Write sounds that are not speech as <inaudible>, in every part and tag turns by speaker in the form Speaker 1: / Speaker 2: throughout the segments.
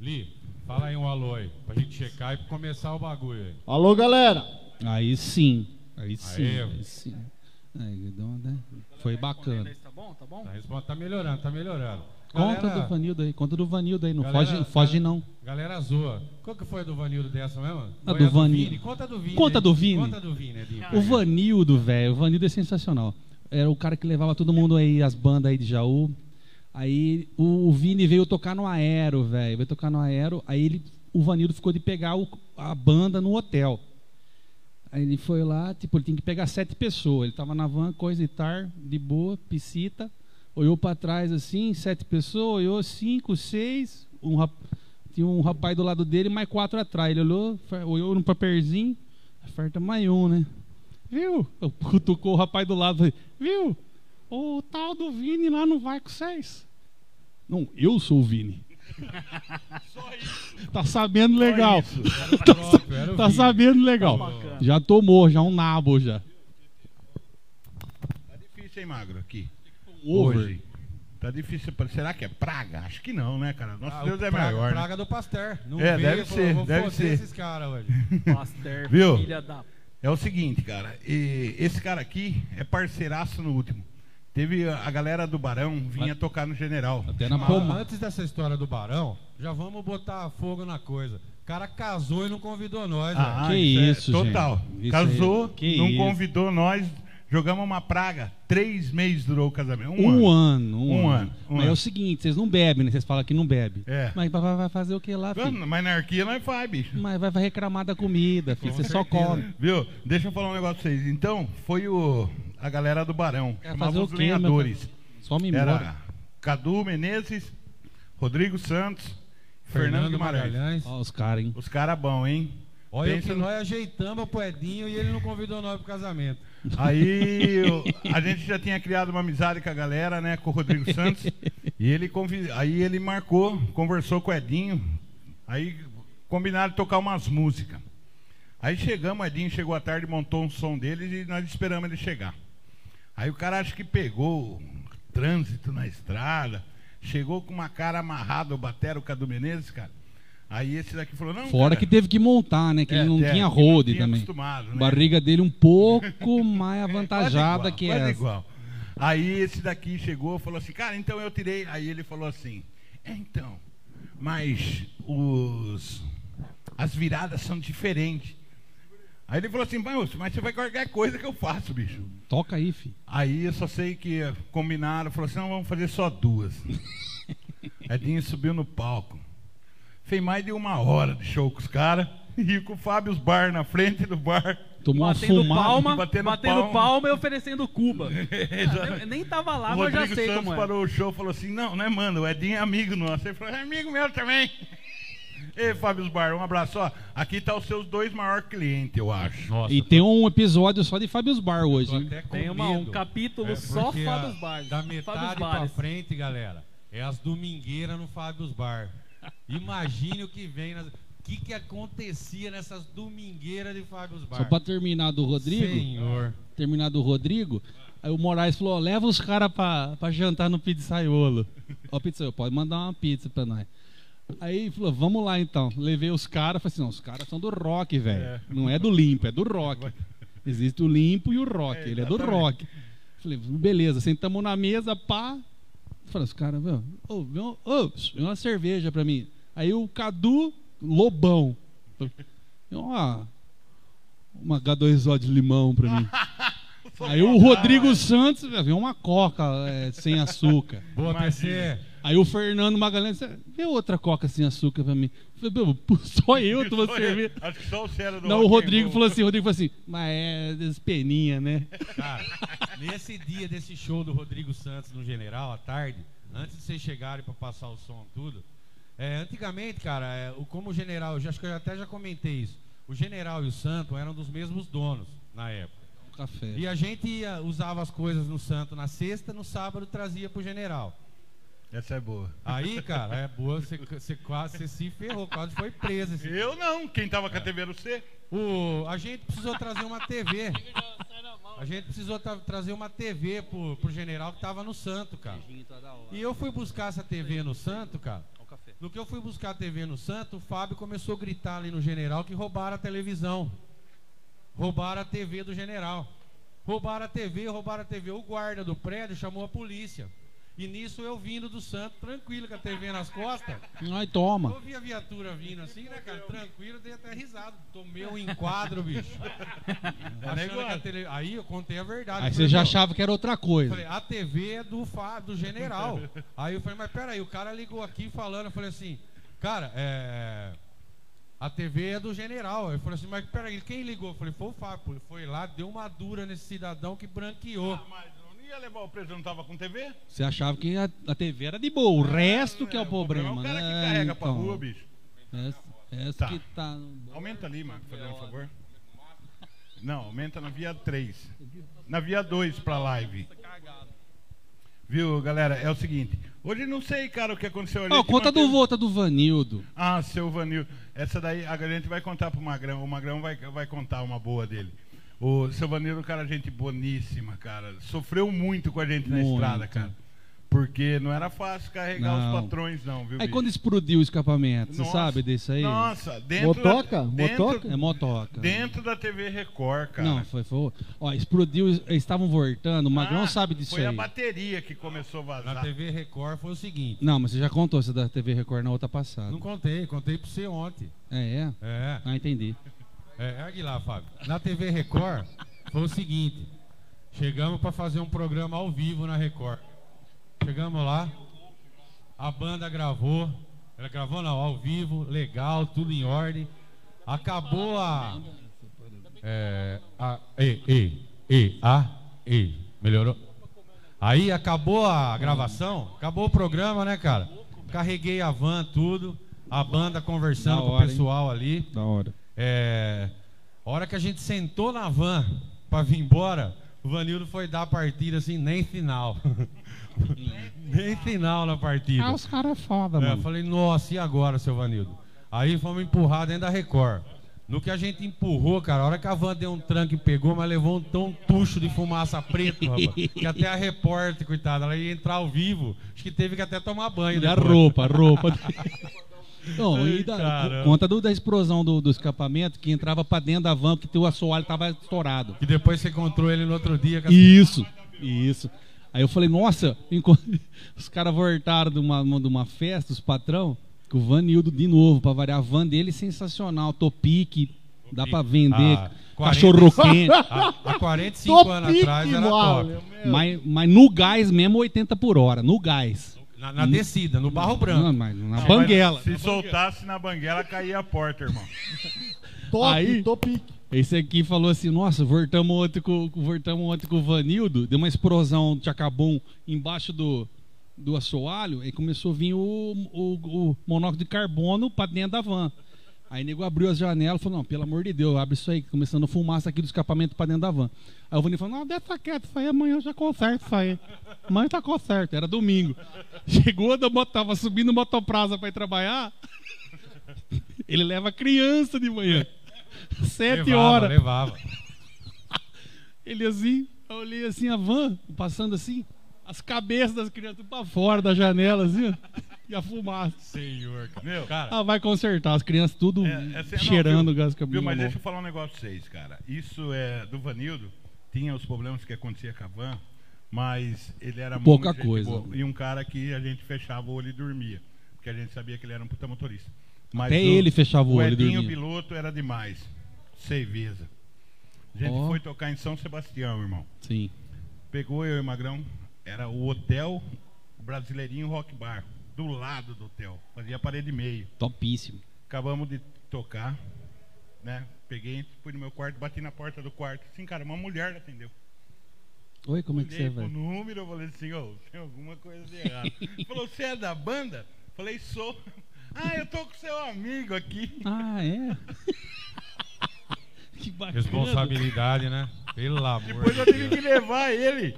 Speaker 1: Li, fala aí um alô aí, pra gente checar e começar o bagulho aí.
Speaker 2: Alô, galera!
Speaker 3: Aí sim. Aí sim.
Speaker 1: Aê.
Speaker 3: Aí sim. Aí, deu uma- né? Foi bacana.
Speaker 4: Tá bom, tá bom?
Speaker 1: Tá, resposta- tá melhorando, tá melhorando.
Speaker 3: Conta
Speaker 1: Galera-
Speaker 3: do Vanildo aí, conta do Vanildo aí, não
Speaker 1: galera-
Speaker 3: foge, foge não.
Speaker 1: Galera zoa. Qual que foi a do Vanildo dessa mesmo?
Speaker 3: A
Speaker 1: Foi
Speaker 3: do Vani-
Speaker 1: Vini. Conta a do Vini.
Speaker 3: Conta
Speaker 1: aí.
Speaker 3: do Vini.
Speaker 1: Conta do Vini, Edinho.
Speaker 3: O Vanildo, velho, o Vanildo é sensacional. Era o cara que levava todo mundo aí, as bandas aí de Jaú. Aí o, o Vini veio tocar no Aero, velho. Veio tocar no Aero. Aí ele, o Vanildo ficou de pegar o- a banda no hotel. Aí ele foi lá, tipo, ele tinha que pegar sete pessoas. Ele tava na van, coisa e tar, de boa, piscita. Olhou pra trás assim, sete pessoas, olhou cinco, seis. Um rap... Tinha um rapaz do lado dele, mais quatro atrás. Ele olhou, fa- olhou no papelzinho, oferta mais um, né? Viu? Eu Cutucou o rapaz do lado, falei, viu? O tal do Vini lá não vai com vocês. Não, eu sou o Vini. tá sabendo legal.
Speaker 1: Era o próprio, era o
Speaker 3: Tá
Speaker 1: Vini.
Speaker 3: sabendo legal.
Speaker 4: Bacana.
Speaker 3: Já tomou, já um nabo já.
Speaker 5: Tá difícil, hein, Magro, aqui.
Speaker 3: Over.
Speaker 5: Hoje. Tá difícil. pra- Será que é praga? Acho que não, né, cara? Nosso
Speaker 1: Ah, o
Speaker 5: Deus é
Speaker 1: praga,
Speaker 5: maior. né?
Speaker 1: Praga do Pasteur. Não
Speaker 5: É,
Speaker 1: veio,
Speaker 5: deve
Speaker 1: falou,
Speaker 5: ser,
Speaker 1: vou
Speaker 5: deve
Speaker 1: foder
Speaker 5: ser.
Speaker 1: esses caras
Speaker 3: <laughs>
Speaker 1: hoje.
Speaker 4: Pasteur,
Speaker 5: <laughs> Viu?
Speaker 4: filha da.
Speaker 5: É o seguinte, cara. e esse cara aqui é parceiraço no último. Teve a a galera do Barão vinha tocar no General.
Speaker 3: Até na
Speaker 1: Mas
Speaker 3: pomada.
Speaker 1: antes dessa história do Barão, já vamos botar fogo na coisa. O cara casou e não convidou nós,
Speaker 5: Ah,
Speaker 3: Que
Speaker 5: é
Speaker 3: isso,
Speaker 5: Total.
Speaker 3: gente. Isso
Speaker 5: Casou,
Speaker 3: aí. Que
Speaker 5: não
Speaker 3: isso.
Speaker 5: convidou nós, jogamos uma praga. Três meses durou o casamento. Um,
Speaker 3: Um,
Speaker 5: ano.
Speaker 3: ano, um,
Speaker 5: Um
Speaker 3: ano.
Speaker 5: ano, um
Speaker 3: Mas é
Speaker 5: ano.
Speaker 3: o seguinte, vocês não bebem, né? Vocês falam que não bebe.
Speaker 5: É.
Speaker 3: Mas vai vai fazer o que lá, filho?
Speaker 5: Mano, Mas na anarquia nós faz, bicho.
Speaker 3: Mas vai vai reclamar da comida, filho.
Speaker 1: Com
Speaker 3: Você só
Speaker 1: certeza.
Speaker 3: come.
Speaker 5: Viu? Deixa eu falar um negócio pra vocês. Então, foi o, a galera do Barão.
Speaker 3: Quer
Speaker 5: chamava
Speaker 3: fazer o
Speaker 5: os
Speaker 3: quê, meu
Speaker 5: lenhadores.
Speaker 3: Só me embora.
Speaker 5: Era Cadu Menezes, Rodrigo Santos, Fernando Guimarães.
Speaker 3: Ó, os caras, hein?
Speaker 5: Os caras bom, hein?
Speaker 1: Olha
Speaker 5: Pensa
Speaker 1: que
Speaker 5: no-
Speaker 1: nós ajeitamos pro Edinho e ele não convidou nós pro casamento.
Speaker 5: Aí eu- a gente já tinha criado uma amizade com a galera, né? Com o Rodrigo Santos. e ele convi- aí ele marcou, conversou com o Edinho. Aí combinaram de tocar umas músicas. Aí chegamos, o Edinho chegou à tarde, montou um som deles e nós esperamos ele chegar. Aí o cara acho que pegou o trânsito na estrada, chegou com uma cara amarrada, o Batera, o Cadu Menezes, cara. Aí esse daqui falou, não.
Speaker 3: Fora
Speaker 5: cara,
Speaker 3: que teve que montar, né? Que
Speaker 5: É,
Speaker 3: ele não
Speaker 5: é,
Speaker 3: tinha
Speaker 5: que não
Speaker 3: road
Speaker 5: tinha
Speaker 3: também.
Speaker 5: acostumado, né? É,
Speaker 3: Barriga dele um
Speaker 5: <laughs>
Speaker 3: pouco mais
Speaker 5: Quase
Speaker 3: avantajada
Speaker 5: igual,
Speaker 3: que é
Speaker 5: quase
Speaker 3: essa.
Speaker 5: igual. Aí esse daqui chegou e falou assim, cara, então eu tirei. Aí ele falou assim, é então, mas os as viradas são diferentes. Aí ele falou assim, mas, mas você vai qualquer coisa que eu faço, bicho.
Speaker 3: Toca aí, filho.
Speaker 5: Aí eu só sei que combinaram, falou assim, não, vamos fazer só duas. <laughs> Edinho subiu no palco. Fez mais de uma hora de show com os caras. <laughs> E com o Fábio os bar na frente do bar. <laughs>
Speaker 3: Tomou uma
Speaker 4: Batendo
Speaker 3: fumada.
Speaker 4: palma,
Speaker 5: batendo
Speaker 4: batendo,
Speaker 5: palma.
Speaker 4: palma. e oferecendo Cuba. Ah, nem, nem tava lá,
Speaker 5: O
Speaker 4: mas já
Speaker 5: Rodrigo
Speaker 4: sei
Speaker 5: Santos
Speaker 4: como é.
Speaker 5: parou o show e falou assim: Não, né, mano? O Edinho é amigo nosso. Ele falou: É amigo meu também. <laughs> Ei, Fábio Osbar, um abraço. Ó, aqui tá os seus dois maiores clientes, eu acho.
Speaker 1: Nossa,
Speaker 3: E tem um episódio só de Fábio's Bar hoje,
Speaker 1: tô
Speaker 3: hein?
Speaker 1: até com
Speaker 4: Tem uma- um
Speaker 1: medo.
Speaker 4: capítulo só
Speaker 1: É porque
Speaker 4: Fábio
Speaker 1: a-
Speaker 4: Osbar.
Speaker 1: Da
Speaker 4: Fábio
Speaker 1: metade pra
Speaker 4: Osbares.
Speaker 1: frente, galera, é as domingueiras no Fábio Bar. Imagine o que vem. nas- O que, que acontecia nessas domingueiras de Fábio Bar?
Speaker 3: Só pra terminar do Rodrigo,
Speaker 1: Senhor.
Speaker 3: terminar do Rodrigo, aí o Moraes falou, ó, leva os caras pra, pra jantar no pizzaiolo. Ó, pizzaiolo, pode mandar uma pizza pra nós. Aí ele falou, vamos lá então. Levei os caras, falei assim, não, os caras são do rock, velho. Não é do limpo, é do rock. Existe o limpo e o rock, ele é do rock. Falei, beleza, sentamos na mesa, pá. Falei, os caras, meu, ô, vem um- ô, vem uma cerveja pra mim. Aí o Cadu, lobão. Falou, Ó, uma H2O de limão pra mim. Aí o
Speaker 5: <laughs>
Speaker 3: Rodrigo Santos, velho, veio uma coca é, sem açúcar.
Speaker 1: Boa, PC.
Speaker 3: Aí o Fernando Magalhães, vê outra coca sem açúcar pra mim. Eu Falei, meu, pô, <laughs> só eu tomo cerveja.
Speaker 5: Acho que só o Cera do
Speaker 3: assim, Não, o
Speaker 5: rock é and
Speaker 3: Rodrigo
Speaker 5: roll.
Speaker 3: falou assim, o Rodrigo falou assim, mas é das peninha,
Speaker 5: <laughs>
Speaker 3: né?
Speaker 1: Cara, nesse dia desse show do Rodrigo Santos no General, à tarde, antes de vocês chegarem pra passar o som tudo, é, antigamente, cara, é, o, como o General, eu já- acho que eu até já comentei isso, o General e o Santo eram dos mesmos donos na época.
Speaker 3: Um café.
Speaker 1: E a gente ia- usava as coisas no Santo na sexta, no sábado trazia pro General.
Speaker 3: assim,
Speaker 5: Essa é boa.
Speaker 1: Aí, cara, é boa, você, você quase você se ferrou, quase foi preso. esse-
Speaker 5: Eu não. Quem tava com a TV era você.
Speaker 1: O, a gente precisou trazer uma TV. A gente precisou tra- trazer uma TV pro, pro general que tava no Santo, cara. E eu fui buscar essa TV no Santo, cara. No que eu fui buscar a TV no Santo, o Fábio começou a gritar ali no general que roubaram a televisão. Roubaram a TV do general. Roubaram a TV, roubaram a TV. O guarda do prédio chamou a polícia. E nisso eu vindo do Santo, tranquilo, com a TV nas costas.
Speaker 3: Ai, toma.
Speaker 1: Eu vi a viatura vindo assim, né, cara? Tranquilo, dei até risada. Tomei um enquadro, bicho. Achando que a tele... Aí eu contei a verdade.
Speaker 3: Aí
Speaker 1: Falei,
Speaker 3: você já
Speaker 1: "Não."
Speaker 3: achava que era outra
Speaker 1: Eu
Speaker 3: coisa.
Speaker 1: Falei, a TV é do, Fá- do general. Aí eu falei, mas peraí, o cara ligou aqui falando, eu falei assim, cara, é. A TV é do general. Ele falou assim, mas peraí, quem ligou? Eu falei, foi o Fábio. Ele foi lá, deu uma dura nesse cidadão que branqueou.
Speaker 5: Ah, mas não ia levar o preso, não tava com TV?
Speaker 3: Você achava que a, a TV era de boa, o resto que é o problema.
Speaker 5: "É." O cara
Speaker 3: né?
Speaker 5: que carrega pra
Speaker 3: Então,
Speaker 5: rua, bicho.
Speaker 3: Essa, essa
Speaker 5: Tá.
Speaker 3: que tá.
Speaker 5: Aumenta ali, Marco, fazendo um favor. Não, aumenta na via 3. Na via 2 pra live. Viu, galera? É o seguinte. Hoje não sei, cara, o que aconteceu ali.
Speaker 3: Ó,
Speaker 5: que
Speaker 3: conta do
Speaker 5: manteve-
Speaker 3: Volta do Vanildo.
Speaker 5: Ah, seu Vanildo. Essa daí a gente vai contar pro Magrão. O Magrão vai, vai contar uma boa dele. O seu Vanildo, cara, gente boníssima, cara. Sofreu muito com a gente na
Speaker 3: Muito.
Speaker 5: estrada, cara. Porque não era fácil carregar
Speaker 3: Não.
Speaker 5: os patrões, não, viu?
Speaker 3: Aí
Speaker 5: bicho?
Speaker 3: quando explodiu o escapamento, você
Speaker 5: Nossa,
Speaker 3: sabe desse aí?
Speaker 5: Nossa, dentro.
Speaker 2: Motoca?
Speaker 5: Da, dentro,
Speaker 2: Motoca?
Speaker 3: É motoca.
Speaker 5: Dentro da TV Record, cara.
Speaker 3: Não, foi, foi. Ó, explodiu, eles estavam voltando, o Magrão
Speaker 5: Ah,
Speaker 3: sabe disso
Speaker 5: Foi a
Speaker 3: aí.
Speaker 5: bateria que começou a
Speaker 1: Na
Speaker 5: vazar.
Speaker 1: TV Record foi o seguinte.
Speaker 3: Não, mas você já contou essa da TV Record na outra passada.
Speaker 1: Não contei, contei pra você ontem.
Speaker 3: É, é?
Speaker 1: É.
Speaker 3: Ah, entendi.
Speaker 1: É, ergue lá, Fábio. Na TV Record, foi o seguinte: chegamos para fazer um programa ao vivo na Record. Chegamos lá, a banda gravou, ela gravou não, ao vivo, legal, tudo em ordem. Acabou a. É, a e, e, e, a, e. Melhorou? Aí acabou a gravação, acabou o programa, né, cara? Carreguei a van, tudo, a banda conversando
Speaker 3: Da
Speaker 1: com
Speaker 3: hora,
Speaker 1: o
Speaker 3: hein?
Speaker 1: pessoal ali.
Speaker 3: Da hora.
Speaker 1: É, a hora que a gente sentou na van pra vir embora, o Vanildo foi dar a partida assim, nem final. <laughs> nem final na partida.
Speaker 3: Ah, os caras é foda,
Speaker 1: É, eu
Speaker 3: mano.
Speaker 1: falei, nossa, e agora, seu Vanildo? Aí fomos empurrar dentro da Record. No que a gente empurrou, cara, a hora que a van deu um tranco e pegou, mas levou um tão tucho de fumaça preto, rapaz. Que até a repórter, coitada, ela ia entrar ao vivo, acho que teve que até tomar banho.
Speaker 3: E a
Speaker 1: depois.
Speaker 3: é roupa, a roupa.
Speaker 5: <laughs>
Speaker 3: Não, e
Speaker 1: Ai,
Speaker 3: da,
Speaker 1: caramba.
Speaker 3: conta do- da explosão do, do escapamento que entrava pra dentro da van porque o assoalho tava estourado.
Speaker 1: E depois você encontrou ele no outro dia. com a-
Speaker 3: Isso, isso. Aí eu falei, nossa, enco- <laughs> os caras voltaram de uma, uma- de uma festa, os patrão, com o Vanildo de novo, pra variar. A van dele é sensacional, topique, dá pra vender,
Speaker 1: Ah,
Speaker 3: cachorro <laughs> quente.
Speaker 1: Há, há 45 anos
Speaker 2: Topique,
Speaker 1: atrás era
Speaker 2: mano.
Speaker 1: top.
Speaker 3: mas, mas no gás mesmo, 80 por hora, no gás.
Speaker 1: Na, na descida, no barro branco.
Speaker 3: Não, mas na banguela.
Speaker 5: Se soltasse na banguela, caía a
Speaker 3: <laughs>
Speaker 5: porta, irmão.
Speaker 2: Top,
Speaker 3: Aí-
Speaker 2: topique.
Speaker 3: Esse aqui falou assim: nossa, voltamos ontem com, com- voltamos ontem com o Vanildo, deu uma explosão de acabum embaixo do, do assoalho, aí começou a vir o, o- o monóxido de carbono pra dentro da van. Aí o nego abriu as janelas e falou: não, pelo amor de Deus, abre isso aí, começando a fumaça aqui do escapamento pra dentro da van. Aí o Vanildo falou: não, deixa quieto, isso aí amanhã eu já conserto isso aí. Amanhã tá conserto, era domingo. <laughs> Chegou, da moto- tava subindo motoprasa pra ir trabalhar. Ele leva criança de manhã. <laughs> Sete
Speaker 1: Levava, né?
Speaker 3: horas.
Speaker 1: Levava.
Speaker 3: Ele assim, eu olhei assim a van, passando assim, as cabeças das crianças pra fora da janela, assim, ó, <laughs> e a fumaça.
Speaker 1: Senhor, cara.
Speaker 5: Meu,
Speaker 1: Cara,
Speaker 3: Ah, vai consertar, as crianças tudo
Speaker 5: É, essa é- não,
Speaker 3: cheirando
Speaker 5: viu?
Speaker 3: o gás
Speaker 5: Viu,
Speaker 3: cabelo.
Speaker 5: mas deixa eu falar um negócio pra vocês, cara. Isso é do Vanildo, tinha os problemas que acontecia com a van, mas ele era
Speaker 3: Pouca
Speaker 5: muito gente
Speaker 3: coisa.
Speaker 5: boa. E um cara que a gente fechava o olho e dormia. Porque a gente sabia que ele era um puta motorista. Mas
Speaker 3: Até ele fechava o olho e
Speaker 5: Edinho
Speaker 3: dormia.
Speaker 5: piloto era demais. Cerveza. A gente
Speaker 3: Ó.
Speaker 5: foi tocar em São Sebastião, irmão.
Speaker 3: Sim.
Speaker 5: Pegou eu e Magrão. Era o hotel Brasileirinho Rock Bar. Do lado do hotel. Fazia parede e meio.
Speaker 3: Topíssimo.
Speaker 5: Acabamos de tocar, né? Peguei, fui no meu quarto, bati na porta do quarto. Sim, cara, uma mulher atendeu.
Speaker 3: Oi, como é que
Speaker 5: Olhei
Speaker 3: você
Speaker 5: pro
Speaker 3: vai?
Speaker 5: número, eu falei assim, ô, tem alguma coisa
Speaker 3: <laughs>
Speaker 5: de errado. Falou, você é da banda? Falei, sou. Ah, eu tô com seu amigo aqui.
Speaker 3: Ah, é? <laughs> que bacana.
Speaker 1: responsabilidade, né? Pelo amor
Speaker 5: Depois eu
Speaker 1: de
Speaker 5: tive
Speaker 1: Deus.
Speaker 5: que levar ele,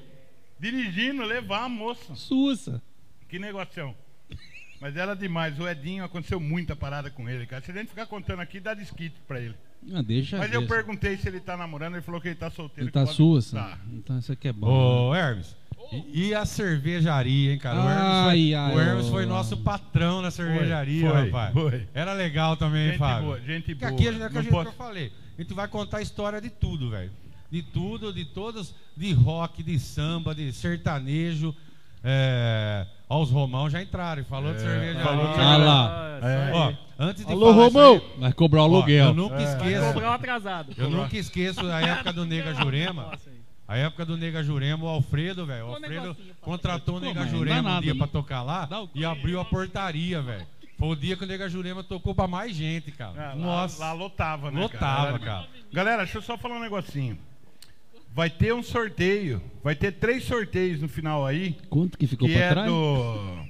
Speaker 5: dirigindo, levar a moça.
Speaker 3: Sussa.
Speaker 5: Que negocião. Mas era demais. O Edinho aconteceu muita parada com ele, cara. Se a gente ficar contando aqui, dá desquite pra ele.
Speaker 3: Ah,
Speaker 1: É
Speaker 3: deixa
Speaker 5: Mas eu
Speaker 3: ver.
Speaker 5: perguntei se ele tá namorando, ele falou que ele tá solteiro.
Speaker 3: Ele
Speaker 5: que
Speaker 3: tá
Speaker 5: pode-
Speaker 3: sua? assim?
Speaker 5: Tá.
Speaker 3: Então isso aqui é bom.
Speaker 1: Ô, Hermes. E, e a cervejaria, hein, cara? O Hermes,
Speaker 3: Ai,
Speaker 1: foi,
Speaker 3: ai,
Speaker 1: o Hermes
Speaker 3: ô.
Speaker 1: foi nosso patrão na cervejaria,
Speaker 5: foi,
Speaker 1: rapaz.
Speaker 5: foi.
Speaker 1: Era legal também,
Speaker 5: Gente
Speaker 1: Fábio.
Speaker 5: boa, gente
Speaker 1: Porque
Speaker 5: boa.
Speaker 1: aqui é o que, a
Speaker 5: Não
Speaker 1: gente- que eu
Speaker 5: posso-
Speaker 1: falei. A gente vai contar a história de tudo, velho. De tudo, de todos, de rock, de samba, de sertanejo. É... Ó, os Romão já entraram e falou de cervejaria.
Speaker 5: É, falou de
Speaker 3: Ah lá.
Speaker 5: É.
Speaker 1: Ó, antes de
Speaker 2: Alô,
Speaker 1: falar
Speaker 2: Romão!
Speaker 1: isso aí,
Speaker 3: Vai cobrar o
Speaker 1: ó,
Speaker 3: aluguel.
Speaker 1: eu nunca
Speaker 4: Vai
Speaker 1: esqueço.
Speaker 4: cobrar um atrasado.
Speaker 1: Eu nunca esqueço a época do Nega Jurema.
Speaker 4: Nossa, aí.
Speaker 1: A época do Nega Jurema, o Alfredo, velho. O
Speaker 4: Ô,
Speaker 1: Alfredo
Speaker 4: negocinho, pai.
Speaker 1: contratou o
Speaker 3: Pô,
Speaker 1: Nega
Speaker 3: mas não
Speaker 1: Jurema
Speaker 3: dá nada,
Speaker 1: um dia
Speaker 3: né?
Speaker 1: pra tocar lá
Speaker 3: Dá o-
Speaker 1: e abriu a portaria, velho. Foi o dia que o Nega Jurema tocou pra mais gente, cara.
Speaker 5: Ah, lá-
Speaker 1: Nossa.
Speaker 5: Lá, lotava, né?
Speaker 1: Lotava,
Speaker 5: Era-
Speaker 1: cara.
Speaker 5: Galera, deixa eu só falar um negocinho. Vai ter um sorteio. Vai ter três sorteios no final aí.
Speaker 3: Quanto que ficou
Speaker 5: que
Speaker 3: pra
Speaker 5: é
Speaker 3: trás?
Speaker 5: do.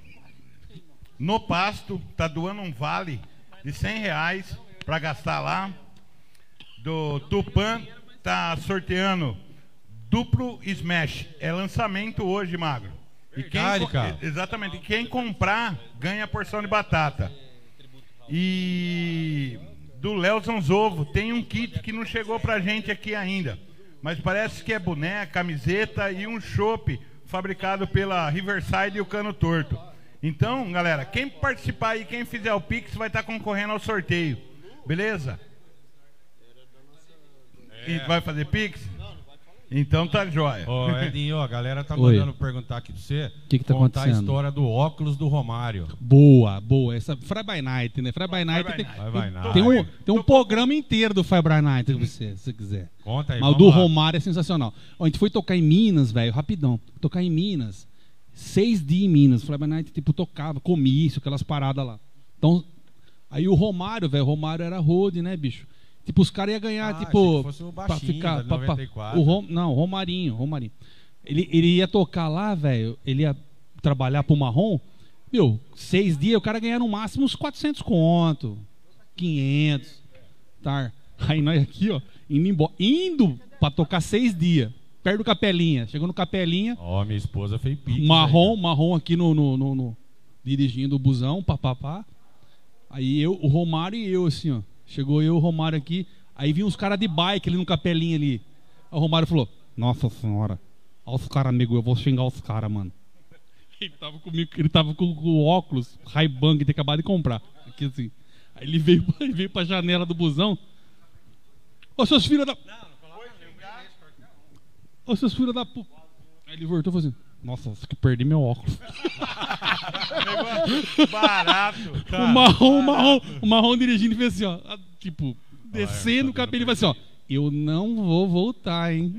Speaker 5: No Pasto, tá doando um vale de 100 reais pra gastar lá. Do Tupan, tá sorteando duplo smash. É lançamento hoje, Magro. E quem
Speaker 1: Verdade,
Speaker 5: co-
Speaker 1: cara.
Speaker 5: Exatamente. E quem comprar, ganha a porção de batata. E do Léo Zanzovo, tem um kit que não chegou pra gente aqui ainda. Mas parece que é boné, camiseta e um chopp fabricado pela Riverside e o Cano Torto. Então, galera, quem participar e quem fizer o Pix vai estar concorrendo ao sorteio. Beleza? E vai fazer Pix? Então tá jóia.
Speaker 1: Ô, Edinho, ó, a galera tá
Speaker 3: Oi.
Speaker 1: mandando perguntar aqui pra você. O
Speaker 3: Que que tá
Speaker 1: contar a
Speaker 3: acontecendo?
Speaker 1: história do óculos do Romário.
Speaker 3: Boa, boa. Essa Fry by Night, né? Fry by Night
Speaker 5: by
Speaker 3: tem,
Speaker 5: Night.
Speaker 1: Vai, vai, nada.
Speaker 3: tem um, tem um programa inteiro do Fry by Night pra você, se você quiser.
Speaker 1: Conta aí.
Speaker 3: Mas o
Speaker 1: vamos
Speaker 3: do
Speaker 1: lá.
Speaker 3: Romário é sensacional. Ó, a gente foi tocar em Minas, velho, rapidão. Tocar em Minas. Seis dias em Minas. Fly by Night, tipo, tocava, comício, aquelas paradas lá. Então, aí o Romário, velho, o Romário era road, né, bicho? Tipo, os caras iam ganhar,
Speaker 1: Ah, achei
Speaker 3: tipo.
Speaker 1: que fosse o baixinho da
Speaker 3: pra- pra-
Speaker 1: 94.
Speaker 3: o Rom- não, o Romarinho, o Romarinho. Ele, ele ia tocar lá, velho, ele ia trabalhar pro Marrom. Meu, seis dias, o cara ganhava no máximo uns 400 conto, 500. Tar. tá? Aí nós aqui, ó, indo, embora, indo pra tocar seis dias. Perto do Capelinha. Chegou no Capelinha,
Speaker 1: Ó, minha esposa fez pique.
Speaker 3: marrom, marrom aqui no, no, no- no- dirigindo o busão, papapá. Aí eu, o Romário e eu, assim, ó. Chegou eu, o Romário aqui. Aí vinha uns caras de bike ali no Capelinha ali. Aí o Romário falou: Nossa senhora, olha os caras, amigo, eu vou xingar os caras, mano. <laughs> Ele tava comigo, ele tava com, com o óculos Ray-Ban que tinha acabado de comprar. Aqui assim. Aí ele veio, <laughs> ele veio pra janela do busão. Ô seus filhos da. Ô seus filhos da pu. Aí ele voltou e falou assim: Nossa, acho que perdi meu óculos.
Speaker 5: Negócio Barato. Tá
Speaker 3: o marrom, o marrom, o marrom dirigindo e fez assim, ó. ah, Tipo, descendo
Speaker 1: tá
Speaker 3: o cabelo e
Speaker 1: dando
Speaker 3: fez assim, ó. Eu não vou voltar, hein?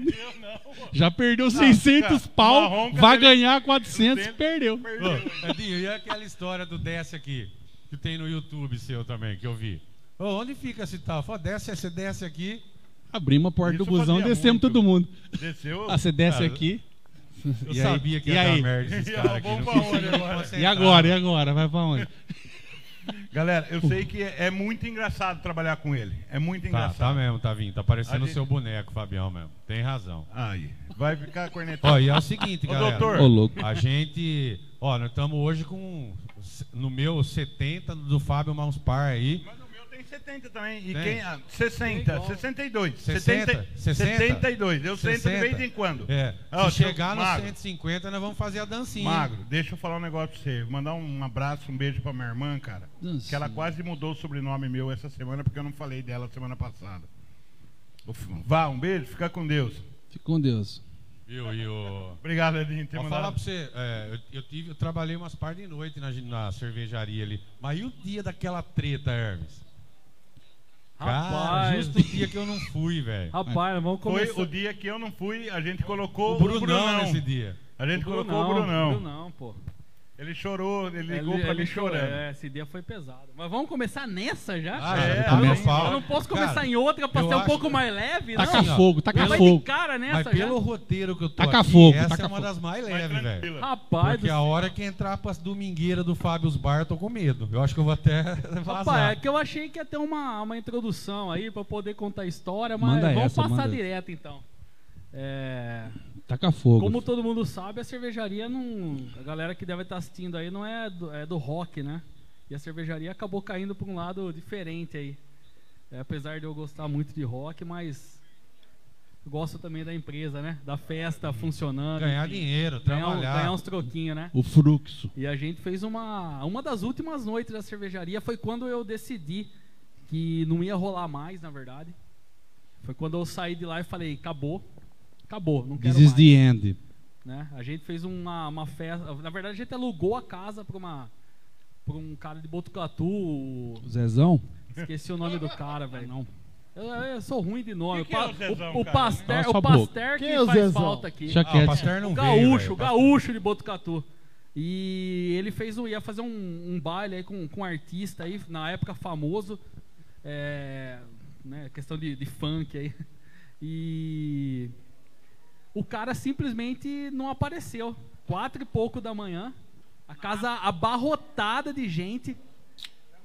Speaker 3: Já perdeu 600
Speaker 5: cara,
Speaker 3: pau,
Speaker 5: marrom,
Speaker 3: vai
Speaker 5: cabelo-
Speaker 3: ganhar 400, perdeu.
Speaker 1: Ô, Edinho, e aquela história do desce aqui? Que tem no YouTube seu também, que eu vi. Ô, onde fica esse tal? Falou, desce, você desce aqui.
Speaker 3: Abrimos a porta
Speaker 5: Isso
Speaker 3: do busão,
Speaker 5: fazia
Speaker 3: descemos
Speaker 5: muito.
Speaker 3: todo mundo.
Speaker 5: Desceu.
Speaker 3: Ah, você desce
Speaker 1: Cara,
Speaker 3: aqui.
Speaker 1: Eu
Speaker 3: E aí?
Speaker 1: sabia que
Speaker 3: <laughs> E
Speaker 1: ia dar
Speaker 3: aí?
Speaker 1: merda esses caras aqui. não
Speaker 5: Vamos pra
Speaker 1: consegui
Speaker 5: onde agora?
Speaker 1: concentrar.
Speaker 3: E agora, e agora? Vai pra onde?
Speaker 5: Galera, eu sei que é, é muito engraçado trabalhar com ele. É muito
Speaker 1: Tá,
Speaker 5: engraçado.
Speaker 1: tá mesmo, tá vindo. Tá parecendo
Speaker 5: A
Speaker 1: o
Speaker 5: gente-
Speaker 1: seu boneco, Fabião, mesmo. Tem razão.
Speaker 5: Aí, vai ficar cornetado.
Speaker 1: Ó, e é o seguinte,
Speaker 5: Ô,
Speaker 1: galera.
Speaker 5: doutor.
Speaker 3: Ô, louco.
Speaker 1: A gente. Ó, nós estamos hoje com. No meu, 70, no do Fábio Mauspar aí.
Speaker 5: Mas o meu tem 70 também. E
Speaker 1: Tem?
Speaker 5: quem? ah, 60, 62.
Speaker 1: 60,
Speaker 5: 70,
Speaker 1: 60.
Speaker 5: 72. Eu sento
Speaker 1: 60.
Speaker 5: de vez em quando.
Speaker 1: É.
Speaker 5: Ó,
Speaker 1: Se
Speaker 5: seu
Speaker 1: chegar nos
Speaker 5: magro,
Speaker 1: 150, nós vamos fazer a dancinha.
Speaker 5: Magro, deixa eu falar um negócio pra você. Mandar um abraço, um beijo pra minha irmã, cara.
Speaker 3: Nossa.
Speaker 5: Que ela quase mudou o sobrenome meu essa semana porque eu não falei dela semana passada. Uf, Vá, um beijo, fica com Deus.
Speaker 3: Fica com Deus.
Speaker 1: Viu, e o.
Speaker 5: Obrigado, Edinho, por ter
Speaker 1: Vou
Speaker 5: mandado.
Speaker 1: falar pra você, é, eu, eu tive, eu trabalhei umas par de noite na, na cervejaria ali. Mas e o dia daquela treta, Hermes? Cara,
Speaker 4: Rapaz.
Speaker 1: justo o dia que eu não fui, velho.
Speaker 4: Rapaz, vamos
Speaker 5: Foi
Speaker 4: começar.
Speaker 5: o dia que eu não fui, a gente colocou
Speaker 1: é O Brunão nesse dia.
Speaker 5: A gente
Speaker 4: Bruno
Speaker 5: colocou o Brunão.
Speaker 4: não, Brunão, pô.
Speaker 5: Ele chorou, ele ligou
Speaker 4: Ele-
Speaker 5: pra
Speaker 4: ele
Speaker 5: mim
Speaker 4: chorou,
Speaker 5: chorando.
Speaker 4: É, esse dia foi pesado. Mas vamos começar nessa já?
Speaker 1: Ah,
Speaker 4: cara?
Speaker 5: é,
Speaker 4: eu,
Speaker 5: começa
Speaker 4: não,
Speaker 1: a-
Speaker 4: eu não posso
Speaker 1: Cara,
Speaker 4: começar em outra pra
Speaker 1: eu
Speaker 4: ser um
Speaker 1: acho
Speaker 4: pouco
Speaker 1: que-
Speaker 4: mais leve,
Speaker 1: Tá
Speaker 4: não?
Speaker 3: Taca fogo, taca
Speaker 4: Mas vai
Speaker 3: fogo.
Speaker 4: de cara nessa
Speaker 1: Mas
Speaker 4: já?
Speaker 1: pelo roteiro que eu tô
Speaker 3: Taca
Speaker 1: aqui,
Speaker 3: fogo,
Speaker 1: essa
Speaker 3: taca
Speaker 1: é uma
Speaker 3: fogo.
Speaker 1: das mais
Speaker 5: Vai
Speaker 1: leves, velho.
Speaker 5: tranquila.
Speaker 4: Rapaz,
Speaker 1: Porque
Speaker 4: do
Speaker 1: a hora que entrar pras domingueiras do Fábio's Bar, eu tô com medo. Eu acho que eu vou até <laughs> vazar.
Speaker 4: Rapaz, é que eu achei que ia ter uma, uma introdução aí pra poder contar a história, mas
Speaker 3: Manda
Speaker 4: vamos
Speaker 3: essa,
Speaker 4: passar
Speaker 3: manda
Speaker 4: direto então. É,
Speaker 3: Taca fogo.
Speaker 4: Como todo mundo sabe, a cervejaria não. A galera que deve estar assistindo aí não é do, é do rock, né? E a cervejaria acabou caindo para um lado diferente aí. É, apesar de eu gostar muito de rock, mas gosto também da empresa, né? Da festa funcionando.
Speaker 1: Ganhar
Speaker 4: enfim.
Speaker 1: dinheiro,
Speaker 4: Ganhar, um-
Speaker 1: trabalhar. Ah,
Speaker 4: ganhar uns troquinhos, né?
Speaker 3: O fluxo.
Speaker 4: E a gente fez uma. Uma das últimas noites da cervejaria foi quando eu decidi que não ia rolar mais, na verdade. Foi quando eu saí de lá e falei, acabou. Acabou, não quero
Speaker 3: This is
Speaker 4: mais
Speaker 3: the end.
Speaker 4: né? A gente fez uma, uma festa. Na verdade, a gente alugou a casa para uma pra um cara de Botucatu.
Speaker 5: <laughs>
Speaker 4: o-
Speaker 3: O Zezão?
Speaker 4: Esqueci o nome do cara, velho. Não. Eu, eu sou ruim de nome.
Speaker 5: Quem que é
Speaker 4: Pa-
Speaker 5: o Zezão,
Speaker 4: o, o
Speaker 5: cara?
Speaker 4: Pasteur,
Speaker 3: Cala sua
Speaker 4: o Pasteur que
Speaker 2: Quem é o
Speaker 4: faz
Speaker 2: Zezão?
Speaker 4: falta aqui.
Speaker 3: Deixa
Speaker 1: Ah, o
Speaker 3: quieto.
Speaker 1: Pasteur não veio.
Speaker 4: gaúcho,
Speaker 1: velho.
Speaker 4: gaúcho de Botucatu. E ele fez um, ia fazer um, um baile aí com, com um artista aí, na época famoso. É, né, questão de, de funk aí. E o cara simplesmente não apareceu. Quatro e pouco da manhã, a casa abarrotada de gente.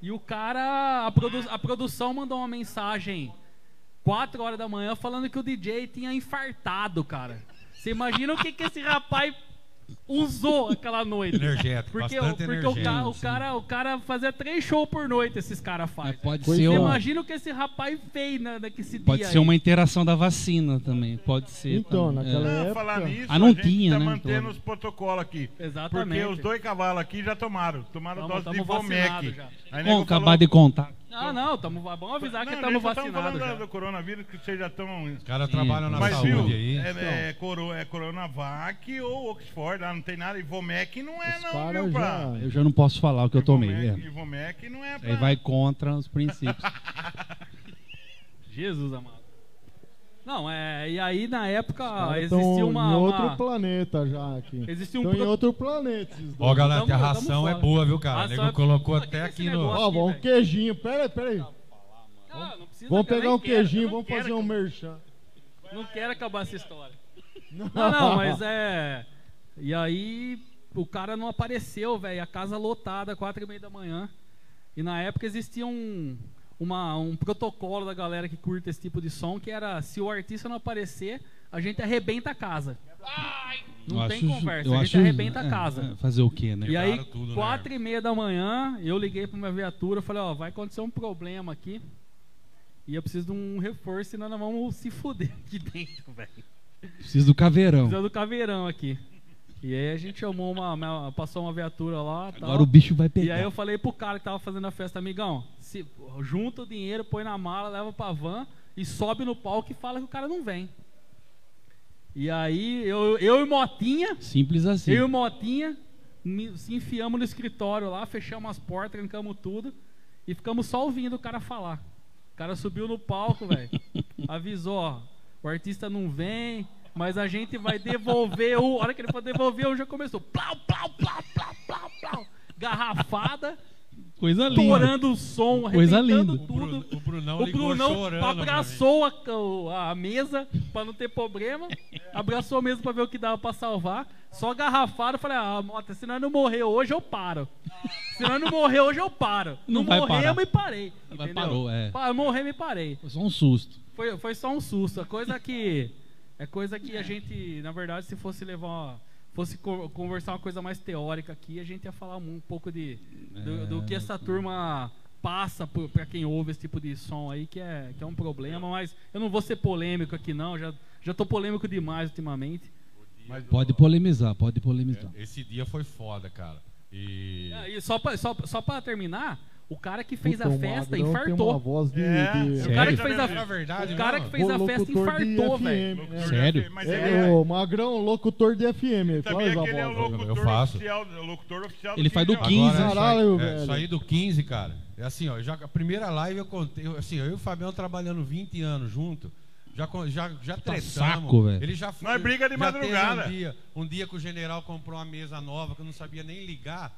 Speaker 4: E o cara, a, produ- a produção mandou uma mensagem 4 horas da manhã falando que o DJ tinha infartado, cara. Você imagina o que, que esse rapaz usou aquela noite.
Speaker 1: Energético,
Speaker 4: Porque, o,
Speaker 1: bastante
Speaker 4: porque o, ca- o
Speaker 1: energético.
Speaker 4: cara, o cara fazia três shows por noite, esses caras
Speaker 3: Mas
Speaker 4: fazem.
Speaker 3: pode
Speaker 2: Pois
Speaker 3: ser,
Speaker 2: é.
Speaker 4: Você
Speaker 3: um-
Speaker 4: imagina o que esse rapaz fez na, naquele
Speaker 3: pode
Speaker 4: dia
Speaker 3: ser
Speaker 4: aí.
Speaker 3: uma interação da vacina também. Pode ser.
Speaker 2: Então,
Speaker 3: também.
Speaker 2: naquela
Speaker 3: É.
Speaker 5: Ah,
Speaker 2: época.
Speaker 5: falar nisso,
Speaker 3: Ah, não
Speaker 5: a gente
Speaker 3: tinha,
Speaker 5: tá
Speaker 3: né,
Speaker 5: mantendo
Speaker 3: Antônio?
Speaker 5: os protocolos aqui.
Speaker 4: Exatamente.
Speaker 5: Porque os dois cavalos aqui já tomaram. Tomaram
Speaker 4: Tamo-
Speaker 5: dose
Speaker 4: tamo
Speaker 5: de
Speaker 4: vacinado
Speaker 5: Vomec.
Speaker 4: já.
Speaker 5: Aí
Speaker 3: É. Bom,
Speaker 5: nego
Speaker 3: acabar
Speaker 5: falou-
Speaker 3: de contar.
Speaker 4: Ah, não, tamo, bom avisar que
Speaker 5: Não,
Speaker 4: estamos
Speaker 5: nós só tamo
Speaker 4: vacinados.
Speaker 5: falando
Speaker 4: já.
Speaker 5: do- do coronavírus que vocês já estão...
Speaker 1: Os caras
Speaker 3: Sim.
Speaker 1: trabalham na
Speaker 5: Mas
Speaker 1: saúde
Speaker 5: viu,
Speaker 1: aí.
Speaker 5: é,
Speaker 3: então.
Speaker 5: é, coro, é Coronavac ou Oxford, lá não tem nada. Ivomec não é
Speaker 2: Os
Speaker 5: não,
Speaker 2: caras
Speaker 5: viu,
Speaker 2: já-
Speaker 5: pra...
Speaker 3: Eu já não posso falar o que eu tomei.
Speaker 5: Ivomec,
Speaker 3: é.
Speaker 5: Ivomec não é pra...
Speaker 3: Aí vai contra os princípios.
Speaker 4: Jesus amado. Não, é. E aí na época
Speaker 2: Cara, tão
Speaker 4: existia Ah, uma.
Speaker 2: em outro
Speaker 4: uma-
Speaker 2: planeta já aqui.
Speaker 4: Existia um
Speaker 2: Tão
Speaker 4: pro-
Speaker 2: em outro planeta esses
Speaker 1: Ó,
Speaker 2: dois.
Speaker 1: galera,
Speaker 4: Tamo-
Speaker 1: a
Speaker 4: tamo
Speaker 1: ração é
Speaker 4: fora.
Speaker 1: boa, viu, cara? O
Speaker 4: Ração
Speaker 1: nego
Speaker 4: é-
Speaker 1: colocou
Speaker 4: Pô, que
Speaker 1: até
Speaker 4: que esse
Speaker 1: aqui no.
Speaker 4: negócio?
Speaker 2: Ó, vamos um
Speaker 4: velho.
Speaker 2: queijinho. Pera aí, pera aí.
Speaker 4: Ah, não precisa,
Speaker 2: Vamos
Speaker 4: cara,
Speaker 2: pegar
Speaker 4: nem
Speaker 2: um
Speaker 4: quero, eu
Speaker 2: queijinho,
Speaker 4: não
Speaker 2: vamos
Speaker 4: quero
Speaker 2: fazer um merchan.
Speaker 4: acabar- Não quero acabar essa história. <laughs> Não,
Speaker 2: <laughs>
Speaker 4: não, mas é. E aí o cara não apareceu, velho. A casa lotada, quatro e meia da manhã. E na época existia um, uma- um protocolo da galera que curta esse tipo de som, que era se o artista não aparecer, a gente arrebenta a casa. Não
Speaker 3: Eu
Speaker 4: tem
Speaker 3: acho-
Speaker 4: conversa,
Speaker 3: eu
Speaker 4: a gente
Speaker 3: acho-
Speaker 4: arrebenta a
Speaker 3: é,
Speaker 4: casa.
Speaker 3: é, fazer o quê, né?
Speaker 4: E aí,
Speaker 1: tudo, né?
Speaker 4: quatro e meia da manhã, eu liguei pra minha viatura, falei, ó, vai acontecer um problema aqui. E eu preciso de um reforço, senão nós vamos se fuder aqui dentro, velho.
Speaker 3: Preciso do caveirão.
Speaker 4: Precisa do caveirão aqui. E aí a gente chamou uma. uma- passou uma viatura lá. tal.
Speaker 3: Agora o bicho vai
Speaker 4: E
Speaker 3: pegar.
Speaker 4: aí eu falei pro cara que tava fazendo a festa, amigão, se, junta o dinheiro, põe na mala, leva pra van e sobe no palco e fala que o cara não vem. E aí eu, eu e Motinha,
Speaker 3: Simples assim.
Speaker 4: eu e o Motinha me- se enfiamos no escritório lá, fechamos as portas, trancamos tudo e ficamos só ouvindo o cara falar. O cara subiu no
Speaker 3: <laughs>
Speaker 4: palco, velho. Avisou, ó, o artista não vem, mas a gente vai devolver o. A hora que ele for devolver, o já começou. Plau, plau, plau, plau, plau, plau. Garrafada,
Speaker 3: Coisa linda.
Speaker 4: torando o som,
Speaker 3: Coisa
Speaker 4: arrebentando
Speaker 3: linda.
Speaker 1: O,
Speaker 4: tudo.
Speaker 1: Bruno, o Brunão
Speaker 4: O
Speaker 1: ligou
Speaker 4: Brunão
Speaker 1: chorando. pra mim.
Speaker 4: abraçou a, o- a mesa pra não ter
Speaker 3: <laughs>
Speaker 4: problema. Abraçou mesmo pra ver o que dava pra salvar. Só garrafaram. Falei, ah, Mota, se nós não morrer hoje, eu
Speaker 3: <laughs>
Speaker 4: paro. Se nós não morrer hoje, eu paro.
Speaker 3: Não vai
Speaker 4: morremos
Speaker 3: parar.
Speaker 4: e parei.
Speaker 3: Mas
Speaker 4: entendeu?
Speaker 3: parou, é.
Speaker 4: Pa- Morremos e parei.
Speaker 3: Foi Só um susto.
Speaker 4: Foi, foi só um susto. A coisa que. É coisa que a gente, na verdade, se fosse levar uma- fosse co- conversar uma coisa mais teórica aqui, a gente ia falar um pouco de do, do que essa turma passa por- pra quem ouve esse tipo de som aí, que é, que é um problema, mas eu não vou ser polêmico aqui não, já, já tô polêmico demais ultimamente.
Speaker 3: Pode polemizar, pode polemizar.
Speaker 1: Esse dia foi foda, cara. E.
Speaker 4: Ah, E só pra, só, só pra terminar, o cara que fez
Speaker 2: Puta, um
Speaker 4: a
Speaker 2: o
Speaker 4: festa
Speaker 2: Magrão tem uma
Speaker 4: infartou.
Speaker 2: voz de-
Speaker 5: É,
Speaker 2: de-
Speaker 5: o
Speaker 3: cara que
Speaker 4: fez a-
Speaker 1: É verdade,
Speaker 4: O cara
Speaker 1: mesmo?
Speaker 4: que fez a
Speaker 2: Ô,
Speaker 4: festa
Speaker 2: locutor de
Speaker 4: infartou,
Speaker 2: FM,
Speaker 4: velho.
Speaker 2: né?
Speaker 3: Sério?
Speaker 5: Mas ele
Speaker 2: É,
Speaker 5: é...
Speaker 2: o Magrão, locutor de FM.
Speaker 5: Sabia
Speaker 2: Faz
Speaker 5: que ele é
Speaker 2: a
Speaker 5: o
Speaker 2: voz.
Speaker 5: locutor,
Speaker 1: Eu faço.
Speaker 5: Oficial, o locutor oficial
Speaker 3: Ele faz do
Speaker 5: Jornal.
Speaker 3: 15,
Speaker 1: Agora,
Speaker 2: Caralho,
Speaker 1: saí,
Speaker 2: velho.
Speaker 1: É, saí do 15, cara. É assim, ó. Já, a primeira live eu contei. eu- Assim, eu e o Fabião trabalhando 20 anos junto. Já, con- já, já tretamos.
Speaker 3: saco, velho.
Speaker 1: Ele já foi.
Speaker 5: Nós briga de
Speaker 1: já teve
Speaker 5: madrugada.
Speaker 1: Um dia, um dia que o general comprou uma mesa nova que eu não sabia nem ligar.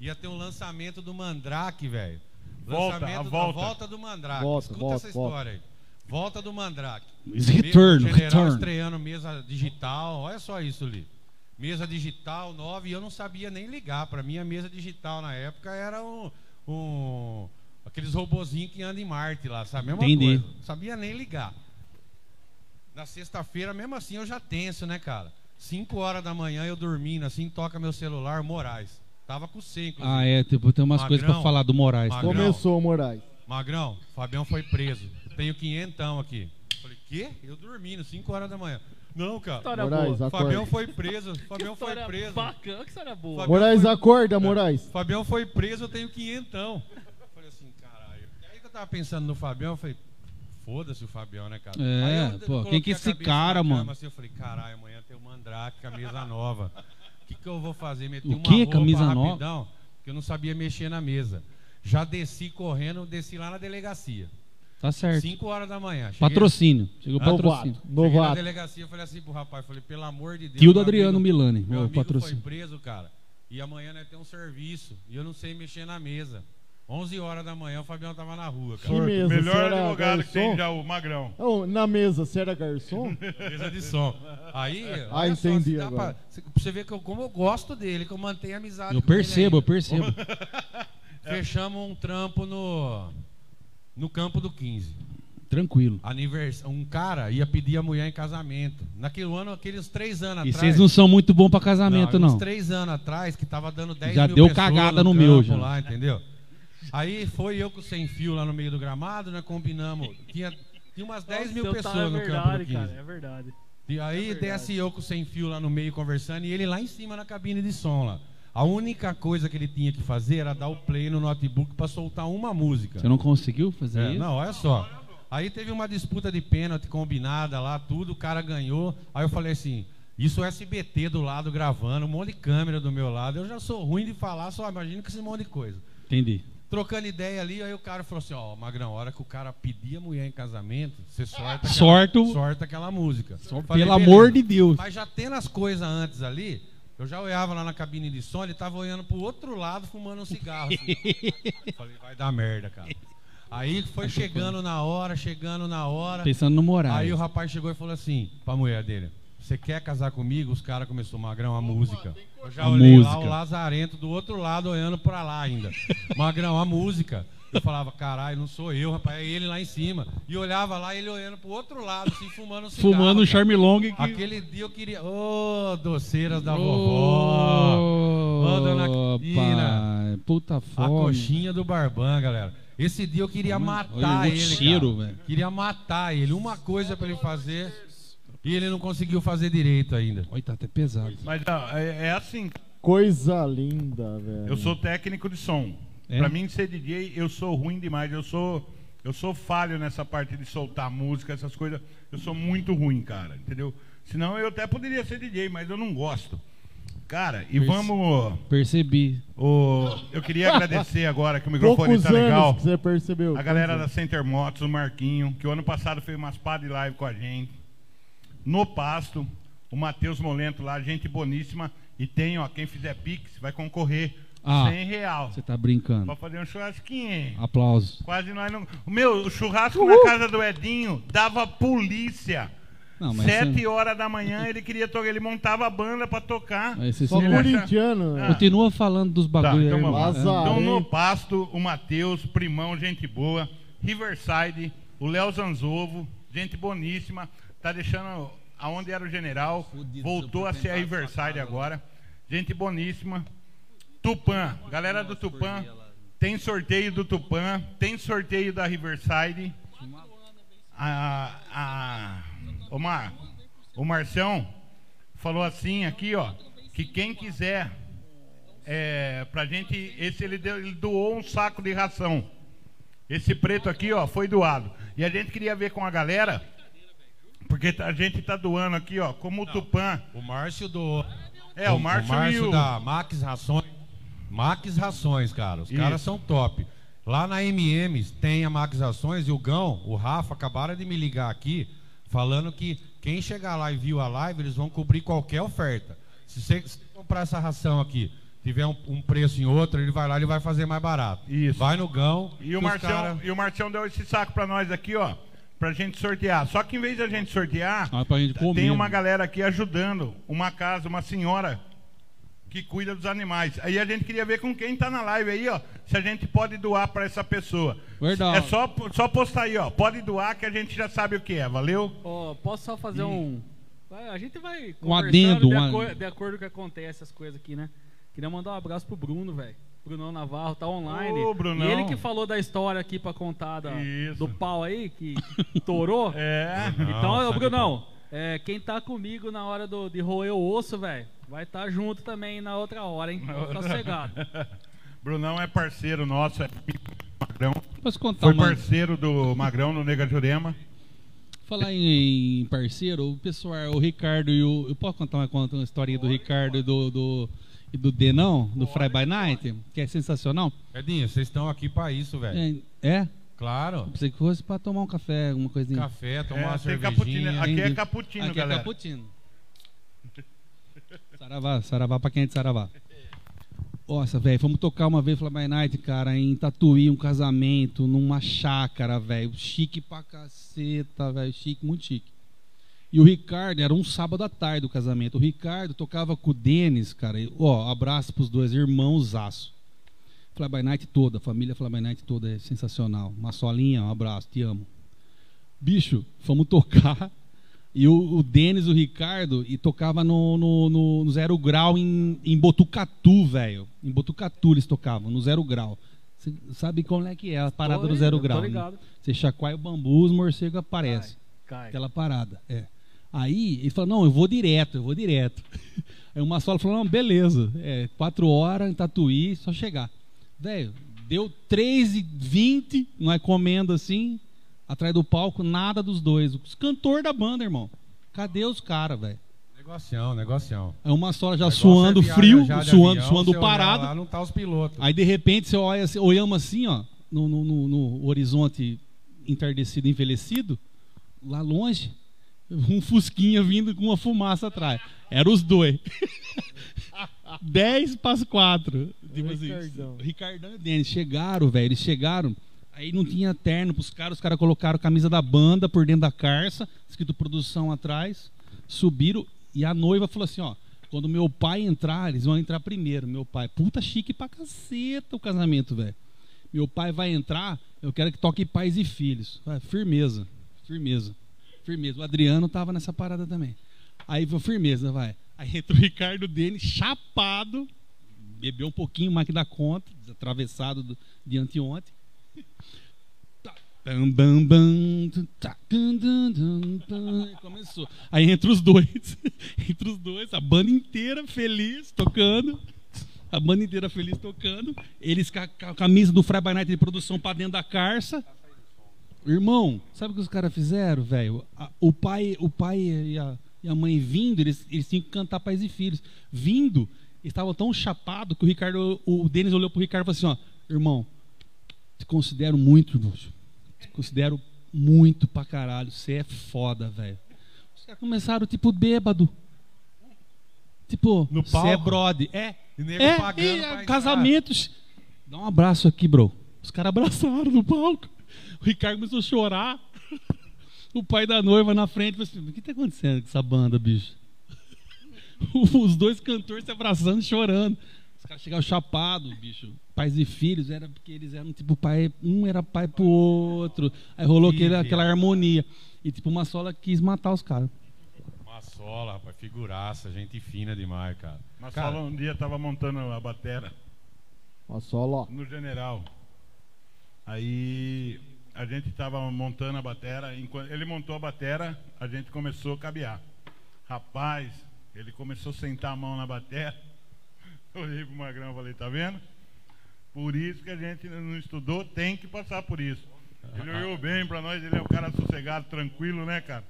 Speaker 1: Ia ter um lançamento do Mandrake, velho.
Speaker 5: Volta,
Speaker 1: Lançamento
Speaker 5: a
Speaker 1: da-
Speaker 5: volta.
Speaker 1: volta do Mandrake.
Speaker 2: Volta,
Speaker 1: Escuta
Speaker 2: volta,
Speaker 1: essa
Speaker 2: volta.
Speaker 1: história aí. Volta do Mandrake.
Speaker 3: Is
Speaker 1: Me-
Speaker 3: return,
Speaker 1: general
Speaker 3: return.
Speaker 1: estreando mesa digital. Olha só isso ali. Mesa digital nova e eu não sabia nem ligar. Para mim, a mesa digital na época era um. um- aqueles robozinhos que andam em Marte lá, sabe? A Mesma
Speaker 3: Entendi.
Speaker 1: coisa. Não sabia nem ligar. Na sexta-feira, mesmo assim, eu já tenso, né, cara? 5 horas da manhã eu dormindo, assim, toca meu celular, Moraes. Tava com você, inclusive.
Speaker 3: Ah, é, tipo, tem umas
Speaker 1: Magrão.
Speaker 3: coisas pra falar do Moraes.
Speaker 1: Magrão.
Speaker 3: também.
Speaker 2: Começou o Moraes.
Speaker 1: Magrão, Fabião foi preso. Tenho quinhentão aqui. Falei, quê? Eu dormindo, 5 horas da manhã. Não, cara.
Speaker 4: História
Speaker 2: Moraes,
Speaker 4: boa.
Speaker 2: acorda.
Speaker 1: Fabião foi
Speaker 3: <laughs>
Speaker 1: preso. Fabião foi
Speaker 4: história
Speaker 1: preso.
Speaker 4: Bacana, que história boa.
Speaker 1: Fabião-
Speaker 2: Moraes, acorda, Moraes.
Speaker 1: Fabião foi preso, eu tenho quinhentão. Falei assim, caralho. Aí que eu tava pensando no Fabião, eu falei, foda-se o Fabião, né, cara?
Speaker 3: É,
Speaker 1: Aí eu
Speaker 3: pô,
Speaker 1: coloquei
Speaker 3: quem que
Speaker 1: a
Speaker 3: esse
Speaker 1: cabeça
Speaker 3: cara,
Speaker 1: na cama,
Speaker 3: mano?
Speaker 1: Assim, eu falei, caralho, amanhã tem o Mandrake, camisa nova. O que, que eu vou fazer? Meter
Speaker 3: O
Speaker 1: uma
Speaker 3: quê?
Speaker 1: roupa
Speaker 3: Camisa nova?
Speaker 1: rapidão, que eu não sabia mexer na mesa. Já desci correndo, desci lá na delegacia.
Speaker 3: Tá certo.
Speaker 1: 5 horas da manhã. Cheguei-
Speaker 3: Patrocínio. Chegou o patrocínio.
Speaker 2: Novato.
Speaker 1: Cheguei na
Speaker 2: Novato.
Speaker 1: delegacia, eu falei assim pro rapaz, falei, pelo amor de Deus.
Speaker 3: Tio do
Speaker 1: meu
Speaker 3: Adriano
Speaker 1: amigo-
Speaker 3: Milani,
Speaker 1: Meu
Speaker 3: o
Speaker 1: amigo
Speaker 3: patrocínio.
Speaker 1: foi preso, cara. E amanhã nós temos um serviço. E eu não sei mexer na mesa. 11 horas da manhã o Fabião tava na rua, cara.
Speaker 2: Que mesa,
Speaker 5: Melhor
Speaker 2: será,
Speaker 5: advogado que tem
Speaker 2: garçom?
Speaker 5: já, o Magrão.
Speaker 2: Ô, na mesa, você era
Speaker 5: <laughs>
Speaker 2: garçom?
Speaker 1: Mesa de som.
Speaker 3: <laughs>
Speaker 1: Aí,
Speaker 2: Ah,
Speaker 1: olha
Speaker 2: entendi
Speaker 1: se dá
Speaker 2: agora.
Speaker 1: pra- se- pra você ver que eu, como eu gosto dele, que eu mantenho a amizade.
Speaker 3: Eu
Speaker 1: com ele
Speaker 3: percebo, eu
Speaker 1: ainda.
Speaker 3: percebo.
Speaker 1: Fechamos um trampo no, no campo do 15.
Speaker 3: Tranquilo.
Speaker 1: Anivers... Um cara ia pedir a mulher em casamento. Naquele ano, aqueles três anos
Speaker 3: E
Speaker 1: atrás.
Speaker 3: vocês não são muito bons pra casamento,
Speaker 1: Não,
Speaker 3: não.
Speaker 1: Uns três anos atrás, que tava dando 10
Speaker 3: Já
Speaker 1: mil
Speaker 3: deu
Speaker 1: pessoas
Speaker 3: cagada no
Speaker 1: campo
Speaker 3: meu, já.
Speaker 1: lá, entendeu? Aí foi eu com o sem fio lá no meio do gramado, né? Combinamos. Tinha, tinha umas 10 mil
Speaker 4: Seu tá-
Speaker 1: pessoas
Speaker 4: é
Speaker 1: no campo do
Speaker 4: verdade,
Speaker 1: 15.
Speaker 4: cara, é verdade.
Speaker 1: E aí
Speaker 4: É verdade.
Speaker 1: desce eu com o sem fio lá no meio conversando e ele lá em cima na cabine de som lá. A única coisa que ele tinha que fazer era dar o play no notebook pra soltar uma música.
Speaker 3: Você não conseguiu fazer
Speaker 1: É,
Speaker 3: isso?
Speaker 1: não, olha só. Aí teve uma disputa de pênalti combinada lá, tudo, o cara ganhou. Aí eu falei assim: isso é SBT do lado gravando, um monte de câmera do meu lado. Eu já sou ruim de falar, só imagino que esse monte de coisa.
Speaker 3: Entendi.
Speaker 1: Trocando ideia ali, aí o cara falou assim: ó, Magrão, a hora que o cara pedir a mulher em casamento, você sorta, aquela-
Speaker 3: Sorto.
Speaker 1: sorta aquela música.
Speaker 3: Pelo
Speaker 1: beleza.
Speaker 3: amor de Deus.
Speaker 1: Mas já tendo as coisas antes ali, eu já olhava lá na cabine de som, ele tava olhando pro outro lado fumando um cigarro.
Speaker 3: <laughs>
Speaker 1: assim. Falei, vai dar merda, cara. Aí foi chegando na hora, chegando na hora.
Speaker 3: Pensando no Moraes.
Speaker 1: Aí o rapaz chegou e falou assim pra mulher dele: Você quer casar comigo? Os caras começaram magrão a música. Eu já
Speaker 3: A
Speaker 1: olhei lá o
Speaker 3: música.
Speaker 1: Lazarento do outro lado olhando pra lá
Speaker 3: <laughs>
Speaker 1: ainda. Magrão, a música. Eu falava, caralho, não sou eu, rapaz, é ele lá em cima. E olhava lá, ele olhando pro outro lado, assim, fumando um cigarro.
Speaker 3: Fumando um
Speaker 1: cara.
Speaker 3: Charmilong. Que...
Speaker 1: Aquele dia eu queria. Ô, doceiras da
Speaker 3: Ô,
Speaker 1: vovó! Ô, dona
Speaker 3: pai, Puta
Speaker 1: A
Speaker 3: fome.
Speaker 1: coxinha do Barban, galera. Esse dia eu queria
Speaker 3: Olha, eu
Speaker 1: matar
Speaker 3: vou
Speaker 1: ele.
Speaker 3: tiro,
Speaker 1: cara.
Speaker 3: velho.
Speaker 1: Queria matar ele. Uma coisa pra ele fazer. E ele não conseguiu fazer direito ainda.
Speaker 3: Oi, tá até pesado.
Speaker 5: Mas ah, é, é assim,
Speaker 2: Coisa linda, velho.
Speaker 5: eu sou técnico de som.
Speaker 3: É?
Speaker 5: Pra mim ser DJ, eu sou ruim demais. Eu sou, eu sou falho nessa parte de soltar música, essas coisas. Eu sou muito ruim, cara, entendeu? Senão eu até poderia ser DJ, mas eu não gosto. Cara, e vamos.
Speaker 3: Percebi.
Speaker 5: ô, eu
Speaker 2: <laughs>
Speaker 5: queria agradecer agora que o microfone
Speaker 2: Poucos
Speaker 5: tá
Speaker 2: anos
Speaker 5: legal.
Speaker 2: que você percebeu.
Speaker 5: A
Speaker 3: é.
Speaker 5: galera da Center Motos, o Marquinho, que o ano passado fez umas pá de live com a gente. No Pasto, o Matheus Molento lá, gente boníssima. E tem, ó, quem fizer Pix vai concorrer
Speaker 3: Ah,
Speaker 5: 100 real.
Speaker 3: Você tá brincando.
Speaker 5: Pra fazer um churrasquinho.
Speaker 3: Aplausos.
Speaker 5: Quase nós não. Meu, o churrasco na casa do Edinho dava polícia.
Speaker 3: Não, mas
Speaker 5: Sete
Speaker 3: você-
Speaker 5: horas da manhã ele queria tocar, ele montava a banda pra tocar.
Speaker 3: mas você
Speaker 2: Só
Speaker 3: se-
Speaker 5: Ele acha-
Speaker 2: corintiano.
Speaker 5: Ah,
Speaker 2: né?
Speaker 3: Continua falando
Speaker 1: Tá,
Speaker 3: dos bagulhos
Speaker 5: então vamos lá.
Speaker 2: Lazarento.
Speaker 5: Então, no Pasto, o Matheus, Primão, gente boa, Riverside, o Léo Zanzovo, gente boníssima, tá deixando aonde era o general, voltou a ser a Riverside agora, gente boníssima. Tupã, galera do Tupã, tem sorteio do Tupã, tem sorteio da Riverside. A, a, o, Mar, o Marcião falou assim aqui, ó, que quem quiser é, pra gente, esse ele, deu- ele doou um saco de ração. Esse preto aqui, ó, foi doado. E a gente queria ver com a galera, porque a gente tá doando aqui, ó, como o Tupã.
Speaker 1: O Márcio do.
Speaker 5: É, o Márcio, e o...
Speaker 1: da Max Rações. Max Rações, cara. Os
Speaker 5: Isso.
Speaker 1: caras são top. Lá na MMs tem a Max Rações e o Gão, o Rafa, acabaram de me ligar aqui falando que quem chegar lá e viu a live, eles vão cobrir qualquer oferta. Se você se você comprar essa ração aqui, tiver um, um preço em outro, ele vai lá e vai fazer mais barato.
Speaker 5: Isso.
Speaker 1: Vai no Gão.
Speaker 5: E o,
Speaker 1: que os
Speaker 5: Marcião,
Speaker 1: cara-
Speaker 5: e o Marcião deu esse saco pra nós aqui, ó, pra gente sortear. Só que em vez da gente sortear,
Speaker 3: Ah, pra gente comer,
Speaker 5: tem uma
Speaker 3: né?
Speaker 5: galera aqui ajudando, uma casa, uma senhora que cuida dos animais. Aí a gente queria ver com quem tá na live aí, ó, se a gente pode doar pra essa pessoa.
Speaker 3: Verdade.
Speaker 5: É só, só postar aí, ó, pode doar que a gente já sabe o que é, valeu?
Speaker 4: Ó, posso só fazer um, Vai, A gente vai
Speaker 3: Um
Speaker 4: conversando
Speaker 3: adendo,
Speaker 4: de,
Speaker 3: um
Speaker 4: acor-
Speaker 3: adendo.
Speaker 4: de acordo com o que acontece as coisas aqui, né? Queria mandar um abraço pro Bruno, velho. Brunão Navarro tá online.
Speaker 5: Ô, Brunão.
Speaker 4: E ele que falou da história aqui pra contar da-
Speaker 5: Isso.
Speaker 4: do pau aí, que <laughs> torou.
Speaker 5: É.
Speaker 4: Então, ô,
Speaker 1: sabe
Speaker 4: Brunão, é, quem tá comigo na hora do, de roer o osso, velho, vai estar junto também na outra hora, hein? Tá sossegado.
Speaker 5: Brunão é parceiro nosso, é amigo do Magrão.
Speaker 3: Posso contar
Speaker 5: Foi
Speaker 3: uma...
Speaker 5: parceiro do Magrão no Nega Jurema.
Speaker 3: Falar em, em parceiro, o pessoal, o Ricardo e o. Eu posso contar uma, contar uma historinha do Ricardo e do, do, e do Denão, do Fry by Night, que é sensacional?
Speaker 1: Edinho, vocês estão aqui pra isso, velho.
Speaker 3: É? é?
Speaker 1: Claro.
Speaker 3: Pensei que fosse pra tomar um café, alguma coisinha.
Speaker 1: Café, tomar
Speaker 5: É,
Speaker 1: uma
Speaker 5: tem
Speaker 1: cervejinha.
Speaker 5: cappuccino. Aqui é
Speaker 3: Entendi.
Speaker 5: cappuccino,
Speaker 3: Aqui é
Speaker 5: galera.
Speaker 3: cappuccino. Saravá, saravá pra quem é de saravá. Nossa, velho, fomos tocar uma vez Fly by Night, cara, em Tatuí, um casamento, numa chácara, velho. Chique pra caceta, velho. Chique, muito chique. E o Ricardo, era um sábado à tarde o casamento. O Ricardo tocava com o Denis, cara. e, Ó, abraço pros dois irmãos aço. Fly by Night toda, a família Fly by Night toda é sensacional. Uma solinha, um abraço, te amo. Bicho, fomos tocar. E o, o Denis, o Ricardo, e tocava no, no- no- no Zero Grau em, em Botucatu, velho. Em Botucatu eles tocavam, no Zero Grau. Você sabe como é que é a parada
Speaker 4: Tô
Speaker 3: do
Speaker 4: li-
Speaker 3: Zero
Speaker 4: tô
Speaker 3: Grau, né?
Speaker 4: ligado.
Speaker 3: Você chacoalha o bambu, os morcegos aparecem.
Speaker 4: Cai.
Speaker 3: Aquela parada, é. Aí ele falou, não, eu vou direto, eu vou direto. <laughs> Aí uma sola falou, não, beleza. É, quatro horas em Tatuí, só chegar. Velho, deu 3h20, não é comendo assim, atrás do palco, nada dos dois. Os cantor da banda, irmão. Cadê os caras, velho?
Speaker 1: Negocião, negocião.
Speaker 3: Aí uma sola já
Speaker 1: O negócio
Speaker 3: Tá suando
Speaker 1: é viagem
Speaker 3: frio,
Speaker 1: já de
Speaker 3: suando,
Speaker 1: avião, você
Speaker 3: suando
Speaker 1: olhar
Speaker 3: parado.
Speaker 1: Lá não tá os pilotos.
Speaker 3: Aí de repente você olha, assim, olhamos assim, ó, no, no- no- no horizonte entardecido, envelhecido, lá longe, um fusquinha vindo com uma fumaça atrás. Era os dois. <laughs> 10 para as 4. Tipo assim,
Speaker 2: Ricardão.
Speaker 3: Ricardão e o Denis chegaram, velho. Eles chegaram. Aí não tinha terno pros caras. Os caras colocaram a camisa da banda por dentro da carça, escrito produção atrás. Subiram. E a noiva falou assim: ó, quando meu pai entrar, eles vão entrar primeiro. Meu pai, puta chique pra caceta o casamento, velho. Meu pai vai entrar, eu quero que toque pais e filhos. Ah, Firmeza, firmeza, firmeza. O Adriano tava nessa parada também. Aí foi firmeza, vai. Aí entra o Ricardo dele, chapado, bebeu um pouquinho mais que da conta, atravessado do, de anteontem. Tá, tam, bam, bam, tu, tá, tum, tum, tum, tum. Começou. Aí entre os dois, <laughs> entre os dois, a banda inteira feliz tocando. A banda inteira feliz tocando. Eles com a, com a camisa do Fry by Night de produção pra dentro da carça. Irmão, sabe o que os caras fizeram, velho? A- O pai, o pai e a, e a mãe vindo, eles, eles tinham que cantar pais e filhos. Vindo, eles estavam tão chapados que o Ricardo, o Denis olhou pro Ricardo e falou assim: ó, irmão, te considero muito, irmão. Te considero muito pra caralho. Você é foda, velho. Os caras começaram, tipo, bêbado. Tipo,
Speaker 1: No
Speaker 3: você é
Speaker 1: palco?
Speaker 3: brode. É,
Speaker 1: E nego
Speaker 3: é,
Speaker 1: pagando
Speaker 3: e,
Speaker 1: pra
Speaker 3: é,
Speaker 1: entrar.
Speaker 3: casamentos. Dá um abraço aqui, bro. Os caras abraçaram no palco. O Ricardo começou a chorar. O pai da noiva na frente falou assim: o que tá acontecendo com essa banda, bicho? <laughs> Os dois cantores se abraçando, chorando. Os caras chegaram chapados, bicho. Pais e filhos, era porque eles eram tipo pai, um era pai pro outro. Aí rolou aquele- aquela harmonia. E tipo, uma sola quis matar os caras.
Speaker 1: Massola, rapaz, figuraça, gente fina demais, cara.
Speaker 5: Na
Speaker 1: Cara,
Speaker 5: sala um dia tava montando a batera
Speaker 2: Ó, só lá.
Speaker 5: no General. Aí a gente tava montando a batera, enquanto ele montou a batera, a gente começou a cabear. Rapaz, ele começou a sentar a mão na batera. <laughs> Olhei pro Magrão e falei, tá vendo? Por isso que a gente não estudou, tem que passar por isso. Ele olhou bem pra nós, ele é um cara sossegado, tranquilo, né, cara?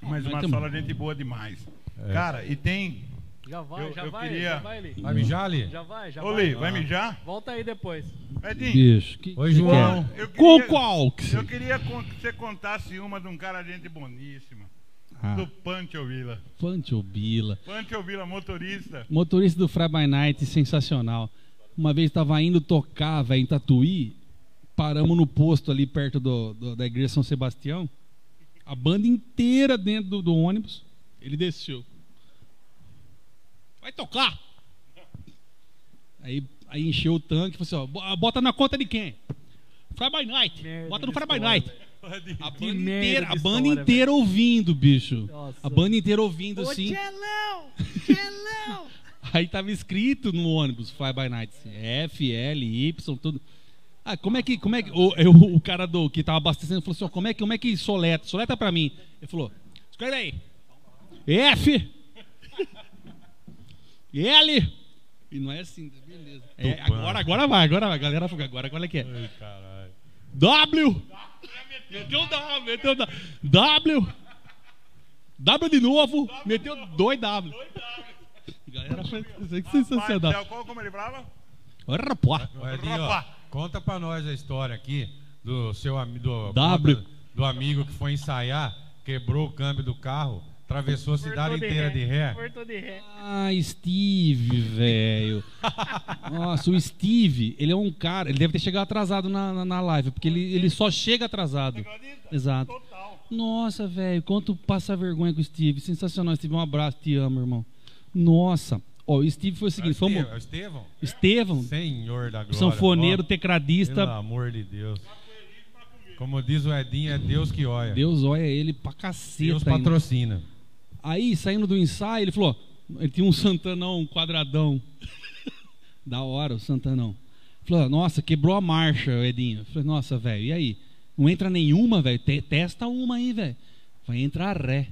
Speaker 5: Mas
Speaker 3: Mas
Speaker 5: uma
Speaker 3: tamo-
Speaker 5: sala gente boa demais.
Speaker 3: É.
Speaker 5: Cara, e tem.
Speaker 4: Já vai,
Speaker 5: Eu-
Speaker 4: já
Speaker 5: eu
Speaker 4: vai,
Speaker 5: queria-
Speaker 4: já vai, Li.
Speaker 1: Vai mijar ali?
Speaker 4: Já vai, já
Speaker 5: Ô, Li,
Speaker 4: vai.
Speaker 5: vai mijar?
Speaker 4: Volta aí depois.
Speaker 5: Edinho,
Speaker 3: Bicho, que,
Speaker 1: Oi,
Speaker 3: que
Speaker 1: João.
Speaker 3: que
Speaker 5: eu
Speaker 3: é? Com
Speaker 5: queria-
Speaker 3: qual?
Speaker 5: Eu queria con- que você contasse uma de um cara gente boníssima. Do
Speaker 3: Ah,
Speaker 5: Pancho Vila.
Speaker 3: Pancho Bila.
Speaker 5: Pancho Vila, motorista.
Speaker 3: Motorista do Fry by Night, sensacional. Uma vez tava indo tocar, velho, em Tatuí. Paramos no posto ali perto do- do- da igreja São Sebastião. A banda inteira dentro do, do ônibus. Ele desceu. Vai tocar! Aí, aí encheu o tanque e falou assim: ó, "Bo- bota na conta de quem? Fry by Night.
Speaker 4: Merda
Speaker 3: bota no
Speaker 4: de
Speaker 3: Fry by
Speaker 4: história,
Speaker 3: Night.
Speaker 6: banda inteira.
Speaker 3: A
Speaker 4: Que
Speaker 3: banda
Speaker 4: merda
Speaker 3: inteira,
Speaker 4: de
Speaker 3: a
Speaker 4: história,
Speaker 3: banda inteira ouvindo, bicho.
Speaker 4: Nossa.
Speaker 3: A banda inteira ouvindo, sim.
Speaker 4: Gelão! Gelão!
Speaker 3: Aí tava escrito no ônibus, Fly By Night. assim, F, L, Y, tudo. Ah, como é que. Como é que o, eu- o cara do, que tava abastecendo falou assim: ó, como é, que- como é que soleta? Soleta pra mim. Ele falou: escreve aí. F. L. E não é assim, beleza. É,
Speaker 5: Tupã.
Speaker 3: agora, agora vai, agora vai. Galera, agora, agora que é.
Speaker 5: Ai, caralho.
Speaker 3: W. Meteu W, meteu W. W. W de novo, meteu 2W. Galera, foi foi
Speaker 5: Pai do
Speaker 3: sensacional.
Speaker 5: céu, qual como ele brava?
Speaker 3: Olha, pô.
Speaker 1: Ô, Edinho, ó,
Speaker 5: Rapá.
Speaker 1: conta pra nós a história aqui do seu amigo.
Speaker 3: W.
Speaker 1: Do amigo que foi ensaiar, quebrou o câmbio do carro, atravessou a cidade inteira de ré.
Speaker 3: Ah, Steve, velho. Nossa, o Steve, ele é um cara. Ele deve ter chegado atrasado na, na, na live, porque ele, ele só chega atrasado. Exato. Nossa, velho, quanto passa vergonha com o Steve. Sensacional, Steve. Um abraço, te amo, irmão. Nossa. Ó, o Steve foi o
Speaker 1: É o
Speaker 3: seguinte: foi um-
Speaker 1: Estevão, é o Estevão?
Speaker 3: Estevão,
Speaker 1: Senhor da glória.
Speaker 3: sanfoneiro,
Speaker 1: ó, Pelo
Speaker 3: tecradista.
Speaker 1: amor de Deus. Como diz o Edinho, é Deus que olha.
Speaker 3: Deus olha ele pra
Speaker 1: Deus
Speaker 3: caceta. ainda.
Speaker 1: patrocina.
Speaker 3: Aí, saindo do ensaio, ele falou: ele tinha um Santanão, um quadradão. da hora, o Santanão. Falou: nossa, quebrou a marcha, o Edinho. Eu Falei: nossa, velho, e aí? Não entra nenhuma, velho? Te- testa uma aí, velho. Vai entrar ré.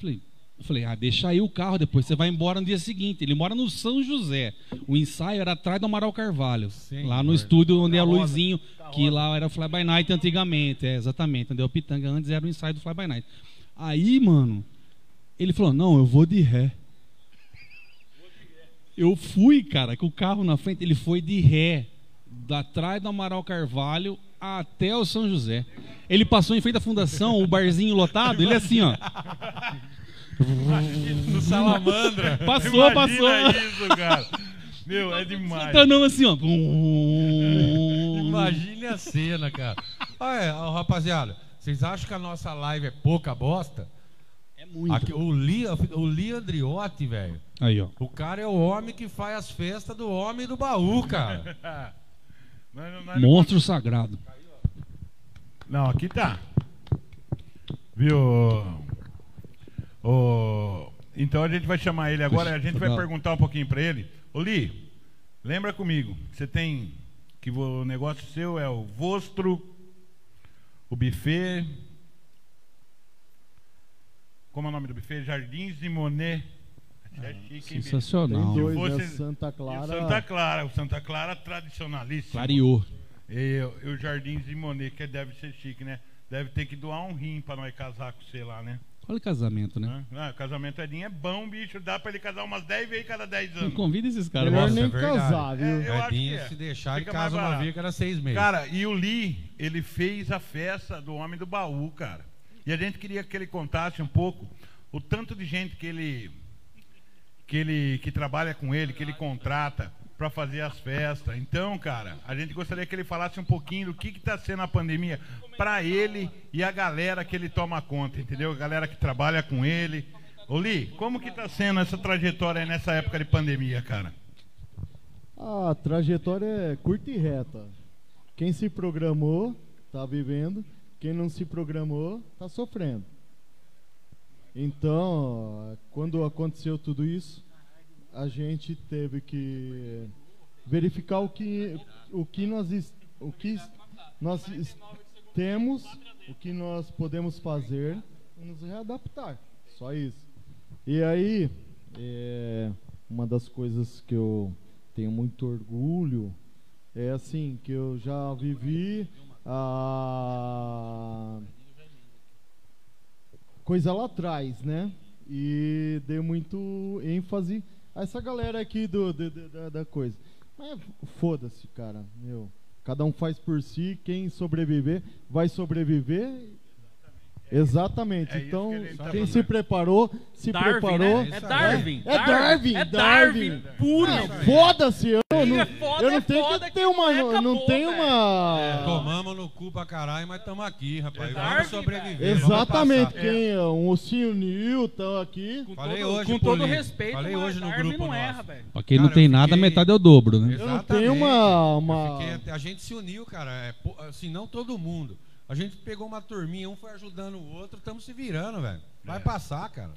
Speaker 3: Falei, eu falei, ah, deixa aí o carro depois, você vai embora no dia seguinte. Ele mora no São José. O ensaio era atrás do Amaral Carvalho,
Speaker 1: Senhor.
Speaker 3: lá no estúdio onde é o Luizinho, que lá era o Fly By Night antigamente, é, exatamente, onde é o Pitanga, antes era o ensaio do Fly By Night. Aí, mano, ele falou, não, eu vou de ré. Eu fui, cara, com o carro na frente, ele foi de ré, da trás do Amaral Carvalho até o São José. Ele passou em frente à fundação, o barzinho lotado, ele assim, ó.
Speaker 5: No Salamandra.
Speaker 3: <laughs> Passou,
Speaker 5: Imagina
Speaker 3: passou.
Speaker 5: isso, cara. Meu, é demais.
Speaker 3: Santanão assim, ó.
Speaker 1: Imagine a cena, cara. Ah, é, ó, rapaziada, vocês acham que a nossa live é pouca bosta?
Speaker 3: É muito.
Speaker 1: Aqui, o, Li, o Li Andriotti, velho.
Speaker 3: Aí, ó.
Speaker 1: O cara é o homem que faz as festas do homem do baú, cara.
Speaker 5: Nós não- nós não-
Speaker 3: Monstro sagrado.
Speaker 5: Não, aqui tá. Viu? Ô, Então a gente vai chamar ele agora, a gente vai
Speaker 3: legal.
Speaker 5: perguntar um pouquinho pra ele. Ô Li, lembra comigo, você tem que o negócio seu é o vostro, o buffet. Como é o nome do buffet? Jardins de Monet. É chique, hein, bicho?
Speaker 3: Sensacional.
Speaker 2: Tem dois,
Speaker 5: Se
Speaker 2: né?
Speaker 5: fosse-
Speaker 2: Santa
Speaker 5: E o
Speaker 2: Clara.
Speaker 5: Santa Clara, o Santa Clara tradicionalíssimo.
Speaker 3: Clareou.
Speaker 5: E, o- e o Jardim de Monet, que deve ser chique, né? Deve ter que doar um rim pra nós casar com você lá, né?
Speaker 3: Olha o casamento, né?
Speaker 5: Hã? Ah, casamento Edinho é bom, bicho. Dá pra ele casar umas 10 vezes cada 10
Speaker 1: Ah.
Speaker 3: Não
Speaker 5: anos.
Speaker 3: convida esses caras.
Speaker 2: Melhor
Speaker 1: Nossa,
Speaker 2: nem
Speaker 1: é verdade.
Speaker 2: casar, viu?
Speaker 5: É, eu acho
Speaker 1: Edinho,
Speaker 5: que é.
Speaker 1: se deixar, ele
Speaker 5: Fica mais
Speaker 1: casa uma
Speaker 5: barato.
Speaker 1: vez a cada seis meses.
Speaker 5: Cara, e o Lee, ele fez a festa do Homem do Baú, cara. E a gente queria que ele contasse um pouco o tanto de gente que ele que ele que trabalha com ele, que ele contrata pra fazer as festas. Então, cara, a gente gostaria que ele falasse um pouquinho do que que tá sendo a pandemia pra ele e a galera que ele toma conta, entendeu? A galera que trabalha com ele. Ô Lee, como que tá sendo essa trajetória aí nessa época de pandemia, cara?
Speaker 2: A trajetória é curta e reta. Quem se programou tá vivendo, quem não se programou tá sofrendo. Então, quando aconteceu tudo isso, a gente teve que verificar o que o que nós es- o que es- nós es- temos, o que nós podemos fazer e nos readaptar. Só isso. E aí, é, uma das coisas que eu tenho muito orgulho é assim que eu já vivi a coisa lá atrás, né? E dei muito ênfase a essa galera aqui do, do- do- da, da coisa. Mas foda-se, cara. Meu, cada um faz por si. Quem sobreviver vai sobreviver. Exatamente.
Speaker 5: É isso
Speaker 2: então,
Speaker 5: que a gente tá
Speaker 2: quem se
Speaker 5: falando.
Speaker 2: preparou, se
Speaker 4: Darwin,
Speaker 2: preparou.
Speaker 4: né? É
Speaker 1: Isso aí.
Speaker 4: Darwin.
Speaker 2: É Darwin,
Speaker 4: É
Speaker 2: Darwin.
Speaker 4: Darwin puro.
Speaker 2: Ah, Foda-se, eu não,
Speaker 4: é foda,
Speaker 2: eu
Speaker 4: é
Speaker 2: não tenho
Speaker 4: foda
Speaker 2: que
Speaker 4: que
Speaker 2: ter uma.
Speaker 4: acabou,
Speaker 2: não tenho
Speaker 4: velho.
Speaker 2: uma.
Speaker 5: é.
Speaker 1: É, Tomamos no cu pra caralho, mas estamos aqui, rapaz.
Speaker 4: Darwin,
Speaker 1: vamos sobreviver. vamos
Speaker 2: Exatamente,
Speaker 1: passar.
Speaker 2: quem é um ossinho Newton aqui.
Speaker 4: Com
Speaker 1: Falei
Speaker 4: todo,
Speaker 1: hoje
Speaker 4: com
Speaker 1: pro
Speaker 4: todo
Speaker 1: Lee.
Speaker 4: respeito,
Speaker 1: Falei
Speaker 4: mas
Speaker 1: hoje no
Speaker 4: Darwin
Speaker 1: grupo
Speaker 4: não
Speaker 1: nosso.
Speaker 4: erra, velho.
Speaker 3: Pra quem
Speaker 1: Cara,
Speaker 3: não tem
Speaker 1: eu
Speaker 3: nada, a
Speaker 1: fiquei-
Speaker 3: metade é o dobro, né?
Speaker 2: Eu não
Speaker 1: Exatamente.
Speaker 2: tenho uma-
Speaker 1: Eu
Speaker 2: uma-
Speaker 1: fiquei até- a gente se uniu, cara. É, po- assim, não todo mundo. A gente pegou uma turminha, um foi ajudando o outro, estamos se virando, velho. Vai
Speaker 5: É.
Speaker 1: passar, cara.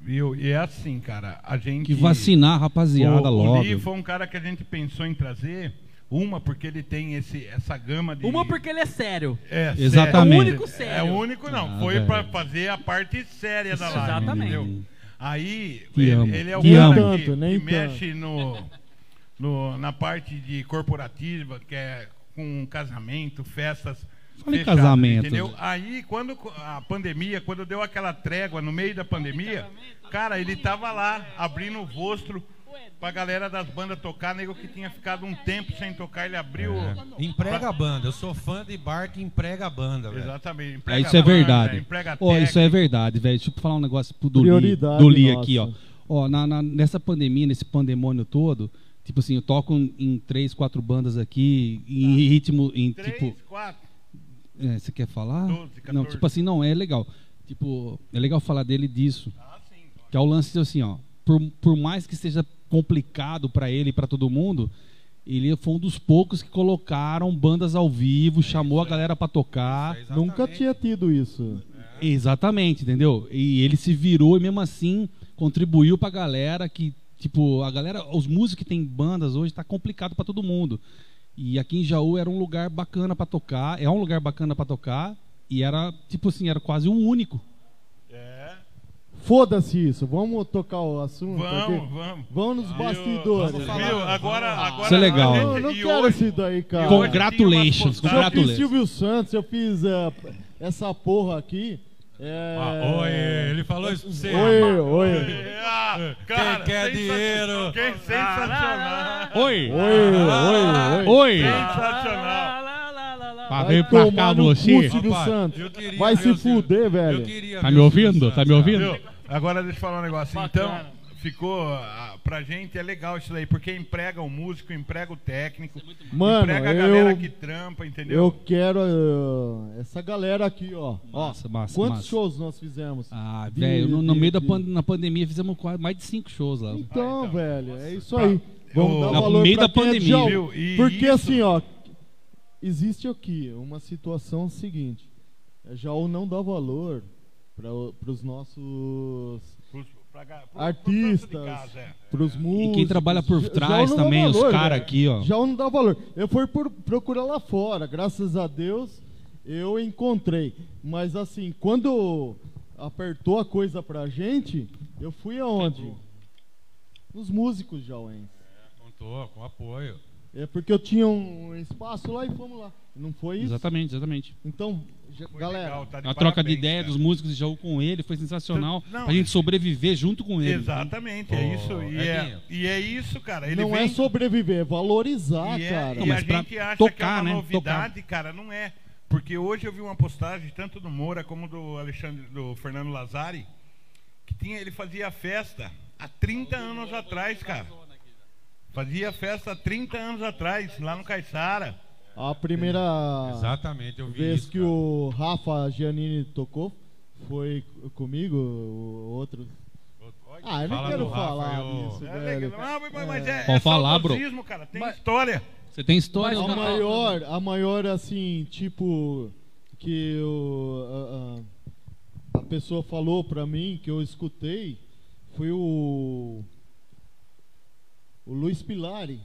Speaker 5: Viu? E é assim, cara. A gente.
Speaker 3: Que vacinar a rapaziada
Speaker 5: o,
Speaker 3: logo.
Speaker 5: O Lee foi um cara que a gente pensou em trazer. Uma, porque ele tem esse, essa gama de.
Speaker 4: Uma porque ele é sério.
Speaker 5: É,
Speaker 3: Exatamente.
Speaker 5: sério.
Speaker 3: É o único
Speaker 4: sério.
Speaker 5: É o único, não.
Speaker 3: Ah,
Speaker 5: Foi
Speaker 3: velho.
Speaker 5: pra fazer a parte séria da live.
Speaker 4: Exatamente.
Speaker 5: Entendeu? Aí,
Speaker 3: Te amo.
Speaker 5: ele, ele é o
Speaker 3: Te
Speaker 5: cara
Speaker 3: amo.
Speaker 5: que,
Speaker 2: Tanto, nem
Speaker 5: que mexe no, no- na parte de corporativa, que é com casamento, festas.
Speaker 3: Fala em
Speaker 5: fechadas,
Speaker 3: casamento.
Speaker 5: Entendeu? Aí, quando co- a pandemia, quando deu aquela trégua no meio da pandemia, cara, ele tava lá abrindo o rostro pra galera das bandas tocar, nego que tinha ficado um tempo sem tocar, ele abriu.
Speaker 3: É.
Speaker 1: Emprega a banda. Eu sou fã de bar que emprega a banda, velho.
Speaker 5: Exatamente.
Speaker 3: É,
Speaker 5: emprega
Speaker 3: isso é
Speaker 5: banda,
Speaker 3: verdade.
Speaker 5: emprega
Speaker 3: Ó, isso
Speaker 5: técnico.
Speaker 3: é verdade, velho. Deixa eu falar um negócio pro do Li,
Speaker 2: Prioridade
Speaker 3: do Li
Speaker 2: nossa.
Speaker 3: aqui, ó. Ó, na, na- nessa pandemia, nesse pandemônio todo, tipo assim, eu toco em, em três, quatro bandas aqui, em ritmo, em
Speaker 5: Três,
Speaker 3: tipo.
Speaker 5: quatro.
Speaker 3: É, você quer falar?
Speaker 5: 12,
Speaker 3: Não,
Speaker 5: 14.
Speaker 3: tipo assim, não, é legal. Tipo, é legal falar dele disso.
Speaker 5: Ah,
Speaker 2: Hum,
Speaker 3: Que é o lance assim, ó. Por, por mais que seja complicado pra ele e pra todo mundo, ele foi um dos poucos que colocaram bandas ao vivo, chamou a galera pra tocar.
Speaker 1: Isso é
Speaker 2: Nunca
Speaker 1: exatamente.
Speaker 2: tinha tido isso.
Speaker 3: Exatamente, entendeu? E ele se virou e mesmo assim contribuiu pra galera que, tipo, a galera, os músicos que tem bandas hoje tá complicado pra todo mundo. E aqui em Jaú era um lugar bacana pra tocar, é um lugar bacana pra tocar e era, tipo assim, era quase o único.
Speaker 5: É.
Speaker 2: Foda-se isso, vamos tocar o assunto.
Speaker 5: Vamos,
Speaker 2: aqui?
Speaker 5: vamos.
Speaker 2: vamos nos
Speaker 5: Viu?
Speaker 2: bastidores.
Speaker 1: falar.
Speaker 5: Viu? Agora,
Speaker 1: Ah,
Speaker 5: agora.
Speaker 3: isso é legal.
Speaker 5: a
Speaker 2: Não,
Speaker 5: gente-
Speaker 2: não
Speaker 5: e
Speaker 2: quero
Speaker 5: hoje-
Speaker 2: isso daí,
Speaker 5: e
Speaker 2: cara.
Speaker 5: hoje
Speaker 3: Congratulations,
Speaker 5: tinha umas
Speaker 2: Eu fiz
Speaker 3: congratulations.
Speaker 2: Silvio Santos, eu fiz eh, essa porra aqui. É...
Speaker 1: Ah, oi, ele falou isso pra você.
Speaker 2: Oi, oi.
Speaker 5: postagens- <laughs> Ah, cara,
Speaker 1: Quem quer
Speaker 5: sensacional.
Speaker 1: dinheiro?
Speaker 5: Quem sensacional.
Speaker 1: Ah,
Speaker 2: Oi,
Speaker 3: Oi!
Speaker 2: oi, oi.
Speaker 3: Oi!
Speaker 5: Sensacional.
Speaker 4: Lá, lá, lá, lá, lá.
Speaker 3: Pra
Speaker 2: Vai
Speaker 3: vir pra cá
Speaker 2: tomar no cu,
Speaker 3: você.
Speaker 2: Silvio
Speaker 1: Rapaz,
Speaker 2: Santos.
Speaker 1: eu queria
Speaker 2: Vai
Speaker 1: ver
Speaker 2: se
Speaker 1: o Silvio-
Speaker 2: fuder, velho.
Speaker 1: Eu queria
Speaker 3: Tá
Speaker 1: ver
Speaker 3: me
Speaker 1: o
Speaker 3: ouvindo?
Speaker 1: Silvio
Speaker 3: Tá
Speaker 1: Santos,
Speaker 3: me ouvindo?
Speaker 5: Viu? Agora deixa eu falar um negócio.
Speaker 4: Bacana.
Speaker 5: Então, ficou. ah, Pra gente é legal isso daí, porque emprega o músico, emprega o técnico,
Speaker 2: é Mano,
Speaker 5: emprega a galera
Speaker 2: eu-
Speaker 5: que trampa, entendeu?
Speaker 2: Eu quero eh, essa galera aqui, ó. Ó,
Speaker 3: Massa, massa,
Speaker 2: Quantos
Speaker 3: massa.
Speaker 2: shows nós fizemos?
Speaker 3: Ah,
Speaker 2: De-
Speaker 3: velho, no, no
Speaker 2: de-
Speaker 3: meio da
Speaker 2: de-
Speaker 3: pan- na pandemia fizemos quase mais de cinco shows lá.
Speaker 2: Então,
Speaker 5: Ah, então.
Speaker 2: velho, é isso
Speaker 1: Tá.
Speaker 2: aí. Vamos
Speaker 5: Eu-
Speaker 2: dar
Speaker 5: No
Speaker 2: valor
Speaker 3: meio
Speaker 2: pra
Speaker 3: da
Speaker 2: quem é
Speaker 3: pandemia.
Speaker 2: de Jaú.
Speaker 5: Viu? E
Speaker 2: Porque
Speaker 5: isso-
Speaker 2: assim, ó, existe aqui uma situação seguinte. É, Jaú não dá valor para os nossos
Speaker 5: Pros- pra ga- pro- pro
Speaker 2: artistas,
Speaker 5: tanto de casa, é.
Speaker 2: para os músicos.
Speaker 3: E quem trabalha por
Speaker 2: Já-
Speaker 3: trás
Speaker 2: Jaú não dá
Speaker 3: também, os
Speaker 2: valor,
Speaker 3: caras
Speaker 2: velho.
Speaker 3: aqui, ó.
Speaker 2: Jaú não dá valor. Eu fui por- procurar lá fora, graças a Deus eu encontrei. Mas assim, quando apertou a coisa pra gente, eu fui aonde? Nos músicos jauenses.
Speaker 1: Contou, com apoio.
Speaker 2: É porque eu tinha um espaço lá e fomos lá. Não foi isso?
Speaker 3: Exatamente, exatamente.
Speaker 2: Então, já-
Speaker 5: Foi
Speaker 2: galera,
Speaker 5: legal, tá de
Speaker 3: A troca de
Speaker 5: parabéns,
Speaker 3: ideia
Speaker 5: cara.
Speaker 3: dos músicos de Jaú com ele foi sensacional.
Speaker 5: Não.
Speaker 3: pra gente sobreviver junto com ele.
Speaker 5: Exatamente, é
Speaker 1: Ô,
Speaker 5: isso. E é,
Speaker 1: Edinho.
Speaker 5: e é isso, cara. Ele
Speaker 2: não
Speaker 5: vem,
Speaker 2: é sobreviver, é valorizar,
Speaker 5: e é-
Speaker 2: cara.
Speaker 3: Não,
Speaker 5: e a
Speaker 3: Ah, mas pra
Speaker 5: gente acha que é
Speaker 3: tocar,
Speaker 5: uma
Speaker 3: né?
Speaker 5: novidade, cara, não é. Porque hoje eu vi uma postagem tanto do Moura como do Alexandre, do Fernando Lazari, que tinha, ele fazia festa há 30 anos atrás, cara. Fazia festa há 30 anos atrás, lá no Caiçara.
Speaker 2: A primeira
Speaker 1: Exatamente, eu vi
Speaker 2: vez
Speaker 1: isso.
Speaker 2: que
Speaker 1: cara.
Speaker 2: Ah. o Rafa Giannini tocou foi c- comigo, o outro. Ah, eu não
Speaker 1: Fala
Speaker 2: quero
Speaker 1: do Rafa,
Speaker 2: falar
Speaker 1: eu-
Speaker 2: disso,
Speaker 5: É
Speaker 2: velho.
Speaker 5: legal. Ah, mas- mas é, é
Speaker 3: Pode falar, bro.
Speaker 5: saudosismo, cara, tem história.
Speaker 3: Você tem história,
Speaker 4: Mas
Speaker 2: A
Speaker 3: cara?
Speaker 2: maior, a maior assim, tipo, que eu, a, a- a pessoa falou pra mim, que eu escutei, foi o. O Luiz Pilari.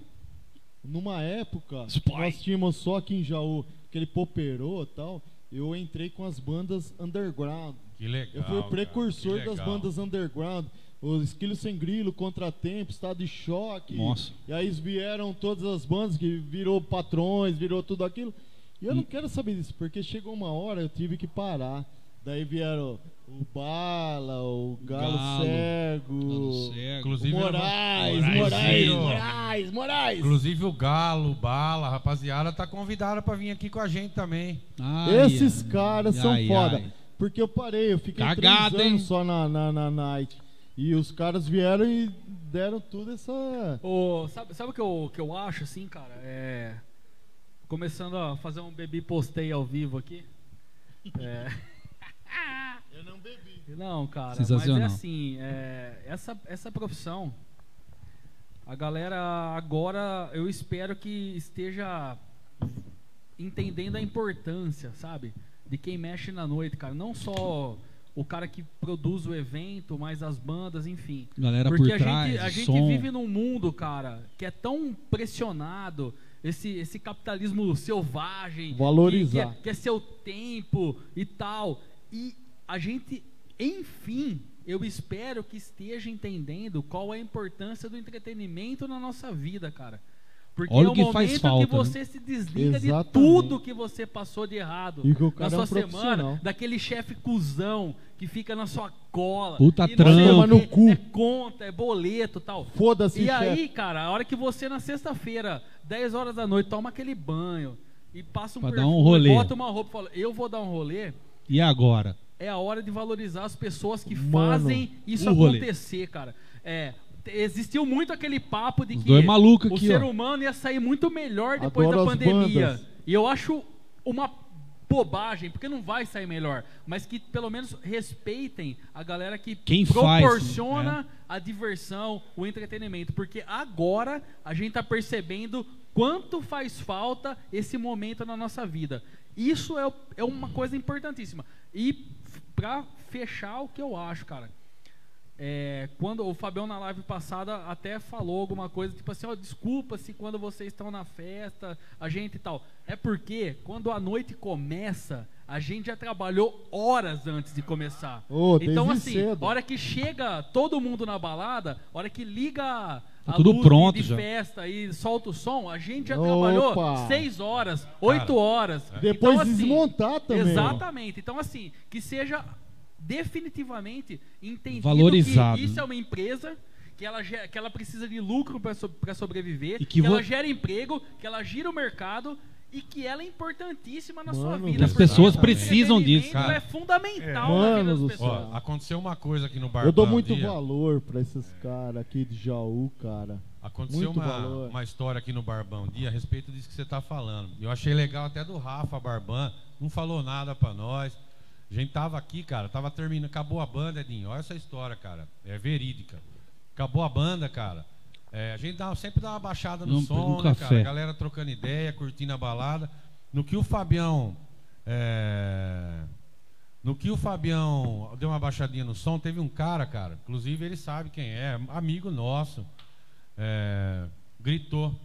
Speaker 2: Numa época,
Speaker 3: Spy.
Speaker 2: nós tínhamos só aqui em Jaú, que ele poperou e tal. Eu entrei com as bandas underground.
Speaker 1: Que legal.
Speaker 2: Eu fui o
Speaker 1: cara,
Speaker 2: precursor
Speaker 1: que
Speaker 2: das
Speaker 1: legal.
Speaker 2: bandas underground. Os Esquilo Sem Grilo, Contratempo, Estado de Choque.
Speaker 3: Nossa.
Speaker 2: E aí vieram todas as bandas que virou patrões, virou tudo aquilo. E eu não quero saber disso, porque chegou uma hora eu tive que parar. Daí vieram o Bala, o Galo,
Speaker 3: Galo,
Speaker 2: Cego, o
Speaker 1: Inclusive,
Speaker 2: Moraes,
Speaker 1: Moraes,
Speaker 2: Moraes,
Speaker 1: Ciro.
Speaker 2: Moraes, Moraes.
Speaker 1: Inclusive o Galo, o Bala, a rapaziada, tá convidada pra vir aqui com a gente também.
Speaker 3: Ai,
Speaker 2: Esses
Speaker 3: ai,
Speaker 2: caras são
Speaker 3: ai,
Speaker 2: foda.
Speaker 3: ai.
Speaker 2: Porque eu parei, eu fiquei
Speaker 3: Cagada,
Speaker 2: três
Speaker 3: hein?
Speaker 2: anos só na, na, na Nike. E os caras vieram e deram tudo essa.
Speaker 4: Ô, sabe, sabe o que eu, que eu acho, assim, cara? É, Começando a fazer um bebi postei ao vivo aqui. É...
Speaker 2: <laughs> Eu não bebi.
Speaker 4: Não, cara,
Speaker 3: Sensacional.
Speaker 4: mas é assim, é, essa, essa profissão, a galera agora, eu espero que esteja entendendo a importância, sabe? De quem mexe na noite, cara. Não só o cara que produz o evento, mas as bandas, enfim.
Speaker 3: Galera
Speaker 4: Porque
Speaker 3: por
Speaker 4: a
Speaker 3: trás,
Speaker 4: gente, a
Speaker 3: o
Speaker 4: gente
Speaker 3: som.
Speaker 4: vive num mundo, cara, que é tão pressionado. Esse, esse capitalismo selvagem.
Speaker 2: Valorizar.
Speaker 4: Que, que é, que é seu tempo e tal. E a gente, enfim, eu espero que esteja entendendo qual é a importância do entretenimento na nossa vida, cara. Porque
Speaker 3: Olha
Speaker 4: é
Speaker 3: o
Speaker 4: o
Speaker 3: que
Speaker 4: momento
Speaker 3: faz falta,
Speaker 4: que você se desliga de
Speaker 2: né? Exatamente.
Speaker 4: tudo que você passou de errado
Speaker 2: E que o cara é
Speaker 4: na sua
Speaker 2: um
Speaker 4: semana,
Speaker 2: profissional.
Speaker 4: daquele chefe cuzão que fica na sua cola.
Speaker 3: Puta
Speaker 4: e não
Speaker 3: trampo.
Speaker 4: sei o
Speaker 3: Toma
Speaker 2: no
Speaker 4: quê,
Speaker 2: cu.
Speaker 4: É conta, é boleto e tal.
Speaker 2: Foda-se,
Speaker 4: E
Speaker 2: chefe.
Speaker 4: aí, cara, a hora que você na sexta-feira, 10 horas da noite, toma aquele banho e passa um
Speaker 3: Pra dar
Speaker 4: perfume,
Speaker 3: um rolê.
Speaker 4: bota uma roupa e fala, eu vou dar um rolê,
Speaker 3: E agora?
Speaker 4: é a hora de valorizar as pessoas que
Speaker 2: Mano,
Speaker 4: fazem isso
Speaker 3: o rolê.
Speaker 4: acontecer, cara. É, t- existiu muito aquele papo de
Speaker 3: Os
Speaker 4: que
Speaker 3: dois malucos
Speaker 4: o
Speaker 3: aqui,
Speaker 4: ser
Speaker 3: ó.
Speaker 4: humano ia sair muito melhor depois
Speaker 2: Adoro
Speaker 4: da
Speaker 2: as
Speaker 4: pandemia.
Speaker 2: bandas.
Speaker 4: E eu acho uma bobagem, porque não vai sair melhor, mas que pelo menos respeitem a galera que
Speaker 3: Quem faz,
Speaker 4: proporciona
Speaker 3: né?
Speaker 4: a diversão, o entretenimento, porque agora a gente tá percebendo quanto faz falta esse momento na nossa vida. Isso é, o- é uma coisa importantíssima. E para fechar o que eu acho, cara, é, quando o Fabião na live passada até falou alguma coisa, tipo assim, ó, desculpa se quando vocês estão na festa, a gente e tal. É porque quando a noite começa, a gente já trabalhou horas antes de começar.
Speaker 2: Ô,
Speaker 4: então
Speaker 2: desde
Speaker 4: assim,
Speaker 2: cedo.
Speaker 4: hora que chega todo mundo na balada, hora que liga
Speaker 3: Tá
Speaker 4: a
Speaker 3: tudo
Speaker 4: luz
Speaker 3: pronto
Speaker 4: de
Speaker 3: já.
Speaker 4: festa e solta o som, a gente já
Speaker 2: Opa!
Speaker 4: trabalhou seis horas, oito horas.
Speaker 3: É.
Speaker 2: Depois
Speaker 4: assim,
Speaker 2: desmontar também.
Speaker 4: Exatamente. Então assim, que seja definitivamente entendido
Speaker 3: Valorizado,
Speaker 4: que isso
Speaker 3: né?
Speaker 4: é uma empresa que ela, ge- que ela precisa de lucro para sobreviver,
Speaker 3: E
Speaker 4: que,
Speaker 3: que vo-
Speaker 4: ela gera emprego, que ela gira o mercado e que ela é importantíssima na sua
Speaker 2: Mano
Speaker 4: vida.
Speaker 2: do
Speaker 3: As
Speaker 4: porque
Speaker 3: pessoas
Speaker 4: o
Speaker 3: precisam disso,
Speaker 4: entretenimento
Speaker 1: cara.
Speaker 4: É
Speaker 2: É.
Speaker 4: fundamental na
Speaker 2: Mano
Speaker 4: vida das
Speaker 2: do
Speaker 4: pessoas.
Speaker 2: céu.
Speaker 1: Ó, aconteceu uma coisa aqui no bar.
Speaker 2: Eu dou
Speaker 1: um
Speaker 2: muito
Speaker 1: dia.
Speaker 2: valor pra esses caras aqui de Jaú, cara.
Speaker 1: Aconteceu
Speaker 2: Muito
Speaker 1: uma,
Speaker 2: valor.
Speaker 1: uma história aqui no Barbão um dia a respeito disso que você está falando. Eu achei legal até do Rafa Barban, não falou nada para nós. A gente tava aqui, cara, tava terminando, acabou a banda, Edinho. Olha essa história, cara, é verídica. Acabou a banda, cara. É, a gente dá- sempre dá uma baixada no
Speaker 3: Vamos
Speaker 1: som,
Speaker 3: pegar um
Speaker 1: né,
Speaker 3: café.
Speaker 1: cara? A galera trocando ideia, curtindo a balada. No que o Fabião é, no que o Fabião deu uma baixadinha no som, teve um cara, cara, inclusive ele sabe quem é, amigo nosso, é, gritou,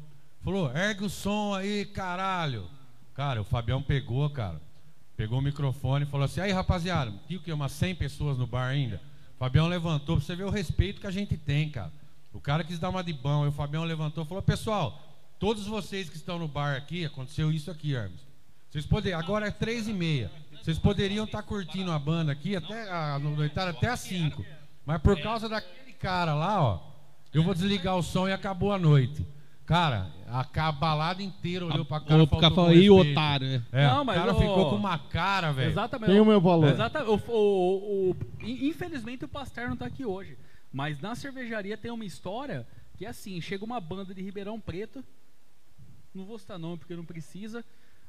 Speaker 1: falou, ergue o som aí, caralho. Cara, o Fabião pegou, cara, pegou o microfone e falou assim, aí rapaziada, viu que umas 100 pessoas no bar ainda? O Fabião levantou, pra você ver o respeito que a gente tem, cara. O cara quis dar uma de bom, aí o Fabião levantou e falou, pessoal, todos vocês que estão no bar aqui, aconteceu isso aqui, Hermes. Vocês poderiam, agora é três e meia. Vocês poderiam estar curtindo a banda aqui até a no- noitada até às 5. Mas por causa daquele cara lá, ó, eu vou desligar o som e acabou a noite. Cara, a, ca- a balada inteira olhou pra cara.
Speaker 3: Ou o cara
Speaker 1: faltou
Speaker 3: fala,
Speaker 1: com
Speaker 3: "Ih,
Speaker 1: respeito."
Speaker 3: otário. é."
Speaker 1: É,
Speaker 4: Não,
Speaker 1: o
Speaker 4: mas, tá
Speaker 1: cara
Speaker 4: ô,
Speaker 1: ficou com uma cara, velho.
Speaker 4: Exatamente.
Speaker 2: Tem o meu valor.
Speaker 4: Exatamente. O- o- o- in- infelizmente o Pasteur não tá aqui hoje. Mas na cervejaria tem uma história que é assim, chega uma banda de Ribeirão Preto, não vou citar nome porque não precisa,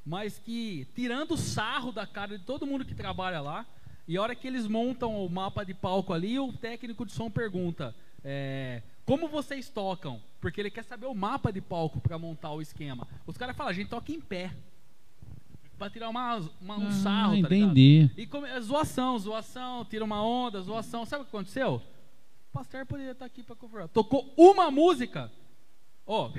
Speaker 4: mas que tirando sarro da cara de todo mundo que trabalha lá, e a hora que eles montam o mapa de palco ali, o técnico de som pergunta: é, como vocês tocam? Porque ele quer saber o mapa de palco para montar o esquema. Os caras falam: a gente toca em pé. Pra tirar uma, uma- um
Speaker 3: Ah,
Speaker 4: sarro, tá ligado?
Speaker 3: entendi.
Speaker 4: E come- é zoação, zoação, tira uma onda, zoação. Sabe o que aconteceu? O Pasteur poderia estar aqui pra cover. Tocou uma música, ó,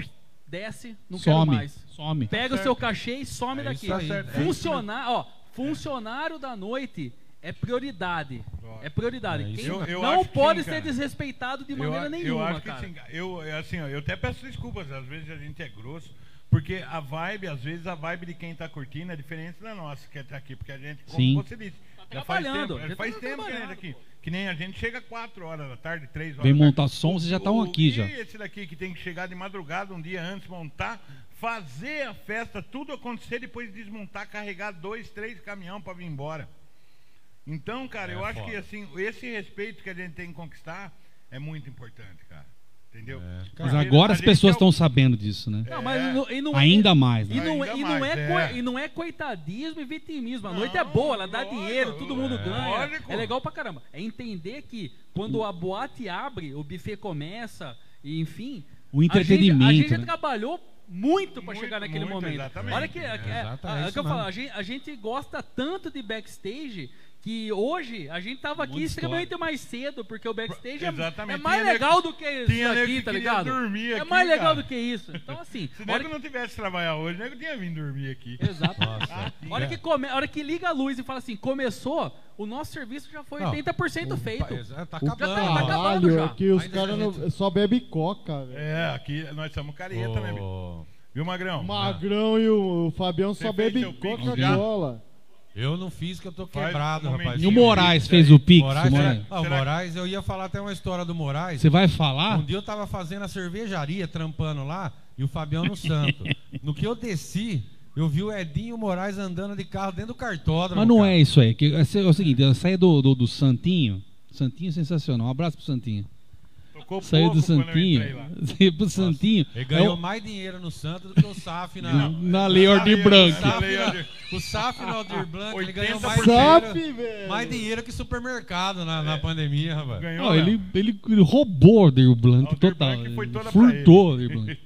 Speaker 4: desce, não quero
Speaker 3: some,
Speaker 4: mais.
Speaker 3: some.
Speaker 4: Pega o seu cachê e some
Speaker 1: É
Speaker 4: daqui.
Speaker 1: isso aí. Tá certo.
Speaker 5: né?
Speaker 4: Funcionário, ó, funcionário da noite é prioridade. É prioridade.
Speaker 1: É isso
Speaker 4: Quem
Speaker 1: mesmo.
Speaker 5: Eu- eu
Speaker 4: não
Speaker 5: acho que
Speaker 4: pode
Speaker 5: sim,
Speaker 4: ser
Speaker 5: cara.
Speaker 4: desrespeitado de
Speaker 5: Eu
Speaker 4: maneira
Speaker 5: a- eu,
Speaker 4: nenhuma,
Speaker 5: acho que
Speaker 4: cara.
Speaker 5: sim, eu, é assim, ó, eu até peço desculpas, às vezes a gente é grosso, porque a vibe, às vezes a vibe de quem tá curtindo é diferente da nossa que tá aqui, porque a gente, como
Speaker 3: Sim.
Speaker 5: você disse, já faz
Speaker 4: trabalhando,
Speaker 5: tempo, é,
Speaker 4: já tá
Speaker 5: faz tempo que a gente
Speaker 4: trabalhando,
Speaker 5: tá aqui. Que nem a gente chega 4 horas da tarde, 3 horas
Speaker 3: Vem
Speaker 5: da tarde.
Speaker 3: montar som, vocês já estavam
Speaker 5: O-
Speaker 3: aqui já.
Speaker 5: E esse daqui que tem que chegar de madrugada um dia antes, montar, fazer a festa, tudo acontecer, depois desmontar, carregar dois, três caminhão pra vir embora. Então, cara,
Speaker 1: É
Speaker 5: eu acho
Speaker 1: foda.
Speaker 5: que assim, esse respeito que a gente tem que conquistar é muito importante, cara. Entendeu?
Speaker 3: É. Mas
Speaker 5: Porque
Speaker 3: agora
Speaker 5: a
Speaker 3: as
Speaker 5: gente
Speaker 3: pessoas
Speaker 5: é o-
Speaker 3: estão sabendo disso, né?
Speaker 4: Não, mas
Speaker 5: É.
Speaker 4: não- e não é-
Speaker 3: Ainda mais,
Speaker 4: E
Speaker 3: né?
Speaker 4: não, é,
Speaker 5: Ainda
Speaker 4: e, não
Speaker 5: mais,
Speaker 4: é coi-
Speaker 5: é.
Speaker 4: e não é coitadismo e vitimismo. A
Speaker 5: Não,
Speaker 4: noite é boa, ela dá
Speaker 5: lógico,
Speaker 4: dinheiro, todo mundo
Speaker 5: é.
Speaker 4: ganha.
Speaker 5: Lógico.
Speaker 4: É legal pra caramba. É entender que quando a boate abre, o buffet começa, e enfim.
Speaker 3: O entretenimento,
Speaker 4: A gente, a gente já
Speaker 3: né?
Speaker 4: trabalhou muito pra
Speaker 5: Muito,
Speaker 4: chegar naquele
Speaker 5: muito,
Speaker 4: momento.
Speaker 5: exatamente.
Speaker 4: Olha que, é,
Speaker 1: É,
Speaker 4: é,
Speaker 1: exato, é
Speaker 4: a- é
Speaker 1: isso
Speaker 4: que eu
Speaker 1: mesmo.
Speaker 4: falo, a gente, a gente gosta tanto de backstage que hoje a gente tava aqui
Speaker 3: Muita
Speaker 4: extremamente mais cedo, porque o backstage é,
Speaker 5: Exatamente.
Speaker 4: é mais
Speaker 5: Tinha
Speaker 4: legal
Speaker 5: nego-
Speaker 4: do que
Speaker 5: tinha
Speaker 4: isso
Speaker 5: nego
Speaker 4: aqui,
Speaker 5: que
Speaker 4: tá
Speaker 5: queria
Speaker 4: ligado?
Speaker 5: dormir
Speaker 4: é
Speaker 5: aqui,
Speaker 4: mais legal
Speaker 5: cara.
Speaker 4: do que isso. Então, assim,
Speaker 5: <laughs> Se
Speaker 4: a hora
Speaker 5: nego não tivesse trabalhado hoje, nego tinha vindo dormir aqui.
Speaker 4: <laughs>
Speaker 5: Ah,
Speaker 4: Exato.
Speaker 1: Nossa.
Speaker 4: A hora, que come, a hora que liga a luz e fala assim, começou, o nosso serviço já foi
Speaker 1: Não,
Speaker 4: 80% feito.
Speaker 1: Tá, tá
Speaker 2: O
Speaker 1: acabando.
Speaker 4: tá
Speaker 1: ó.
Speaker 4: acabando.
Speaker 2: caralho
Speaker 4: já.
Speaker 2: é que os
Speaker 1: Ainda
Speaker 2: caras
Speaker 1: tá
Speaker 2: não-
Speaker 1: dentro.
Speaker 2: só bebem coca, velho.
Speaker 5: É, aqui nós somos careta, né, bicho?
Speaker 1: Ô,
Speaker 5: Viu, Magrão? Ah,
Speaker 2: Magrão e o o Fabião só
Speaker 5: Você fez
Speaker 2: bebem
Speaker 5: seu pico
Speaker 2: Coca-Cola.
Speaker 1: Eu não fiz que eu tô
Speaker 5: Faz
Speaker 1: quebrado,
Speaker 5: um
Speaker 1: rapaz.
Speaker 3: E o
Speaker 5: momentinho.
Speaker 3: Moraes fez o pix,
Speaker 1: Moraes,
Speaker 3: mano.
Speaker 1: Ah, o
Speaker 5: Será-
Speaker 1: Moraes, eu ia falar até uma história do Moraes.
Speaker 3: Você vai
Speaker 1: Um
Speaker 3: falar?
Speaker 1: dia eu tava fazendo a cervejaria, trampando lá, e o Fabião no
Speaker 3: <laughs>
Speaker 1: santo. No que eu desci, eu vi o Edinho Moraes andando de carro dentro do cartódromo.
Speaker 3: Mas não
Speaker 1: cara.
Speaker 3: é isso aí. Que é se- é o seguinte, eu saí do, do, do Santinho. Santinho sensacional. Um abraço pro Santinho.
Speaker 5: Tocou
Speaker 3: Saí
Speaker 5: pouco
Speaker 3: do
Speaker 5: quando eu
Speaker 3: Santinho.
Speaker 5: entrei lá.
Speaker 3: <laughs> Saí pro Santinho.
Speaker 1: Ele
Speaker 3: É
Speaker 1: ganhou
Speaker 3: o-
Speaker 1: mais dinheiro no Santos do que o SAF na.
Speaker 3: <laughs> Não, na Lei Ordir
Speaker 5: Sabe,
Speaker 3: Branca.
Speaker 5: sabe,
Speaker 1: Sabe,
Speaker 5: Aldir-
Speaker 1: O SAF no Aldir Blanc, ele ganhou mais
Speaker 5: 80%.
Speaker 2: Zap,
Speaker 1: dinheiro, mais
Speaker 2: velho.
Speaker 1: dinheiro que supermercado na, na pandemia, rapaz.
Speaker 5: Ganhou,
Speaker 3: Não,
Speaker 5: né?
Speaker 3: ele, ele, ele roubou o Aldir Blanc
Speaker 5: Aldir
Speaker 3: total.
Speaker 5: Blanc foi toda pra
Speaker 3: Furtou o Aldir Blanc.
Speaker 5: <laughs>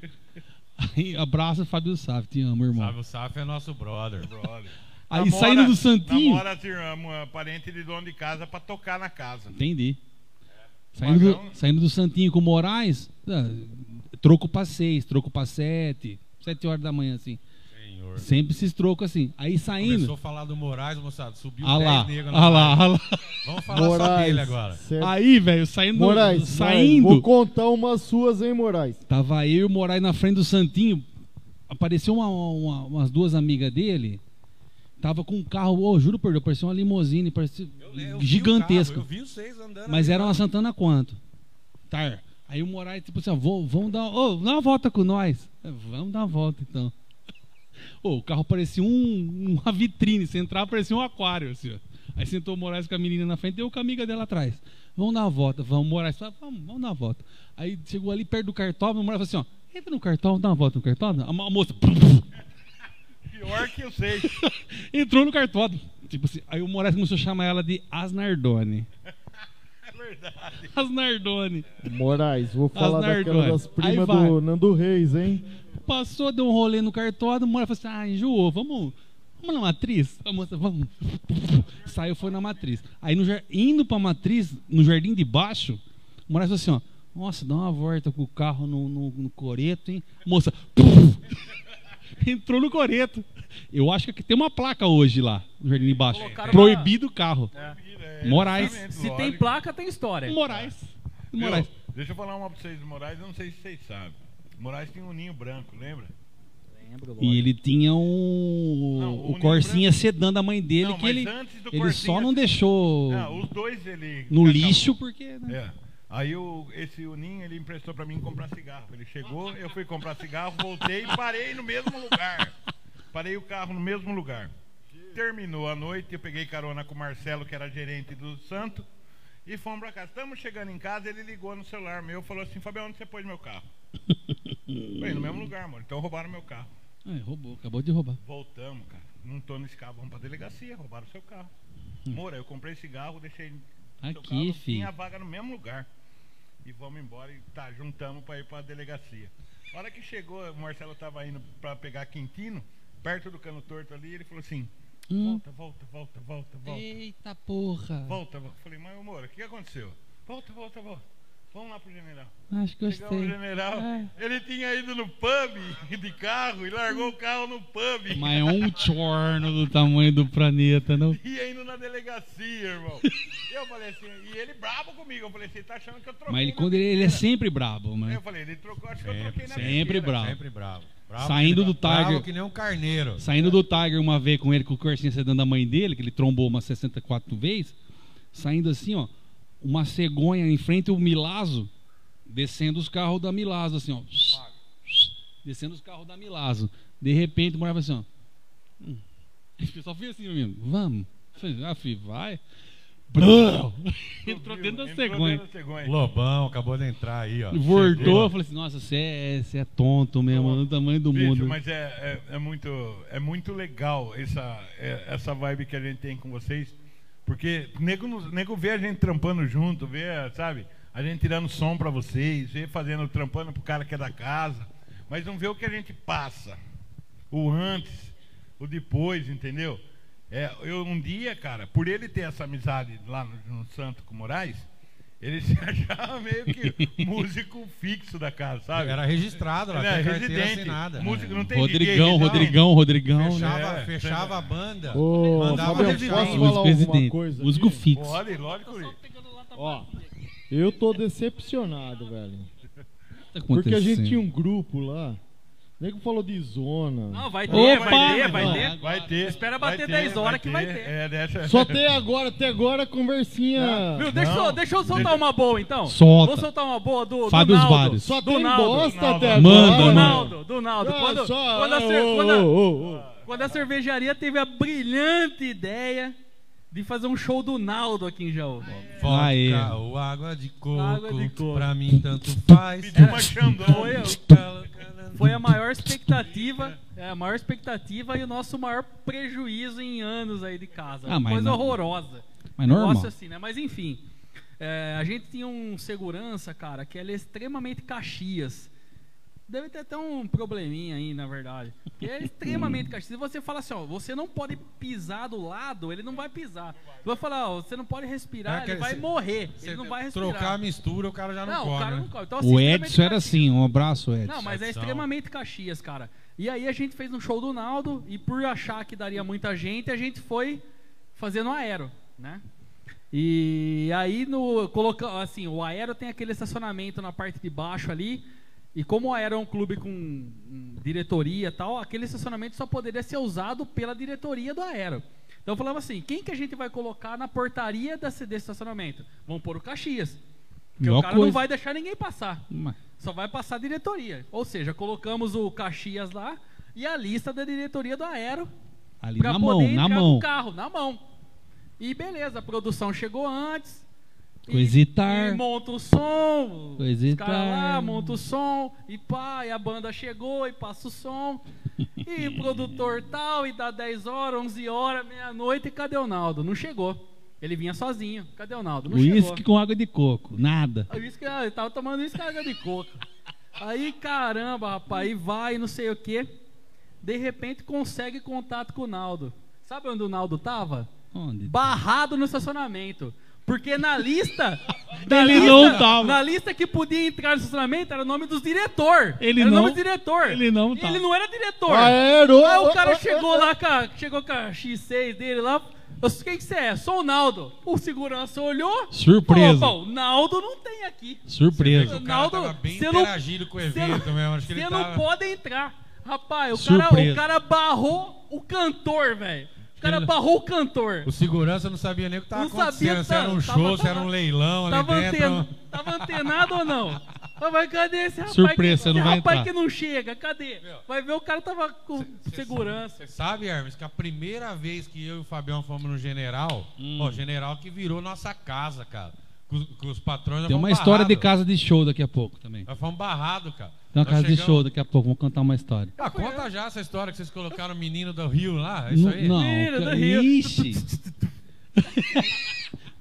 Speaker 3: Aí abraça Fábio Sávio, te amo, irmão.
Speaker 1: Sabe, o SAF é nosso brother.
Speaker 5: Brother.
Speaker 3: Aí
Speaker 5: Namora-
Speaker 3: saindo do Santinho.
Speaker 5: Namora assim, uma parente de dono de casa pra tocar na casa.
Speaker 3: Entendi. Saindo do,
Speaker 5: É, Pagão.
Speaker 3: saindo do Santinho com o Moraes, ah, troco pra seis, troco pra sete, sete horas da manhã, assim.
Speaker 1: Senhor.
Speaker 3: Sempre esses trocos assim. Aí saindo.
Speaker 1: Começou a falar do Moraes, moçada. Subiu
Speaker 3: Ah
Speaker 1: 10
Speaker 3: lá,
Speaker 1: negros na
Speaker 3: ah lá, ah lá.
Speaker 1: parada. Vamos falar só
Speaker 2: Moraes.
Speaker 1: dele agora.
Speaker 2: certo.
Speaker 3: Aí, velho, saindo.
Speaker 2: Moraes,
Speaker 3: saindo.
Speaker 2: vai, é Vou contar umas suas, hein, Moraes.
Speaker 3: Tava eu e o Moraes na frente do Santinho. Apareceu uma- uma- umas duas amigas dele. Tava com um carro, ô, juro por Deus, parecia uma limusine, parecia
Speaker 1: Eu vi o
Speaker 3: gigantesco.
Speaker 1: carro, eu vi os seis andando.
Speaker 3: Mas é
Speaker 1: ali,
Speaker 3: era
Speaker 1: ó.
Speaker 3: uma Santana quanto? Tar. Aí o Moraes, tipo assim, ó, "Vô, vamos dar, ô, dá uma volta com nós. É, Vamos dar uma volta, então. Ô, o carro parecia um- uma vitrine. Se entrar, parecia um aquário, assim, ó. Aí sentou o Moraes com a menina na frente e eu com a amiga dela atrás. Vamos dar uma volta. Vamos, Moraes. fala, Vamos, vamos dar uma volta. Aí chegou ali perto do cartódromo, o Moraes falou assim, ó, entra no cartódromo, dá uma volta no cartódromo. A mo- a moça... <laughs>
Speaker 5: Pior que eu sei. <laughs>
Speaker 3: Entrou no cartódromo. Tipo assim, aí o Moraes começou a chamar ela de Asnardone.
Speaker 5: É verdade.
Speaker 3: Asnardone.
Speaker 2: Moraes, vou falar daquela
Speaker 3: Nardone.
Speaker 2: das
Speaker 3: Aí
Speaker 2: primas
Speaker 3: vai.
Speaker 2: do Nando Reis, hein?
Speaker 3: Passou, deu um rolê no cartódromo, a mulher falou assim: ah, enjoou, vamos, vamos na matriz? A moça, vamos. Saiu, foi na matriz. Aí, no, jar- indo pra matriz, no jardim de baixo, o Moraes falou assim: ó, nossa, dá uma volta com o carro no, no, no coreto, hein? Moça, <laughs> entrou no coreto. Eu acho que tem uma placa hoje lá, no jardim de baixo:
Speaker 4: Colocaram
Speaker 3: proibido o carro.
Speaker 5: É,
Speaker 3: Moraes.
Speaker 5: exatamente,
Speaker 4: Se
Speaker 5: lógico.
Speaker 4: tem placa, tem história.
Speaker 3: Moraes.
Speaker 5: Viu?
Speaker 3: Moraes.
Speaker 5: Deixa eu falar uma pra vocês do Moraes, eu não sei se vocês sabem. Moraes tem um ninho branco, lembra?
Speaker 3: E ele tinha um.
Speaker 5: Não, o
Speaker 3: o
Speaker 5: Nil
Speaker 3: Corsinha
Speaker 5: Branco-
Speaker 3: sedã da mãe dele,
Speaker 5: Não,
Speaker 3: que
Speaker 5: mas
Speaker 3: ele.
Speaker 5: antes do
Speaker 3: Ele só
Speaker 5: Corsinha-
Speaker 3: não deixou
Speaker 5: Não, Ah, os dois ele.
Speaker 3: no
Speaker 5: acabou.
Speaker 3: lixo porque. né?
Speaker 5: É. Aí o, esse o Ninho ele emprestou pra mim comprar cigarro. Ele chegou, eu fui comprar cigarro, voltei e parei no mesmo lugar. Parei o carro no mesmo lugar. Terminou a noite, eu peguei carona com o Marcelo, que era gerente do Santo, e fomos pra casa. Estamos chegando em casa, ele ligou no celular meu e falou assim, Fabião, onde você pôs meu carro? <laughs> Falei, no mesmo lugar, amor. Então roubaram meu carro.
Speaker 3: É, roubou, acabou de roubar.
Speaker 5: Voltamos, cara. Não tô nesse carro, vamos pra delegacia, roubaram seu carro. Moura, eu comprei cigarro, deixei seu
Speaker 3: Hum. Aqui,
Speaker 5: carro, tinha
Speaker 3: filho.
Speaker 5: vaga no mesmo lugar. E vamos embora e tá, juntamos pra ir pra delegacia. A hora que chegou, o Marcelo tava indo pra pegar Quintino, perto do cano torto ali, ele falou assim:
Speaker 3: Hum.
Speaker 5: volta, volta, volta, volta, volta.
Speaker 3: Eita porra!
Speaker 5: Volta, volta. Falei, mas Moura, o que aconteceu? Volta, volta, volta. Vamos lá pro general.
Speaker 3: Acho que
Speaker 5: Chegamos no
Speaker 3: gostei.
Speaker 5: general,
Speaker 3: É.
Speaker 5: ele tinha ido no pub de carro e largou o carro no pub.
Speaker 3: Mas é um chorno do tamanho do planeta,
Speaker 5: <laughs>
Speaker 3: não?
Speaker 5: E indo na delegacia, irmão. Eu falei assim, e ele brabo comigo. Eu falei assim, tá achando que eu troquei.
Speaker 3: Mas ele,
Speaker 5: na
Speaker 3: quando ele, ele é
Speaker 5: besteira?"
Speaker 3: sempre brabo,
Speaker 5: Eu
Speaker 3: mano.
Speaker 5: falei, ele trocou, acho que eu
Speaker 1: Sempre,
Speaker 5: troquei na
Speaker 3: sempre
Speaker 5: besteira.
Speaker 3: bravo.
Speaker 1: Sempre bravo. bravo
Speaker 3: Saindo
Speaker 1: que-
Speaker 3: do Tiger.
Speaker 1: Bravo que nem um carneiro.
Speaker 3: Saindo do Tiger uma vez com ele, com o Corsinha sedã da mãe dele, que ele trombou umas 64 vezes, saindo assim, ó, uma cegonha em frente ao Milazo, descendo os carros da Milazo, assim, ó. Descendo os carros da Milazo. De repente, o morava assim, ó. Hum. O pessoal fez assim mesmo, vamos. Eu falei, Ah, filho, vai. Brrr! Entrou dentro da
Speaker 5: Entrou
Speaker 3: cegonha.
Speaker 5: dentro da cegonha.
Speaker 1: Lobão acabou de entrar aí, ó.
Speaker 3: Voltou, eu
Speaker 1: Chegou.
Speaker 3: falei assim, nossa, você é, você é tonto mesmo, do tamanho do
Speaker 5: Bicho,
Speaker 3: mundo.
Speaker 5: mas é, é, é muito, é muito legal essa, é- essa vibe que a gente tem com vocês. Porque nego, nos- nego vê a gente trampando junto, vê, sabe? A gente tirando som pra vocês, vê fazendo, trampando pro cara que é da casa. mas não vê o que a gente passa. O antes, o depois, entendeu? É, eu um dia, cara, por ele ter essa amizade lá no, no Santo com o Moraes, ele <laughs> se achava meio
Speaker 3: <laughs>
Speaker 5: que músico fixo da casa, sabe?
Speaker 1: Era registrado, lá
Speaker 5: Ele
Speaker 1: tinha
Speaker 5: era
Speaker 1: carteira
Speaker 5: é residente,
Speaker 1: assinada.
Speaker 5: músico, não tem DJ,
Speaker 3: Rodrigão,
Speaker 5: não.
Speaker 3: Rodrigão, Rodrigão, né?
Speaker 1: Fechava,
Speaker 5: É,
Speaker 1: fechava
Speaker 5: é.
Speaker 1: a banda,
Speaker 2: Ô,
Speaker 1: mandava
Speaker 2: Fabião,
Speaker 1: residente.
Speaker 2: posso falar
Speaker 3: Músico
Speaker 2: alguma
Speaker 3: residente.
Speaker 2: coisa
Speaker 3: Músico
Speaker 2: aqui?
Speaker 3: fixo.
Speaker 5: Pode, lógico. Yuri.
Speaker 2: Ó, eu tô decepcionado, velho.
Speaker 3: Tá
Speaker 2: Porque a gente
Speaker 3: acontecendo.
Speaker 2: tinha um grupo lá. O nego falou de zona.
Speaker 4: Não, vai ter,
Speaker 3: Opa!
Speaker 4: vai ter, vai ter.
Speaker 5: Vai ter.
Speaker 4: Espera
Speaker 5: vai
Speaker 4: bater
Speaker 5: ter,
Speaker 4: 10 horas que vai ter.
Speaker 5: É, dessa.
Speaker 2: Só tem agora, até agora, conversinha.
Speaker 4: Viu, deixa, eu,
Speaker 5: Não.
Speaker 4: deixa eu soltar uma boa então.
Speaker 3: Solta.
Speaker 4: Vou soltar uma boa do, do
Speaker 3: Fábio
Speaker 4: Naldo.
Speaker 3: Osvaldo.
Speaker 2: Só
Speaker 4: do
Speaker 2: tem
Speaker 4: Naldo.
Speaker 2: bosta
Speaker 5: Naldo.
Speaker 2: até
Speaker 3: Manda,
Speaker 2: agora.
Speaker 4: Do
Speaker 3: mano.
Speaker 4: Naldo, do Naldo.
Speaker 2: Ah,
Speaker 4: Quando,
Speaker 2: só-
Speaker 4: quando a,
Speaker 2: ah,
Speaker 4: cer-
Speaker 2: ô,
Speaker 4: quando a-
Speaker 2: ô, ô, ô.
Speaker 4: quando a cervejaria teve a brilhante ideia de fazer um show do Naldo aqui em Jaú.
Speaker 1: Vodka
Speaker 3: Aí.
Speaker 1: ou água de coco,
Speaker 4: Água de coco.
Speaker 1: pra mim tanto faz.
Speaker 5: Pediu uma Xandão.
Speaker 4: Foi, foi a maior expectativa, é, a maior expectativa e o nosso maior prejuízo em anos aí de casa.
Speaker 3: Ah, mas
Speaker 4: coisa
Speaker 3: não-
Speaker 4: horrorosa.
Speaker 3: mas normal.
Speaker 4: Negócio assim, né? Mas enfim. é, a gente tinha um segurança, cara, que ele é extremamente caxias. Deve ter até um probleminha aí, na verdade. Que é
Speaker 3: <laughs> Hum.
Speaker 4: extremamente caxias. Se você fala assim, ó, você não pode pisar do lado, ele não vai pisar. Se Você falar, ó, você não pode
Speaker 1: É
Speaker 4: respirar,
Speaker 1: aquele-
Speaker 4: ele vai
Speaker 1: cê-
Speaker 4: morrer. Ele
Speaker 1: Você
Speaker 4: não vai respirar.
Speaker 1: trocar a mistura, o cara já não,
Speaker 4: não,
Speaker 1: come.
Speaker 4: o cara
Speaker 1: né?
Speaker 4: não come. Então, assim,
Speaker 3: O
Speaker 4: extremamente
Speaker 3: Edson era
Speaker 4: caxias.
Speaker 3: é assim, um abraço, Edson.
Speaker 4: Não, mas é
Speaker 1: Edição.
Speaker 4: extremamente Caxias, cara. E aí a gente fez um show do Naldo e por achar que daria muita gente, a gente foi fazendo aero, né? E aí no coloca assim, o aero tem aquele estacionamento na parte de baixo ali. E como o aero é um clube com hum, diretoria e tal, aquele estacionamento só poderia ser usado pela diretoria do aero. Então falamos assim, quem que a gente vai colocar na portaria desse, desse estacionamento? Vamos pôr o Caxias. Porque
Speaker 3: Melhor
Speaker 4: o cara não
Speaker 3: coisa.
Speaker 4: vai deixar ninguém passar.
Speaker 3: Mas-
Speaker 4: Só vai passar a diretoria. Ou seja, colocamos o Caxias lá e a lista da diretoria do Aero
Speaker 3: Ali
Speaker 4: para
Speaker 3: na
Speaker 4: poder
Speaker 3: mão, na
Speaker 4: entrar
Speaker 3: mão.
Speaker 4: no carro, na mão. E beleza, a produção chegou antes. e-
Speaker 3: Coisitar.
Speaker 4: E monta o som.
Speaker 3: Coisitar.
Speaker 4: Os caras lá, monta o som. E pá, e a banda chegou e passa o som.
Speaker 3: <laughs>
Speaker 4: E o produtor tal, e dá 10 horas, 11 horas, meia-noite. E cadê o Naldo? Não chegou. Ele vinha sozinho. Cadê o Naldo? Não chegou. né?
Speaker 3: Uísque com água de coco, nada.
Speaker 4: Aí isso que ah, eu tava tomando isso carga de coco. Aí, caramba, rapaz, aí vai, não sei o quê. De repente consegue contato com o Naldo. Sabe onde o Naldo tava?
Speaker 3: Onde?
Speaker 4: Barrado no estacionamento. Porque
Speaker 3: <laughs>
Speaker 4: na lista.
Speaker 3: Ele não tava.
Speaker 4: Na lista que podia entrar no estacionamento era o nome dos diretor.
Speaker 3: Ele
Speaker 4: era
Speaker 3: não-
Speaker 4: o nome do diretor.
Speaker 3: ele não
Speaker 4: E
Speaker 3: tava. Ah, é?
Speaker 4: Ele não era diretor.
Speaker 2: Aero!
Speaker 4: Aí o cara chegou lá com a, chegou com a X6 dele lá. Eu disse, quem que você é? Sou o Naldo. O segurança olhou.
Speaker 3: Surpresa.
Speaker 4: falou, "Bom, Naldo não tem aqui.
Speaker 1: O
Speaker 3: Surpresa.
Speaker 1: cara
Speaker 4: Naldo,
Speaker 1: tava bem
Speaker 4: cê não-
Speaker 1: interagido com o
Speaker 4: cê
Speaker 1: evento
Speaker 4: não-
Speaker 1: mesmo. Acho que ele
Speaker 4: Você
Speaker 1: tava...
Speaker 4: não pode entrar. Rapaz, o cara,
Speaker 3: Surpresa.
Speaker 4: o cara barrou o cantor, velho. O cara barrou o cantor.
Speaker 1: O segurança não sabia nem o que tava
Speaker 4: Não sabia
Speaker 1: acontecendo.
Speaker 4: que
Speaker 1: se era um
Speaker 4: tava-
Speaker 1: show, se
Speaker 4: tava-
Speaker 1: era um leilão ali
Speaker 4: Tava,
Speaker 1: dentro.
Speaker 4: antena, tava antenado ou não? Mas vai, cadê esse rapaz?
Speaker 3: Surpresa,
Speaker 4: que,
Speaker 3: você não
Speaker 4: esse
Speaker 3: vai
Speaker 4: rapaz
Speaker 3: entrar.
Speaker 4: que não chega, cadê? Vai ver o cara tava com segurança.
Speaker 1: Você sabe, Hermes, que a primeira vez que eu e o Fabião fomos no General,
Speaker 3: Hum.
Speaker 1: ó, General que virou nossa casa, cara. Com, os- com os patrões. nós
Speaker 3: Tem
Speaker 1: fomos
Speaker 3: uma história de
Speaker 1: barrado.
Speaker 3: casa de show daqui a pouco também.
Speaker 1: Nós fomos barrados, cara.
Speaker 3: Tem uma
Speaker 1: Nós
Speaker 3: casa de
Speaker 1: chegamos-
Speaker 3: show daqui a pouco, vamos contar uma história.
Speaker 1: Ah, conta já essa história que vocês colocaram o menino do Rio lá. é Isso
Speaker 3: Não-
Speaker 1: aí?
Speaker 3: Não,
Speaker 4: Menino do
Speaker 3: cara,
Speaker 4: Rio.
Speaker 3: ixi.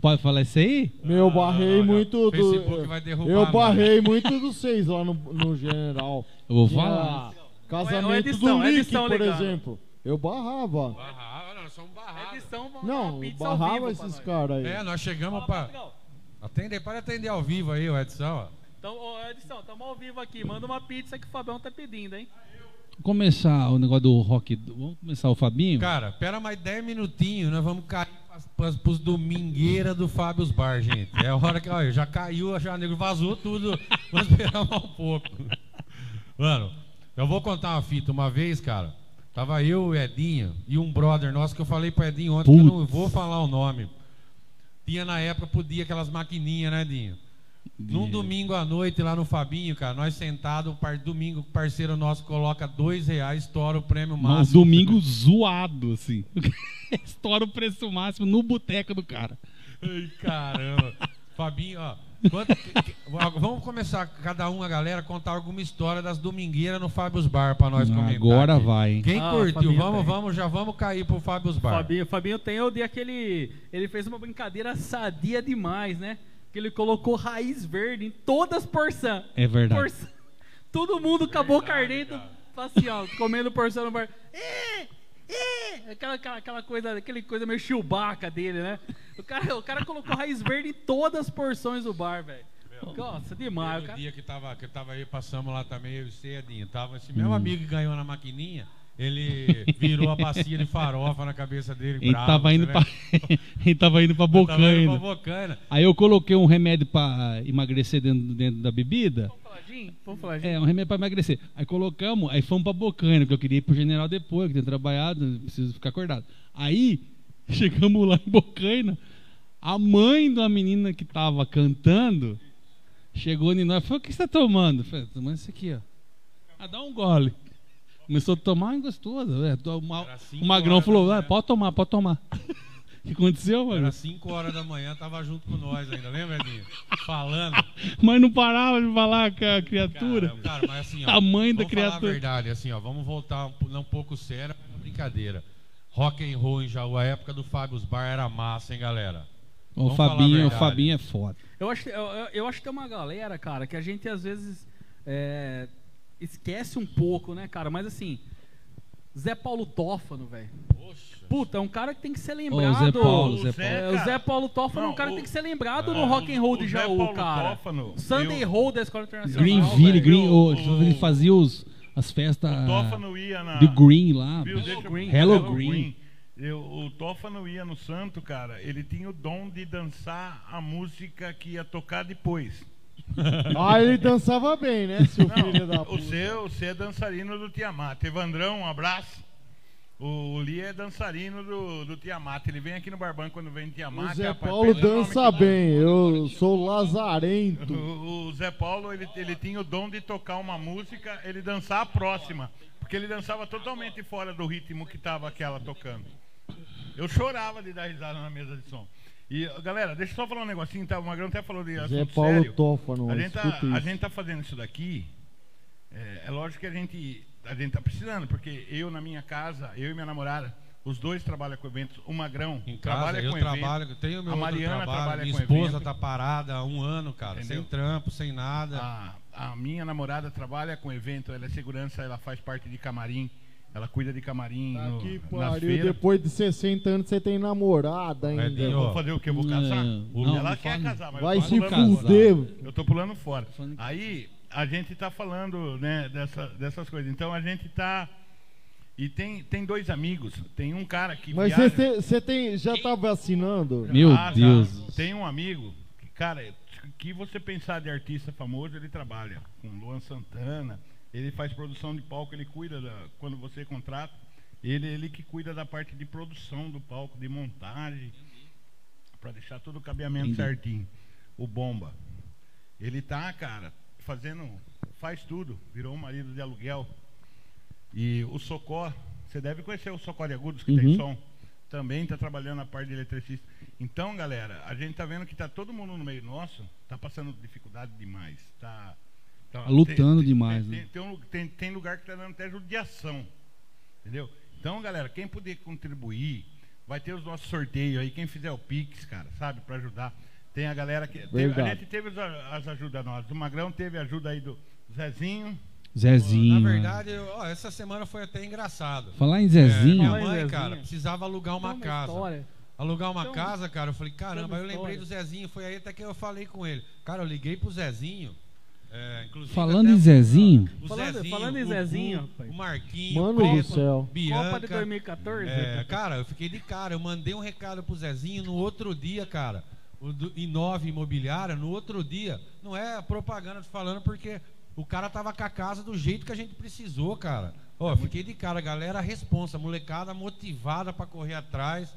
Speaker 3: Pode falar isso aí?
Speaker 2: Meu, barrei
Speaker 1: Ah,
Speaker 2: muito
Speaker 1: o
Speaker 2: do.
Speaker 1: Facebook vai derrubar,
Speaker 2: eu
Speaker 1: mano.
Speaker 2: barrei muito dos seis lá no, no general.
Speaker 3: Eu vou
Speaker 2: Tinha
Speaker 3: falar.
Speaker 2: Casamento
Speaker 4: Ô, Edição,
Speaker 2: do Nick,
Speaker 4: Edição
Speaker 2: por
Speaker 4: ligando.
Speaker 2: exemplo. Eu barrava.
Speaker 1: Barrado, nós somos barrados.
Speaker 4: Eles são- vão dar uma
Speaker 2: Não,
Speaker 4: pizza ao vivo
Speaker 2: barrava
Speaker 4: pra
Speaker 2: esses
Speaker 4: nós.
Speaker 2: caras aí.
Speaker 1: É, nós chegamos
Speaker 4: Fala,
Speaker 1: pra.
Speaker 4: Portugal.
Speaker 1: Atender, para atender ao vivo aí, o Edson. ó.
Speaker 4: Então, ô, Edição, estamos ao vivo aqui. Manda uma pizza que o Fabião tá pedindo, hein?
Speaker 3: Vamos começar o negócio do rock. do- Vamos começar o Fabinho?
Speaker 1: Cara, pera mais 10 minutinhos, nós vamos cair pras, pras, pros domingueira do Fábio's Bar, gente. É a hora que, olha, já caiu, já negro vazou tudo. Vamos esperar mais um pouco. Mano, eu vou contar uma fita. Uma vez, cara, tava eu, o Edinho e um brother nosso que eu falei pro Edinho ontem, que eu não
Speaker 3: Putz.
Speaker 1: vou falar o nome. Tinha na época, podia aquelas maquininhas, né, Edinho? Num domingo à noite lá no Fabinho, cara, nós sentados, par, domingo, o parceiro nosso coloca dois reais, estoura o prêmio máximo.
Speaker 3: Mas domingo zoado, assim. <laughs> Estoura o preço máximo no boteco do cara.
Speaker 1: Ai, caramba. Fabinho, ó. quanto- que- que- vamos começar, cada um, a galera, contar alguma história das domingueiras no Fábio's Bar pra nós comentar.
Speaker 3: Hum, Agora
Speaker 1: aqui.
Speaker 3: vai, hein?
Speaker 1: Quem é
Speaker 4: Ah,
Speaker 1: curtiu,
Speaker 4: Fabinho
Speaker 1: vamos,
Speaker 4: tem.
Speaker 1: vamos, já vamos cair pro Fábio's Bar.
Speaker 4: Fabinho, Fabinho tem o dia que ele, ele fez uma brincadeira sadia demais, né? Que ele colocou raiz verde em todas as porçãs.
Speaker 3: É verdade.
Speaker 4: Porçã- Todo mundo acabou cardento, assim, ó, comendo porção no bar. Ih, ih, Aquela, aquela, aquela coisa, aquele coisa meio chubaca dele, né? O cara, o cara colocou raiz verde em todas as porções do bar, velho. Nossa, demais. O
Speaker 1: No
Speaker 4: cara...
Speaker 1: um dia que, tava, que eu tava aí, passamos lá também, eu e você, Edinho. Tava esse
Speaker 3: Hum.
Speaker 1: mesmo amigo que ganhou na maquininha. Ele virou a bacia de farofa na cabeça dele.
Speaker 3: Ele
Speaker 1: bravo,
Speaker 3: tava, indo
Speaker 1: você
Speaker 3: pra, <laughs>
Speaker 1: lembra?
Speaker 3: ele tava indo pra boca
Speaker 1: Tava indo pra
Speaker 3: ainda.
Speaker 1: Bocana.
Speaker 3: Aí eu coloquei um remédio pra emagrecer dentro, dentro da bebida.
Speaker 4: Vamos falar, Jim? Vamos falar, Jim?
Speaker 3: É, um remédio pra emagrecer. Aí colocamos, aí fomos pra Bocaina, que eu queria ir pro general depois, que tenho trabalhado, preciso ficar acordado. Aí, <laughs> chegamos lá em Bocaina, a mãe da menina que tava cantando chegou em nós e falou: O que você tá tomando? Eu falei: "Tô Tomando isso aqui, ó. Ah, dá um gole. Começou a tomar, é gostoso. velho. Tô- uma-
Speaker 1: Era cinco
Speaker 3: o Magrão
Speaker 1: horas,
Speaker 3: falou:
Speaker 1: né?
Speaker 3: "Ah, Pode tomar, pode tomar. <laughs> O que aconteceu,
Speaker 1: Era
Speaker 3: mano?
Speaker 1: 5 horas da manhã, tava junto com nós ainda, lembra, Edinho? Falando.
Speaker 3: Mas não parava de falar com a criatura.
Speaker 1: Cara, cara, mas assim, ó,
Speaker 3: A mãe da
Speaker 1: vamos Falar
Speaker 3: criatura.
Speaker 1: a verdade, assim, ó, vamos voltar um, po- não um pouco sério, uma brincadeira. Rock and roll em Jaú, a época do Fábio's Bar era massa, hein, galera?
Speaker 3: Ô,
Speaker 1: Vamos falar a
Speaker 3: Fabinho, o
Speaker 1: verdade.
Speaker 3: Fabinho é foda.
Speaker 4: Eu acho, eu, eu- eu acho que tem uma galera, cara, que a gente às vezes é, esquece um pouco, né, cara? Mas assim, Zé Paulo Tófano, velho.
Speaker 1: Poxa.
Speaker 4: Puta, é um cara que tem que ser
Speaker 3: Ô,
Speaker 4: lembrado.
Speaker 3: Zé Paulo, Zé
Speaker 5: Zé,
Speaker 3: Paulo.
Speaker 4: É, o Zé Paulo Tófano é um
Speaker 5: Não,
Speaker 4: cara que
Speaker 5: o-
Speaker 4: tem que ser lembrado
Speaker 5: é,
Speaker 4: no rock and roll
Speaker 5: o-
Speaker 4: de
Speaker 5: o Zé
Speaker 4: Jaú,
Speaker 5: Paulo
Speaker 4: cara.
Speaker 5: Tófano,
Speaker 4: Sunday
Speaker 5: eu-
Speaker 4: Hall da Escola Internacional.
Speaker 3: Greenville,
Speaker 4: velho.
Speaker 3: Green,
Speaker 5: velho.
Speaker 3: ô,
Speaker 5: O-
Speaker 3: que ele fazia os, as festas
Speaker 5: O Tófano ia na.
Speaker 3: Ah, de Green lá.
Speaker 5: Viu? Deixa eu-
Speaker 4: Green.
Speaker 3: Hello Green.
Speaker 5: Eu- o Tófano ia no Santo, cara. Ele tinha o dom de dançar a música que ia tocar depois.
Speaker 2: Ah, ele dançava bem, né, seu <laughs> filho da
Speaker 5: Não,
Speaker 2: puta?
Speaker 5: o seu, você é dançarino do Tiamat. Evandrão, um abraço. O, o Li é dançarino do, do Tiamat. Ele vem aqui no Barban quando vem Tiamat.
Speaker 2: O Zé
Speaker 5: rapaz,
Speaker 2: Paulo
Speaker 5: pega o nome
Speaker 2: dança
Speaker 5: que-
Speaker 2: bem, eu sou lazarento.
Speaker 5: O, o Zé Paulo, ele, ele tinha o dom de tocar uma música, ele dançar a próxima. Porque ele dançava totalmente fora do ritmo que estava aquela tocando. Eu chorava de dar risada na mesa de som. E, galera, deixa eu só falar um negocinho, tá? O Magrão até falou de
Speaker 2: Zé
Speaker 5: assunto
Speaker 2: Paulo
Speaker 5: sério.
Speaker 2: Tófano,
Speaker 5: A gente, tá,
Speaker 2: escuta
Speaker 5: a
Speaker 2: isso.
Speaker 5: gente tá fazendo isso daqui. É, é lógico que a gente, a gente tá precisando, porque eu na minha casa, eu e minha namorada, os dois trabalham com eventos. O Magrão
Speaker 1: Em casa,
Speaker 5: trabalha
Speaker 1: eu
Speaker 5: com
Speaker 1: trabalho,
Speaker 5: eventos.
Speaker 1: tenho meu
Speaker 5: a
Speaker 1: outro
Speaker 5: Mariana
Speaker 1: trabalho,
Speaker 5: trabalha
Speaker 1: minha
Speaker 5: com
Speaker 1: esposa
Speaker 5: evento.
Speaker 1: tá parada há um ano, cara,
Speaker 5: Entendeu? Ah.
Speaker 1: sem trampo, sem
Speaker 2: É.
Speaker 1: nada.
Speaker 5: A, a minha namorada trabalha com evento, ela é segurança, ela faz parte de camarim, ela cuida de camarim
Speaker 2: Tá
Speaker 5: no,
Speaker 2: que
Speaker 5: nas
Speaker 2: pariu,
Speaker 5: feiras.
Speaker 2: depois de 60 anos você tem namorada ainda.
Speaker 1: Edinho,
Speaker 5: Eu vou fazer o que? Eu vou casar?
Speaker 3: Não, não,
Speaker 5: ela
Speaker 3: não
Speaker 5: quer
Speaker 3: fala.
Speaker 5: casar, mas
Speaker 2: Vai
Speaker 5: eu tô
Speaker 2: se
Speaker 5: pulando fora.
Speaker 2: fuder.
Speaker 5: Eu tô pulando fora.
Speaker 3: falando que-
Speaker 5: Aí a gente tá falando né, dessa- dessas coisas. Então a gente tá. E tem, tem dois amigos. Tem um cara que.
Speaker 2: Mas
Speaker 5: viaja-
Speaker 2: você- você tem, já tá vacinando?
Speaker 3: Meu
Speaker 5: Ah, tá.
Speaker 3: Deus.
Speaker 5: Tem um amigo, que, cara, o que você pensar de artista famoso, ele trabalha com Luan Santana, ele faz produção de palco, ele cuida da- quando você contrata, ele ele que cuida da parte de produção do palco, de montagem, pra deixar todo o cabeamento
Speaker 3: Entendi.
Speaker 5: certinho. O Bomba. Ele tá, cara, fazendo, faz tudo, virou um marido de aluguel. E o Socó, você deve conhecer o Socó de Agudos, que
Speaker 3: Uhum.
Speaker 5: tem som. Também está trabalhando na parte de eletricista. Então, galera, a gente tá vendo que tá todo mundo no meio nosso, tá passando dificuldade demais. Tá, tá-
Speaker 3: Tá lutando
Speaker 5: tem- tem-
Speaker 3: demais,
Speaker 5: Tem,
Speaker 3: né?
Speaker 5: tem um lu- tem- tem lugar que tá dando até judiação. Entendeu? Então, galera, quem puder contribuir, vai ter os nossos sorteios aí. Quem fizer o Pix, cara, sabe, para ajudar. Tem a galera que. Teve, a
Speaker 2: Verdade.
Speaker 5: gente teve os a- as ajudas nós. O Magrão teve a ajuda aí do Zezinho.
Speaker 3: Zezinho.
Speaker 1: Na verdade, eu- ó, essa semana foi até engraçado.
Speaker 3: mano. Falar em
Speaker 1: É,
Speaker 3: Zezinho.
Speaker 1: minha
Speaker 4: Fala aí,
Speaker 1: mãe,
Speaker 4: Zezinho.
Speaker 1: cara, precisava alugar uma,
Speaker 4: Tem
Speaker 1: casa.
Speaker 4: história.
Speaker 1: Alugar uma
Speaker 4: Tem uma-
Speaker 1: casa, cara, eu falei, caramba,
Speaker 4: uma
Speaker 1: aí eu lembrei
Speaker 4: Então, história.
Speaker 1: do Zezinho, foi aí até que eu falei com ele. Cara, eu liguei pro Zezinho. é, inclusive
Speaker 3: Falando
Speaker 1: até-
Speaker 3: em Zezinho.
Speaker 1: O
Speaker 4: Falando-
Speaker 1: Zezinho,
Speaker 4: falando em
Speaker 1: o Gugu,
Speaker 4: Zezinho, rapaz.
Speaker 1: o Marquinho,
Speaker 2: Mano
Speaker 1: o
Speaker 2: do
Speaker 1: Copa,
Speaker 2: céu.
Speaker 1: Bianca,
Speaker 4: Copa de 2014?
Speaker 1: é, cara, eu fiquei de cara. Eu mandei um recado pro Zezinho no outro dia, cara. O do Inove Imobiliária, no outro dia. Não é propaganda tô falando porque o cara tava com a casa do jeito que a gente precisou, cara. Ó, eu fiquei de cara, galera, a responsa, molecada motivada pra correr atrás.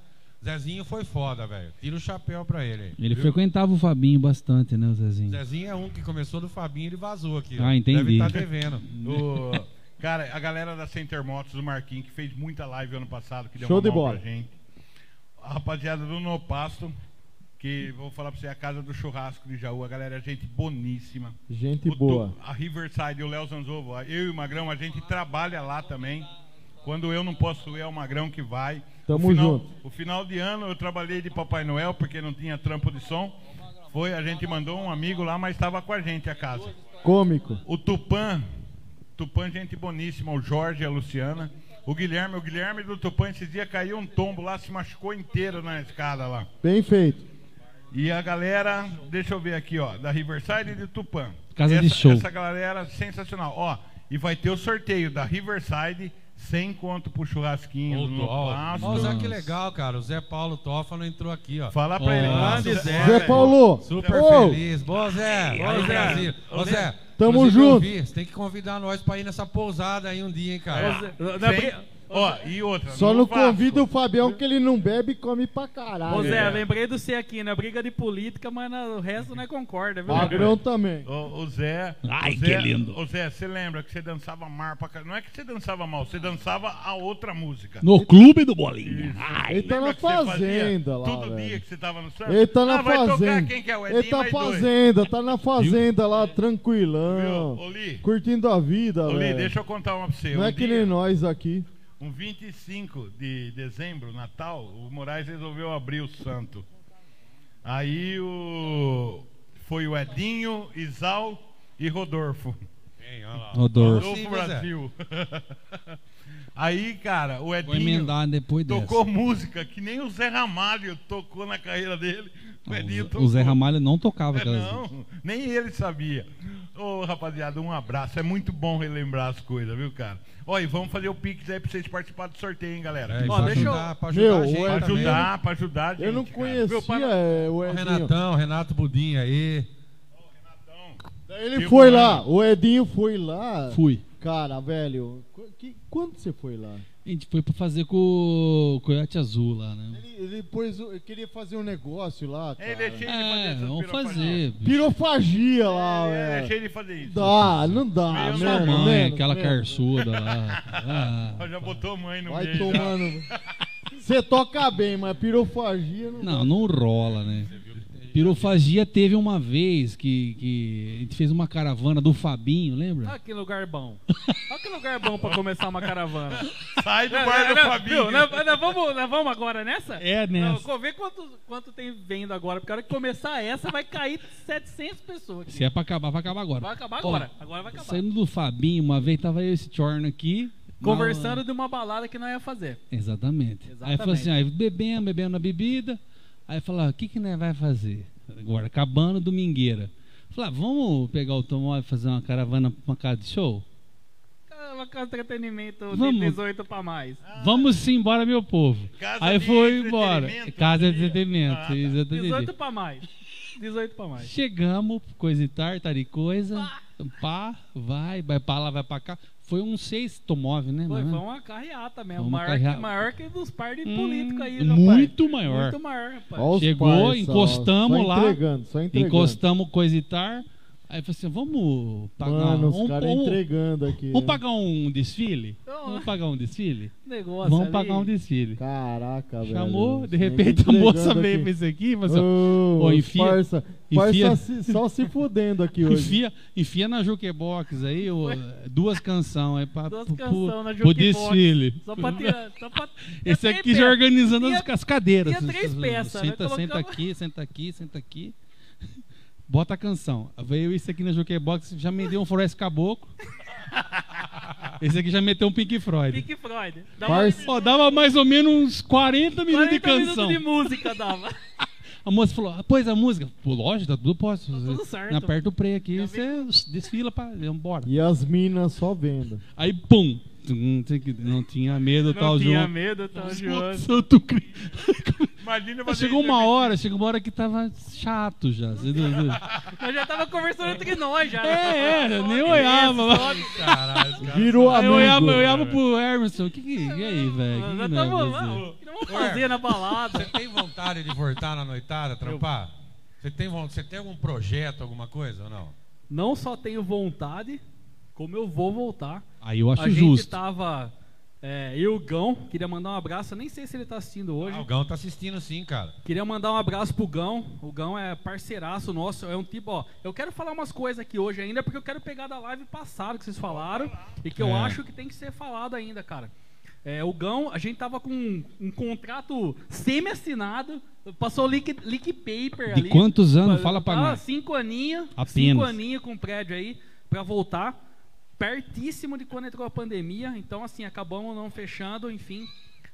Speaker 1: Zezinho foi foda, velho. Tira o chapéu pra ele. aí,
Speaker 3: Ele
Speaker 1: viu?
Speaker 3: frequentava o Fabinho bastante, né, o Zezinho?
Speaker 1: Zezinho é um que começou do Fabinho e ele vazou aqui.
Speaker 3: Ah,
Speaker 1: ó. Deve
Speaker 3: entendi.
Speaker 1: estar devendo.
Speaker 2: <laughs>
Speaker 5: O, cara, a galera da Center Motos, o Marquinhos, que fez muita live ano passado, que deu
Speaker 2: Show
Speaker 5: uma
Speaker 2: de
Speaker 5: mão
Speaker 2: bola.
Speaker 5: pra gente. A rapaziada do Nopasto, que vou falar pra você, é a casa do churrasco de Jaú, a galera é gente boníssima.
Speaker 2: Gente
Speaker 5: O to-
Speaker 2: boa.
Speaker 5: A Riverside, o Léo Zanzovo, a- eu e o Magrão, a gente trabalha lá também. Quando eu não posso, ir, é o Magrão que vai.
Speaker 2: Tamo
Speaker 5: o final,
Speaker 2: junto.
Speaker 5: O final de ano eu trabalhei de Papai Noel, porque não tinha trampo de som. Foi, a gente mandou um amigo lá, mas estava com a gente a casa.
Speaker 2: Cômico.
Speaker 5: O Tupã, Tupã, gente boníssima, o Jorge e a Luciana. O Guilherme, o Guilherme do Tupã, esses dias caiu um tombo lá, se machucou inteiro na escada lá.
Speaker 2: Bem feito.
Speaker 5: E a galera, deixa eu ver aqui, ó, da Riverside e de Tupã.
Speaker 3: Casa
Speaker 5: essa,
Speaker 3: de show.
Speaker 5: Essa galera sensacional. Ó, e vai ter o sorteio da Riverside, sem conto pro churrasquinho
Speaker 1: Ô,
Speaker 5: no
Speaker 1: Tó.
Speaker 5: pasto.
Speaker 1: Olha que legal, cara. O Zé Paulo Tófano entrou aqui, ó.
Speaker 5: Fala pra
Speaker 3: Ó.
Speaker 5: ele.
Speaker 1: Grande
Speaker 5: Nossa,
Speaker 1: Zé.
Speaker 2: Zé Paulo.
Speaker 1: Super
Speaker 2: ô,
Speaker 1: feliz. Boa, Zé.
Speaker 5: Aí,
Speaker 1: Aí,
Speaker 5: Zé.
Speaker 1: Brasil. Ô, Zé.
Speaker 2: Tamo
Speaker 1: inclusive, eu
Speaker 2: junto.
Speaker 1: vi, Você tem que convidar nós pra ir nessa pousada aí um dia, hein, cara.
Speaker 4: Ô, Zé,
Speaker 5: Sem-
Speaker 4: na bri-
Speaker 5: Ó, e outra.
Speaker 2: Só
Speaker 5: no
Speaker 2: não
Speaker 5: Vasco.
Speaker 2: convida o Fabião que ele não bebe e come pra caralho.
Speaker 4: Ô Zé,
Speaker 5: É.
Speaker 4: lembrei do você aqui, né? Briga de política, mas na- o resto não é concorda, viu?
Speaker 2: Fabião também.
Speaker 5: O, o Zé.
Speaker 3: Ai,
Speaker 5: o Zé,
Speaker 3: que lindo.
Speaker 5: O Zé, você lembra que você dançava mar pra caralho? Não é que você dançava mal, você dançava a outra música.
Speaker 3: No clube do Bolinha.
Speaker 2: Ele
Speaker 3: Ai.
Speaker 2: tá na
Speaker 5: Lembra que você fazia
Speaker 2: fazenda lá.
Speaker 5: Todo
Speaker 2: velho.
Speaker 5: dia que você tava no Santos.
Speaker 2: Ele tá na
Speaker 5: ah, vai
Speaker 2: fazenda.
Speaker 5: Tocar, quem que é? O Edinho
Speaker 2: ele tá na
Speaker 5: mais dois.
Speaker 2: fazenda, tá na fazenda lá,
Speaker 5: Viu? Ô,
Speaker 2: tranquilão.
Speaker 5: Li,
Speaker 2: Curtindo a vida,
Speaker 5: ô, Li,
Speaker 2: velho.
Speaker 5: deixa eu contar uma pra você.
Speaker 2: Não
Speaker 5: um
Speaker 2: é que
Speaker 5: dia-
Speaker 2: nem nós aqui.
Speaker 5: Um 25 de dezembro, Natal, o Moraes resolveu abrir o santo. Aí o. Foi o Edinho, Isal e Rodolfo.
Speaker 1: Hein, olha lá.
Speaker 3: Rodolfo.
Speaker 5: Rodolfo
Speaker 1: Sim, mas é.
Speaker 5: Brasil. <laughs> Aí, cara, o
Speaker 3: Vou
Speaker 5: Edinho
Speaker 3: emendar depois dessa.
Speaker 5: tocou música que nem o Zé Ramalho tocou na carreira dele. O Edinho
Speaker 3: Não, o-
Speaker 5: tocou.
Speaker 3: O Zé Ramalho não tocava
Speaker 5: É,
Speaker 3: aquelas.
Speaker 5: não, nem ele sabia. Ô, rapaziada, um abraço. É muito bom relembrar as coisas, viu, cara? Ó, e vamos fazer o Pix aí pra vocês participarem do sorteio, hein, galera?
Speaker 1: É,
Speaker 4: Ó,
Speaker 1: pra
Speaker 4: deixa eu-
Speaker 1: ajudar, pra
Speaker 2: Meu,
Speaker 1: ajudar a
Speaker 2: o
Speaker 1: gente
Speaker 5: pra
Speaker 2: Ed-
Speaker 1: também.
Speaker 5: ajudar, pra ajudar, gente.
Speaker 2: Eu não
Speaker 5: cara. Meu pai-
Speaker 2: conhecia é, o
Speaker 1: O
Speaker 2: Edinho.
Speaker 1: Renatão, Renato Budinha aí.
Speaker 2: Daí Ele
Speaker 5: Viu,
Speaker 2: foi
Speaker 5: mano?
Speaker 2: lá, o Edinho foi lá.
Speaker 3: Fui.
Speaker 2: Cara, velho, qu- que- quando você foi lá?
Speaker 3: A gente foi pra fazer com o Coyote Azul lá, né?
Speaker 2: Ele, ele pôs o- ele queria fazer um negócio lá, cara.
Speaker 5: Ele é cheio de fazer
Speaker 3: É,
Speaker 5: essas
Speaker 3: vamos
Speaker 5: pirofagias.
Speaker 3: fazer. bicho.
Speaker 2: Pirofagia lá,
Speaker 5: Ele é
Speaker 2: velho.
Speaker 5: cheio de fazer isso.
Speaker 2: Dá, não
Speaker 5: Meu
Speaker 2: dá,
Speaker 5: Deus,
Speaker 3: Sua
Speaker 2: menos,
Speaker 3: mãe,
Speaker 2: menos,
Speaker 3: aquela
Speaker 2: menos.
Speaker 3: carçuda lá.
Speaker 5: Ó,
Speaker 3: Ah,
Speaker 5: Já botou a mãe no
Speaker 2: Vai
Speaker 5: meio. já.
Speaker 2: tomando. Você toca bem, mas pirofagia não.
Speaker 3: não, não rola, né? Pirofagia teve uma vez que, que a gente fez uma caravana do Fabinho, lembra?
Speaker 4: Olha que lugar bom. Olha que lugar bom pra começar uma
Speaker 3: <laughs>
Speaker 4: caravana.
Speaker 5: Sai do
Speaker 4: Não,
Speaker 5: bar
Speaker 4: não,
Speaker 5: do
Speaker 4: não,
Speaker 5: Fabinho.
Speaker 4: viu? Nós- nós vamos, nós vamos agora nessa?
Speaker 3: É,
Speaker 4: Não,
Speaker 3: nessa.
Speaker 4: vou ver quanto, quanto tem vendo agora, porque a hora que começar essa vai cair 700 pessoas. aqui.
Speaker 3: Se é pra acabar, vai acabar agora.
Speaker 4: Vai acabar
Speaker 3: Ó,
Speaker 4: agora. Agora vai acabar.
Speaker 3: Saindo do Fabinho, uma vez tava eu e esse Chorno aqui.
Speaker 4: Conversando
Speaker 3: na-
Speaker 4: de uma balada que nós ia fazer.
Speaker 3: Exatamente. Aí
Speaker 4: Exatamente.
Speaker 3: falou assim, aí bebendo, bebendo a bebida. Aí falou, o que que nós vai fazer? Agora, acabando domingueira. Falei, ah, vamos pegar o automóvel e fazer uma caravana pra uma casa de show?
Speaker 4: Cara, com entretenimento de
Speaker 3: Vamos.
Speaker 4: 18 pra mais.
Speaker 3: Vamos sim, embora, meu povo.
Speaker 5: Casa
Speaker 3: aí
Speaker 5: de
Speaker 3: foi embora.
Speaker 5: entretenimento,
Speaker 3: Casa de
Speaker 5: seria?
Speaker 3: entretenimento.
Speaker 5: Ah, tá.
Speaker 3: exatamente.
Speaker 4: 18 pra mais. 18 pra mais.
Speaker 3: Chegamos, coisa e tar, tar e coisa. Então, Pá, vai, vai pra lá, vai pra cá. Foi um seis automóvel, né?
Speaker 4: Foi,
Speaker 3: mano?
Speaker 4: foi um uma carreata mesmo.
Speaker 3: Foi uma
Speaker 4: maior,
Speaker 3: carreata.
Speaker 4: Que, maior que dos par de
Speaker 3: Hum,
Speaker 4: político aí, rapaz.
Speaker 3: muito maior.
Speaker 4: Muito maior, rapaz.
Speaker 2: Ó os
Speaker 3: Chegou,
Speaker 2: parça, ó,
Speaker 3: encostamos
Speaker 2: só
Speaker 3: lá,
Speaker 2: Entregando, só entregando.
Speaker 3: Encostamos, coisa e tar. Aí falou assim: vamos pagar
Speaker 2: Mano,
Speaker 3: um.
Speaker 2: os caras
Speaker 3: um-
Speaker 2: entregando aqui. né?
Speaker 3: Vamos pagar um desfile?
Speaker 4: Não.
Speaker 3: Vamos pagar um desfile?
Speaker 4: Negócio
Speaker 3: Vamos
Speaker 4: ali.
Speaker 3: pagar um desfile.
Speaker 2: Caraca, velho.
Speaker 3: Chamou, de
Speaker 2: Os
Speaker 3: repente a
Speaker 2: negros
Speaker 3: moça
Speaker 2: entregando
Speaker 3: veio pra
Speaker 2: aqui.
Speaker 3: isso aqui e falou assim: ó,
Speaker 2: Ô,
Speaker 3: Ô,
Speaker 2: os
Speaker 3: enfia-
Speaker 2: parça,
Speaker 3: enfia-
Speaker 2: parça se- só se fudendo
Speaker 3: <laughs>
Speaker 2: aqui hoje.
Speaker 3: Enfia, enfia na Jukebox aí, ô, duas canções. Aí pra,
Speaker 4: Duas
Speaker 3: pro-
Speaker 4: canção na
Speaker 3: pro
Speaker 4: Jukebox.
Speaker 3: desfile.
Speaker 4: Só pra tirar. Só pra,
Speaker 3: <laughs> Esse
Speaker 4: tinha
Speaker 3: aqui
Speaker 4: três
Speaker 3: já
Speaker 4: peças.
Speaker 3: organizando
Speaker 4: Tinha-
Speaker 3: as, as cadeiras.
Speaker 4: tinha três peças, né?
Speaker 3: Senta, senta
Speaker 4: Colocava-
Speaker 3: aqui, senta aqui, senta aqui. Bota a canção. Veio isso aqui na Jukebox, já me deu um Forest
Speaker 4: <laughs>
Speaker 3: Caboclo. Esse aqui já meteu um Pink Freud.
Speaker 4: Pink Freud. Dá um
Speaker 2: Parça.
Speaker 3: Ó, dava mais ou menos uns 40 minutos de
Speaker 4: 40
Speaker 3: canção.
Speaker 4: minutos de música dava.
Speaker 3: A moça falou, ah, pois a música. Pô, lógico, tá tudo posto.
Speaker 4: Tá tudo certo.
Speaker 3: Aperta o play aqui, você desfila pra. Vambora.
Speaker 2: E as minas só vendo.
Speaker 3: Aí, pum! Tum, tum, tum, Não tinha medo,
Speaker 4: Não
Speaker 3: tal,
Speaker 4: tinha
Speaker 3: João.
Speaker 4: medo, tal João.
Speaker 3: Santo Cristo. <laughs>
Speaker 5: Imagina
Speaker 3: Mas
Speaker 5: fazer
Speaker 3: Chegou
Speaker 5: isso
Speaker 3: uma
Speaker 5: aqui.
Speaker 3: hora, chegou uma hora que tava chato já. Você entendeu?
Speaker 4: Nós já tava conversando entre nós já.
Speaker 3: É, era, nem olhava. mas-
Speaker 1: Caralho, os caras
Speaker 2: Virou é
Speaker 3: Aí
Speaker 2: amigo.
Speaker 3: Eu olhava, eu olhava pro Emerson, o que que e aí, velho? O que é
Speaker 4: Nós
Speaker 3: que nós
Speaker 4: tamo
Speaker 3: vamos
Speaker 4: lá.
Speaker 3: fazer?
Speaker 4: O que nós vamos fazer na balada?
Speaker 1: Você tem vontade de voltar na noitada, trampar? Você tem, von- você tem algum projeto, alguma coisa ou não?
Speaker 4: Não só tenho vontade, como eu vou voltar.
Speaker 3: Aí eu
Speaker 4: a
Speaker 3: acho
Speaker 4: gente tá-
Speaker 3: justo.
Speaker 4: tava. É, eu, o Gão, queria mandar um abraço. eu Nem sei se ele tá assistindo hoje.
Speaker 1: Ah, o Gão tá assistindo sim, cara.
Speaker 4: Queria mandar um abraço pro Gão. O Gão é parceiraço nosso. É um tipo, ó. Eu quero falar umas coisas aqui hoje ainda, porque eu quero pegar da live passada que vocês falaram e que eu
Speaker 3: É.
Speaker 4: acho que tem que ser falado ainda, cara. É, o Gão, a gente tava com um, um contrato semi-assinado. Passou o leak, leak paper
Speaker 3: De
Speaker 4: ali.
Speaker 3: quantos anos? Fala pra
Speaker 4: Ah,
Speaker 3: nós.
Speaker 4: Cinco aninhos.
Speaker 3: Apenas.
Speaker 4: Cinco aninhos com o prédio aí pra voltar. pertíssimo de quando entrou a pandemia. Então, assim, acabamos não fechando, enfim.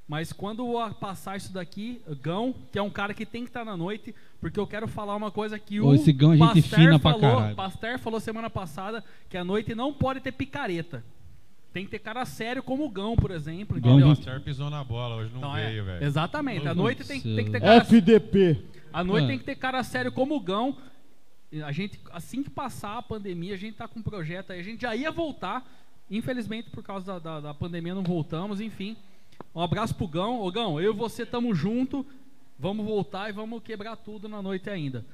Speaker 4: Mas quando a- passar isso daqui, Gão, que é um cara que tem que estar na noite, porque eu quero falar uma coisa que
Speaker 3: Ô,
Speaker 4: o
Speaker 3: esse Gão é gente fina pra
Speaker 4: falou,
Speaker 3: caralho.
Speaker 4: Pasteur falou semana passada que a noite não pode ter picareta. Tem que ter cara sério como o Gão, por exemplo.
Speaker 3: Gão, é
Speaker 4: entendeu?
Speaker 1: O Star pisou na bola hoje, não
Speaker 4: Então, é,
Speaker 1: veio, velho.
Speaker 4: Exatamente. A noite tem, tem que ter
Speaker 2: É,
Speaker 4: cara
Speaker 2: FDP.
Speaker 4: a noite
Speaker 3: Ah.
Speaker 4: tem que ter cara sério como o Gão. E A gente, assim que passar a pandemia, a gente tá com um projeto aí. A gente já ia voltar. Infelizmente, por causa da, da, da pandemia, não voltamos, enfim. Um abraço pro Gão. Ô Gão, eu e você tamo junto. Vamos voltar e vamos quebrar tudo na noite ainda.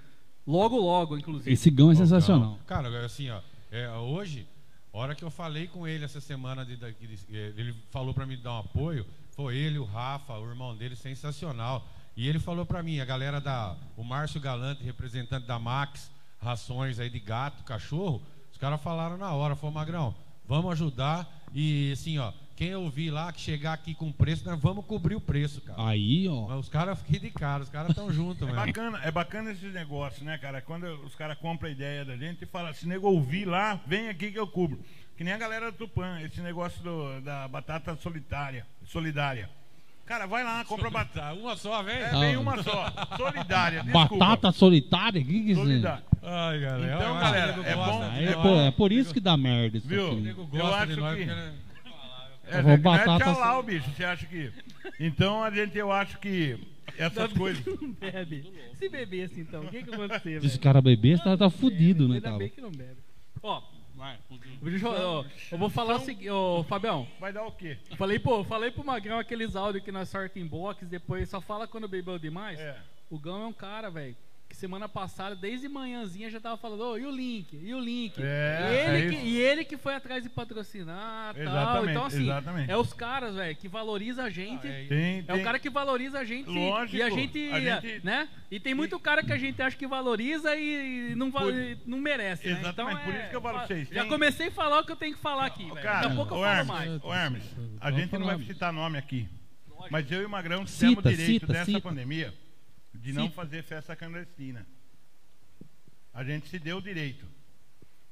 Speaker 4: Logo, logo, inclusive.
Speaker 3: Esse Gão é
Speaker 1: Então,
Speaker 3: sensacional.
Speaker 1: Cara, assim, ó, é, hoje, a hora que eu falei com ele essa semana, de, da- que ele- eh, ele falou pra me dar um apoio, foi ele, o Rafa, o irmão dele, sensacional. E ele falou pra mim, a galera da. O Márcio Galante, representante da Max, rações aí de gato, cachorro, os caras falaram na hora, falou, Magrão, vamos ajudar. E assim, ó, quem ouvir lá, que chegar aqui com preço, nós vamos cobrir o preço, cara.
Speaker 3: Aí, ó.
Speaker 1: Mas os caras fiquem de cara, os caras estão <laughs> juntos,
Speaker 5: É
Speaker 1: mano.
Speaker 5: bacana, é bacana esse negócio, né, cara? Quando os caras compram a ideia da gente e falam, se nego ouvir lá, vem aqui que eu cubro. Que nem a galera do Tupan, esse negócio do- da batata solitária, solidária. Cara, vai lá, compra batata.
Speaker 1: Tá, uma só, velho?
Speaker 5: É, vem uma só. Solidária, desculpa.
Speaker 3: Ah. Batata solitária? O que que é isso?
Speaker 5: Solidária.
Speaker 1: Ai, galera.
Speaker 5: Então,
Speaker 1: olha,
Speaker 5: galera,
Speaker 1: nego
Speaker 5: é
Speaker 1: gosta,
Speaker 5: bom-
Speaker 1: né?
Speaker 3: Aí,
Speaker 1: Olha,
Speaker 3: pô, é por isso que dá merda isso
Speaker 5: Viu?
Speaker 1: O
Speaker 3: aqui.
Speaker 1: nego
Speaker 5: Eu
Speaker 1: gosta
Speaker 5: acho
Speaker 1: de nós
Speaker 5: que-
Speaker 1: porque... né?
Speaker 5: É,
Speaker 3: Vou
Speaker 5: é que não é
Speaker 3: batata assim.
Speaker 5: tchalau, bicho, você acha que... Então, a gente, eu acho que essas coisas...
Speaker 4: Não bebe. Se bebesse, então, o que que aconteceu?
Speaker 3: Se os caras beber, esse cara tá fudido, né,
Speaker 4: Ainda
Speaker 3: tava?
Speaker 4: bem que não bebe. Ó, deixa eu, ó, eu vou falar o seguinte, ô Fabião.
Speaker 5: Vai dar o quê?
Speaker 4: Falei, pô, falei pro Magrão aqueles áudios que nós sorta em box, depois só fala quando bebeu demais.
Speaker 5: É.
Speaker 4: O Gão é um cara, velho, que semana passada, desde manhãzinha, já tava falando, ô, e o link? E o link?
Speaker 5: É,
Speaker 4: e, ele
Speaker 5: é
Speaker 4: que,
Speaker 5: isso.
Speaker 4: e ele que foi atrás de patrocinar e tal.
Speaker 5: Exatamente,
Speaker 4: Então, assim,
Speaker 5: exatamente.
Speaker 4: é os caras, velho, que valoriza a gente.
Speaker 1: Ah, é
Speaker 4: é...
Speaker 5: Tem, tem...
Speaker 4: o cara que valoriza a gente
Speaker 5: Lógico,
Speaker 4: e a gente,
Speaker 5: a gente-
Speaker 4: né? E tem muito cara que a gente acha que valoriza e não, val-
Speaker 5: Por-
Speaker 4: não merece. né?
Speaker 5: Exatamente,
Speaker 4: Então,
Speaker 5: por
Speaker 4: é-
Speaker 5: isso que eu falo pra vocês,
Speaker 4: Já
Speaker 5: tem-
Speaker 4: comecei a falar o que eu tenho que falar aqui, velho. Daqui
Speaker 5: Cara,
Speaker 4: a pouco eu
Speaker 5: ô
Speaker 4: falo
Speaker 5: Hermes,
Speaker 4: mais.
Speaker 5: ô Hermes, a
Speaker 3: Vamos
Speaker 5: gente não vai
Speaker 3: falar.
Speaker 5: citar nome aqui. Mas eu e o Magrão
Speaker 3: tá Cita,
Speaker 5: tivemos direito
Speaker 3: cita,
Speaker 5: dessa
Speaker 3: cita.
Speaker 5: pandemia de não
Speaker 3: Cita.
Speaker 5: fazer festa clandestina. A gente se deu o direito.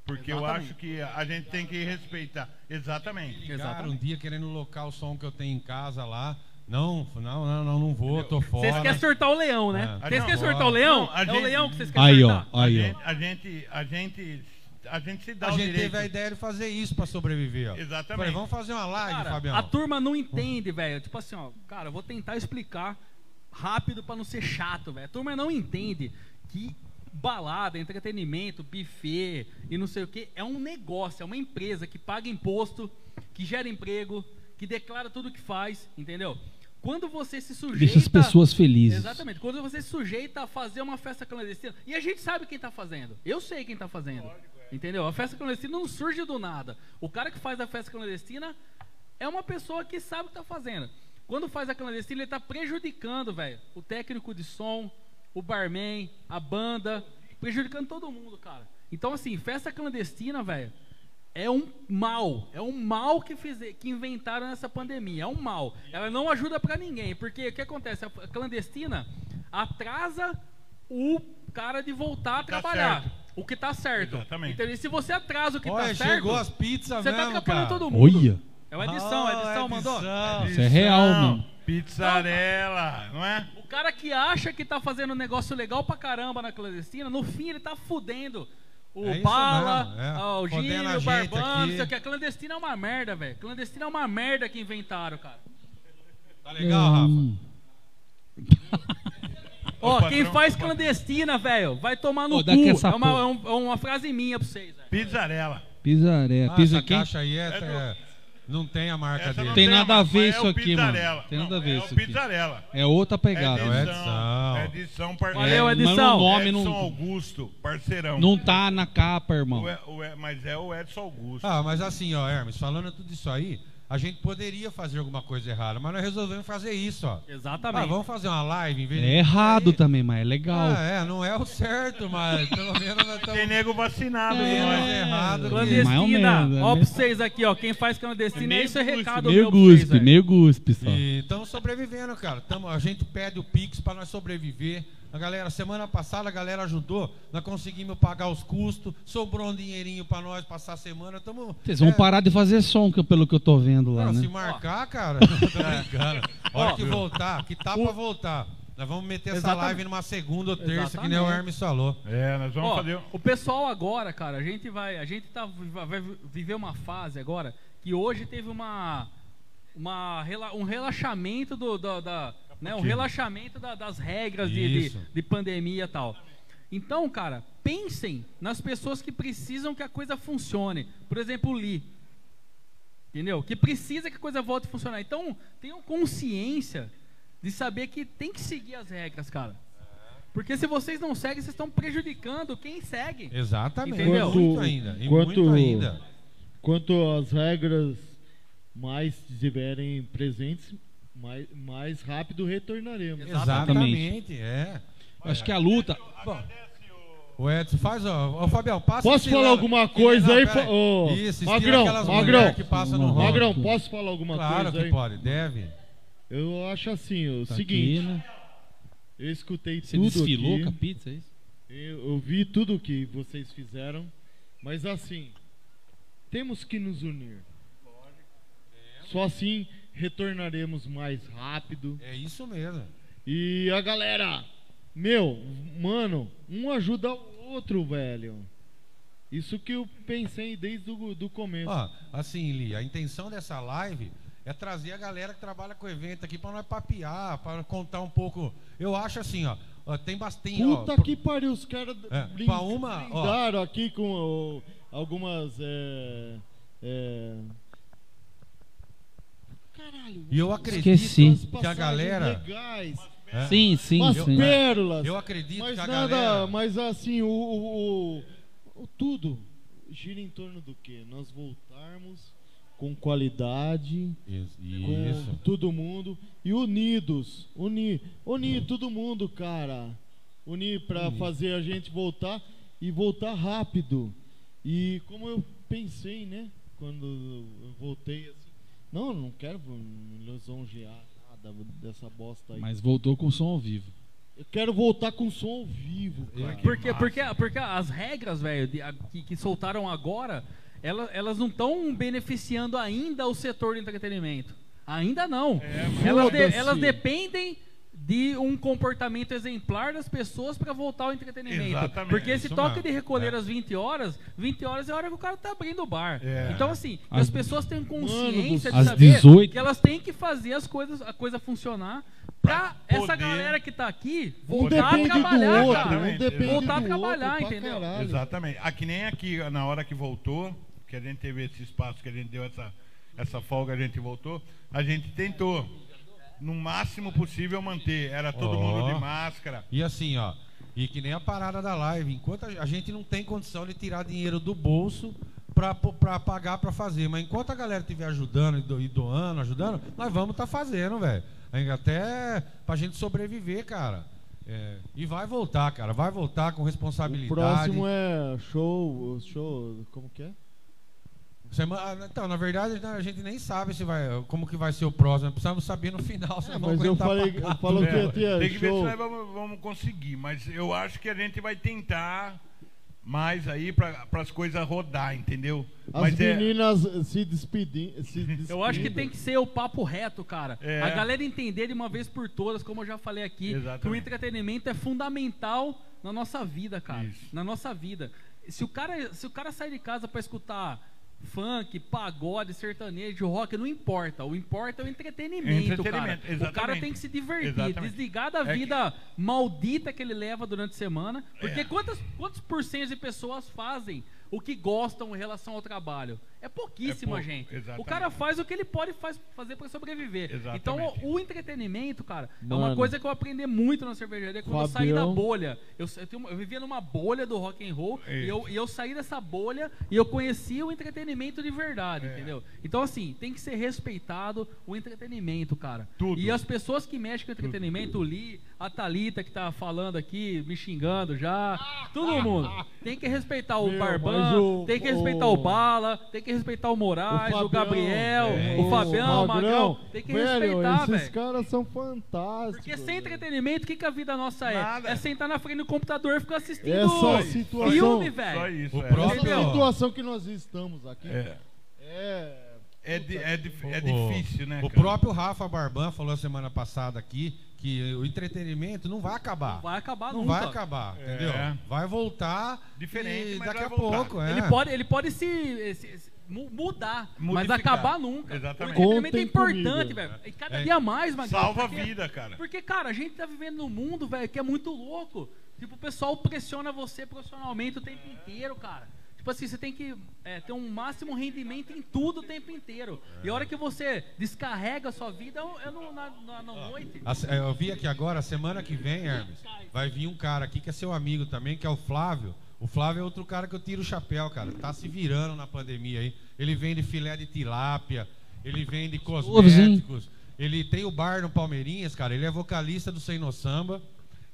Speaker 5: Porque eu
Speaker 4: Exatamente.
Speaker 5: acho que a gente tem que respeitar. Exatamente.
Speaker 1: Cara, um dia querendo locar o som que eu tenho em casa lá. Não, não, não, não, não vou, tô fora.
Speaker 4: Vocês querem surtar o leão, né?
Speaker 5: Ah.
Speaker 4: Vocês
Speaker 5: Não,
Speaker 4: querem
Speaker 5: bora.
Speaker 4: surtar o leão?
Speaker 5: Não, a
Speaker 4: É o
Speaker 5: gente-
Speaker 4: leão que vocês querem
Speaker 3: Aí, ó.
Speaker 4: surtar.
Speaker 5: A
Speaker 3: Aí,
Speaker 5: gente,
Speaker 3: ó.
Speaker 5: a gente, a gente, a gente se dá
Speaker 1: A
Speaker 5: o
Speaker 1: gente
Speaker 5: direito.
Speaker 1: teve a ideia de fazer isso pra sobreviver, ó.
Speaker 5: Exatamente.
Speaker 1: Falei, vamos fazer uma live,
Speaker 4: Cara,
Speaker 1: Fabião.
Speaker 4: a turma não entende, velho. Tipo assim, ó, cara, eu vou tentar explicar rápido pra não ser chato, velho. A turma não entende que balada, entretenimento, buffet e não sei o que é um negócio, é uma empresa que paga imposto, que gera emprego, que declara tudo que faz, entendeu? Quando você se sujeita
Speaker 3: Deixa as pessoas felizes.
Speaker 4: Exatamente. Quando você se sujeita a fazer uma festa clandestina. E a gente sabe quem tá fazendo. Eu sei quem tá fazendo. Entendeu? A festa clandestina não surge do nada. O cara que faz a festa clandestina é uma pessoa que sabe o que tá fazendo. Quando faz a clandestina, ele tá prejudicando, velho, o técnico de som, o barman, a banda, prejudicando todo mundo, cara. Então, assim, festa clandestina, velho, é um mal, é um mal que fize- que inventaram nessa pandemia, é um mal. Ela não ajuda pra ninguém, porque o que acontece? A clandestina atrasa o cara de voltar a
Speaker 5: tá
Speaker 4: trabalhar.
Speaker 5: certo.
Speaker 4: O que tá certo.
Speaker 5: Exatamente.
Speaker 4: Entendeu? E se você atrasa o que
Speaker 1: Olha,
Speaker 4: tá certo,
Speaker 1: chegou as pizzas
Speaker 4: você
Speaker 1: mesmo,
Speaker 4: tá atrapalhando
Speaker 1: cara.
Speaker 4: todo mundo.
Speaker 3: Olha.
Speaker 4: É uma edição, a edição,
Speaker 1: Ah,
Speaker 4: mandou.
Speaker 5: Tá
Speaker 1: edição.
Speaker 3: Isso é real, mano.
Speaker 5: Pizzarela, não é?
Speaker 4: O cara que acha que tá fazendo um negócio legal pra caramba na clandestina, no fim ele tá fudendo. O
Speaker 1: É isso
Speaker 4: Bala,
Speaker 1: mesmo, é.
Speaker 4: ah, o
Speaker 1: Fodendo a
Speaker 4: Gil, o
Speaker 1: gente
Speaker 4: Barbano,
Speaker 1: aqui.
Speaker 4: não sei o que. A clandestina é uma merda, velho. Clandestina é uma merda que inventaram, cara.
Speaker 1: Tá legal, Rafa?
Speaker 3: Hum.
Speaker 4: Ó,
Speaker 5: patrão-
Speaker 4: quem faz clandestina, velho, vai tomar no
Speaker 3: Ô, daqui
Speaker 4: cu.
Speaker 3: essa
Speaker 4: É uma,
Speaker 3: porra.
Speaker 4: é um- é uma frase minha pra vocês, velho.
Speaker 5: Pizzarela.
Speaker 3: Pisaré.
Speaker 1: Ah,
Speaker 3: Pisa
Speaker 1: essa
Speaker 3: quem?
Speaker 1: caixa aí é, é- não tem a marca
Speaker 5: Essa
Speaker 1: dele.
Speaker 5: não
Speaker 3: Tem
Speaker 5: a
Speaker 3: nada
Speaker 5: marca,
Speaker 3: a ver
Speaker 5: mas
Speaker 3: isso
Speaker 5: o
Speaker 3: aqui,
Speaker 5: Pizzarela.
Speaker 3: mano. Tem
Speaker 5: Não,
Speaker 3: nada a ver
Speaker 5: é
Speaker 3: isso
Speaker 5: o
Speaker 3: aqui.
Speaker 5: Pizzarela.
Speaker 3: É outra pegada.
Speaker 1: Não, é
Speaker 5: edição.
Speaker 1: edição.
Speaker 5: Edição par-
Speaker 4: Valeu,
Speaker 5: é,
Speaker 4: Edição.
Speaker 3: Mas o nome
Speaker 5: Edson
Speaker 3: não,
Speaker 5: Augusto, parceirão.
Speaker 3: não tá na capa, irmão.
Speaker 5: O E- o E- mas é o Edson Augusto.
Speaker 1: Ah, mas assim, ó, Hermes, falando tudo isso aí, a gente poderia fazer alguma coisa errada, mas nós resolvemos fazer isso, ó. Ah,
Speaker 4: Exatamente.
Speaker 1: vamos fazer uma live em vez de-
Speaker 3: É errado
Speaker 1: Aí-
Speaker 3: também, mas é legal.
Speaker 1: Ah, é, não é o certo, mas pelo menos nós
Speaker 5: Tem
Speaker 1: estamos
Speaker 5: nego vacinado,
Speaker 3: É.
Speaker 5: nós.
Speaker 1: errado.
Speaker 3: Clandestino.
Speaker 1: que-
Speaker 3: Mais ou
Speaker 4: Clandestina,
Speaker 3: menos, é
Speaker 4: ó pra
Speaker 3: meio-
Speaker 4: vocês aqui, ó. Quem faz clandestina,
Speaker 5: É meio
Speaker 4: esse né? é
Speaker 5: cuspe,
Speaker 4: recado
Speaker 3: Meio
Speaker 4: meu pra vocês,
Speaker 3: guspe,
Speaker 4: velho.
Speaker 1: É.
Speaker 3: meio guspe só.
Speaker 1: E estamos sobrevivendo, cara. Tamo, a gente pede o Pix para nós sobreviver. A galera, semana passada a galera ajudou, nós conseguimos pagar os custos, sobrou um dinheirinho pra nós passar a semana. Tamo,
Speaker 3: Vocês vão
Speaker 1: é,
Speaker 3: parar de fazer som, que- pelo que eu tô vendo lá,
Speaker 1: não,
Speaker 3: né?
Speaker 1: se marcar, cara, <laughs> tô brincando. A hora
Speaker 4: Ó,
Speaker 1: que voltar, que tá pra voltar. Nós vamos meter essa
Speaker 4: Exatamente.
Speaker 1: live numa segunda ou terça, que nem o
Speaker 4: Exatamente.
Speaker 1: Hermes falou.
Speaker 5: É, nós vamos
Speaker 4: Ó,
Speaker 5: fazer.
Speaker 4: O pessoal agora, cara, a gente vai, a gente tá vai viver uma fase agora que hoje teve uma uma rela- um relaxamento do da, da- né, um relaxamento da- das regras de,
Speaker 1: Isso.
Speaker 4: de, de pandemia e tal. Então, cara, pensem nas pessoas que precisam que a coisa funcione. Por exemplo, o Lee. Entendeu? Que precisa que a coisa volte a funcionar. Então, tenham consciência de saber que tem que seguir as regras, cara. Porque se vocês não seguem, vocês estão prejudicando quem segue.
Speaker 1: Exatamente.
Speaker 4: Entendeu?
Speaker 1: E muito ainda. E
Speaker 2: Quanto-
Speaker 1: muito ainda.
Speaker 2: Quanto às regras mais estiverem presentes, mais, mais rápido retornaremos.
Speaker 1: Exatamente, é.
Speaker 3: Eu acho que a luta.
Speaker 1: Tá O Edson faz, ó. Ô, Fabião, passa
Speaker 2: Posso
Speaker 1: esse
Speaker 2: falar
Speaker 1: lá-
Speaker 2: alguma coisa
Speaker 1: Não,
Speaker 2: aí,
Speaker 1: pera
Speaker 2: fa- ô,
Speaker 1: Isso, estira
Speaker 2: Magrão,
Speaker 1: aquelas mulher
Speaker 2: Magrão.
Speaker 1: que passa no rock.
Speaker 2: Magrão, posso falar alguma
Speaker 1: Claro
Speaker 2: coisa
Speaker 1: que
Speaker 2: aí?
Speaker 1: pode, deve.
Speaker 2: Eu acho assim, o
Speaker 3: Tá
Speaker 2: seguinte,
Speaker 3: aqui, né?
Speaker 2: eu escutei
Speaker 3: Você
Speaker 2: tudo
Speaker 3: desfilou
Speaker 2: aqui,
Speaker 3: com a pizza, é isso?
Speaker 2: eu, eu vi tudo que vocês fizeram, mas assim, temos que nos unir. Só assim retornaremos mais rápido.
Speaker 1: É isso mesmo.
Speaker 2: E a galera, meu, mano, um ajuda o outro, velho. Isso que eu pensei desde o do começo.
Speaker 1: Ó, assim, Li, a intenção dessa live é trazer a galera que trabalha com o evento aqui pra nós papear, pra contar um pouco. Eu acho assim, ó, ó, tem bastante.
Speaker 2: Puta
Speaker 1: ó, pro-
Speaker 2: que pariu, os caras
Speaker 1: É,
Speaker 2: brin-
Speaker 1: pra uma, ó.
Speaker 2: brindaram aqui com ó, algumas. É, é, Caralho,
Speaker 1: E eu acredito
Speaker 3: Esqueci.
Speaker 2: umas
Speaker 1: que a
Speaker 2: passagens
Speaker 1: galera.
Speaker 2: Legais,
Speaker 1: É.
Speaker 3: Sim, sim,
Speaker 2: umas
Speaker 3: sim.
Speaker 2: pérolas.
Speaker 1: Eu acredito
Speaker 2: mas
Speaker 1: que a
Speaker 2: nada,
Speaker 1: galera.
Speaker 2: mas assim, o, o- o- o tudo gira em torno do quê? Nós voltarmos com qualidade,
Speaker 1: Isso.
Speaker 2: com
Speaker 1: isso.
Speaker 2: todo mundo e unidos, unir, unir
Speaker 4: Hum.
Speaker 2: todo mundo, cara. Unir pra fazer a gente voltar e voltar rápido. E como eu pensei, né, quando eu voltei assim, não, não quero me lisonjear nada dessa bosta aí.
Speaker 3: Mas voltou com som ao vivo.
Speaker 1: Tá
Speaker 2: Eu quero voltar com som ao vivo,
Speaker 4: É
Speaker 2: cara.
Speaker 4: Porque, porque, porque as regras, velho, de- a- que, que soltaram agora, ela- elas, não estão beneficiando ainda o setor do entretenimento. Ainda não. elas, de-
Speaker 2: Foda-se.
Speaker 4: elas dependem de um comportamento exemplar das pessoas para voltar ao entretenimento.
Speaker 5: Exatamente,
Speaker 4: porque esse
Speaker 1: isso
Speaker 4: toque
Speaker 1: mesmo.
Speaker 4: de recolher às 20 horas, 20 horas é a hora que o cara tá abrindo o bar.
Speaker 5: É.
Speaker 4: Então, assim, que
Speaker 3: Às-
Speaker 4: as pessoas têm consciência de
Speaker 3: às
Speaker 4: saber
Speaker 3: 18.
Speaker 4: que elas têm que fazer as coisas, a coisa funcionar pra
Speaker 5: Pra
Speaker 4: essa
Speaker 5: poder-
Speaker 4: galera que tá aqui
Speaker 2: Um
Speaker 4: voltar a
Speaker 2: depende
Speaker 4: trabalhar,
Speaker 2: do outro,
Speaker 4: cara.
Speaker 2: um depende
Speaker 4: Voltar a
Speaker 2: do
Speaker 4: trabalhar,
Speaker 2: outro, pra
Speaker 4: entendeu?
Speaker 2: caralho.
Speaker 5: Exatamente. Ah, que nem aqui, na hora que voltou, que a gente teve esse espaço, que a gente deu essa, essa folga, a gente voltou, a gente tentou, no máximo possível, manter. Era todo
Speaker 1: Ó.
Speaker 5: mundo de máscara.
Speaker 1: E assim, ó. E que nem a parada da live. Enquanto a, a gente não tem condição de tirar dinheiro do bolso pra, po- pra pagar pra fazer. Mas enquanto a galera estiver ajudando e, do- e doando, ajudando, nós vamos tá fazendo, velho. Ainda Até pra gente sobreviver, cara. É, e vai voltar, cara. Vai voltar com
Speaker 2: O
Speaker 1: responsabilidade.
Speaker 2: próximo é show, show, como que é?
Speaker 1: Semana- ah, então, na verdade, a gente nem sabe se vai, como que vai ser o próximo. Precisamos saber no final.
Speaker 4: Ah,
Speaker 1: Se nós vamos
Speaker 2: É, mas eu
Speaker 1: aguentar
Speaker 2: falei,
Speaker 1: pagar.
Speaker 2: eu falou que
Speaker 5: É,
Speaker 2: ia ter
Speaker 5: tem que ver se
Speaker 2: show.
Speaker 5: nós vamos, vamos conseguir, mas eu acho que a gente vai tentar mais aí para as coisas rodar, entendeu?
Speaker 2: As
Speaker 5: mas é-
Speaker 2: meninas se despedindo. Se despedindo.
Speaker 4: Eu acho que tem que ser o papo reto, cara.
Speaker 5: É.
Speaker 4: A galera entender de uma vez por todas, como eu já falei aqui, que o
Speaker 5: Exatamente.
Speaker 4: entretenimento é fundamental na nossa vida, cara.
Speaker 5: Isso.
Speaker 4: Na nossa vida. Se o cara, se o cara sai de casa pra escutar funk, pagode, sertanejo, rock, não importa. O importa é o entretenimento,
Speaker 5: Entretenimento,
Speaker 4: cara. O cara
Speaker 5: exatamente.
Speaker 4: tem que se divertir,
Speaker 5: Exatamente.
Speaker 4: desligar da
Speaker 5: É que-
Speaker 4: vida maldita que ele leva durante a semana, porque
Speaker 5: É.
Speaker 4: quantas quantos porcentos de pessoas fazem o que gostam em relação ao trabalho? É pouquíssima,
Speaker 5: pouco,
Speaker 4: gente. O
Speaker 5: exatamente.
Speaker 4: cara faz o que ele pode faz- fazer para sobreviver.
Speaker 5: Exatamente.
Speaker 4: Então, o, o entretenimento, cara, é uma
Speaker 2: Mano.
Speaker 4: coisa que eu aprendi muito na cervejaria quando eu saí da
Speaker 2: Fabião.
Speaker 4: bolha. Eu, sa- eu tenho uma- eu vivia numa bolha do rock and roll e
Speaker 2: É.
Speaker 5: Isso.
Speaker 4: eu, e eu saí dessa bolha e eu conheci o entretenimento de
Speaker 2: É.
Speaker 4: verdade, entendeu? Então, assim, tem que ser respeitado o entretenimento, cara.
Speaker 5: Tudo.
Speaker 4: E as pessoas que mexem com entretenimento, o Li, a Thalita que tá falando aqui, me xingando já, todo mundo. Tem que respeitar o
Speaker 2: Ah. Meu, mas
Speaker 4: Barbão,
Speaker 2: o-
Speaker 4: tem que respeitar
Speaker 2: o-
Speaker 4: o Bala, tem que que respeitar o Moraes,
Speaker 2: Fabião,
Speaker 4: o, Gabriel,
Speaker 1: é.
Speaker 4: o Fabião, o Magrão. Tem que
Speaker 2: velho,
Speaker 4: respeitar,
Speaker 2: Esses
Speaker 4: velho.
Speaker 2: caras são fantásticos.
Speaker 4: Porque sem
Speaker 2: velho.
Speaker 4: entretenimento, o que, que a vida nossa é?
Speaker 5: Nada.
Speaker 4: É sentar na frente do computador e ficar assistindo
Speaker 2: É só
Speaker 5: Só
Speaker 2: situação.
Speaker 4: filme,
Speaker 5: Só
Speaker 4: velho.
Speaker 5: isso.
Speaker 1: O
Speaker 5: é.
Speaker 1: próximo-
Speaker 2: Essa
Speaker 1: Ó.
Speaker 2: situação que nós estamos aqui é.
Speaker 5: É, é, di- é di- é difícil, né?
Speaker 1: O
Speaker 5: cara?
Speaker 1: próprio Rafa Barban falou a semana passada aqui que o entretenimento não vai acabar.
Speaker 4: Vai acabar
Speaker 1: Não
Speaker 4: nunca.
Speaker 1: vai acabar, entendeu?
Speaker 5: É.
Speaker 1: Vai voltar.
Speaker 5: Diferente,
Speaker 1: e
Speaker 5: mas
Speaker 1: daqui
Speaker 5: vai
Speaker 1: a
Speaker 5: voltar.
Speaker 1: pouco. É.
Speaker 4: Ele pode, ele pode se, se- se mu- mudar, mas
Speaker 5: Modificar.
Speaker 4: acabar nunca.
Speaker 5: Exatamente.
Speaker 4: O entretenimento
Speaker 2: Contem
Speaker 4: é
Speaker 2: comigo.
Speaker 4: importante, velho. E cada
Speaker 1: É.
Speaker 4: dia mais, Magrão.
Speaker 5: Salva a
Speaker 4: porque-
Speaker 5: vida, cara.
Speaker 4: Porque, cara, a gente tá vivendo num mundo, velho, que é muito louco. Tipo, o pessoal pressiona você profissionalmente o tempo inteiro, cara. Tipo assim, você tem que é, ter um máximo rendimento em tudo o tempo inteiro. E a hora que você descarrega a sua vida é no- na, na- na noite.
Speaker 1: A se- Eu vi aqui agora, semana que vem, Hermes, vai vir um cara aqui que é seu amigo também, que é o Flávio. O Flávio é outro cara que eu tiro o chapéu, cara. Tá se virando na pandemia aí. Ele vende filé de tilápia, ele vende cosméticos. Ele tem o bar no Palmeirinhas, cara. Ele é vocalista do Sem No Samba.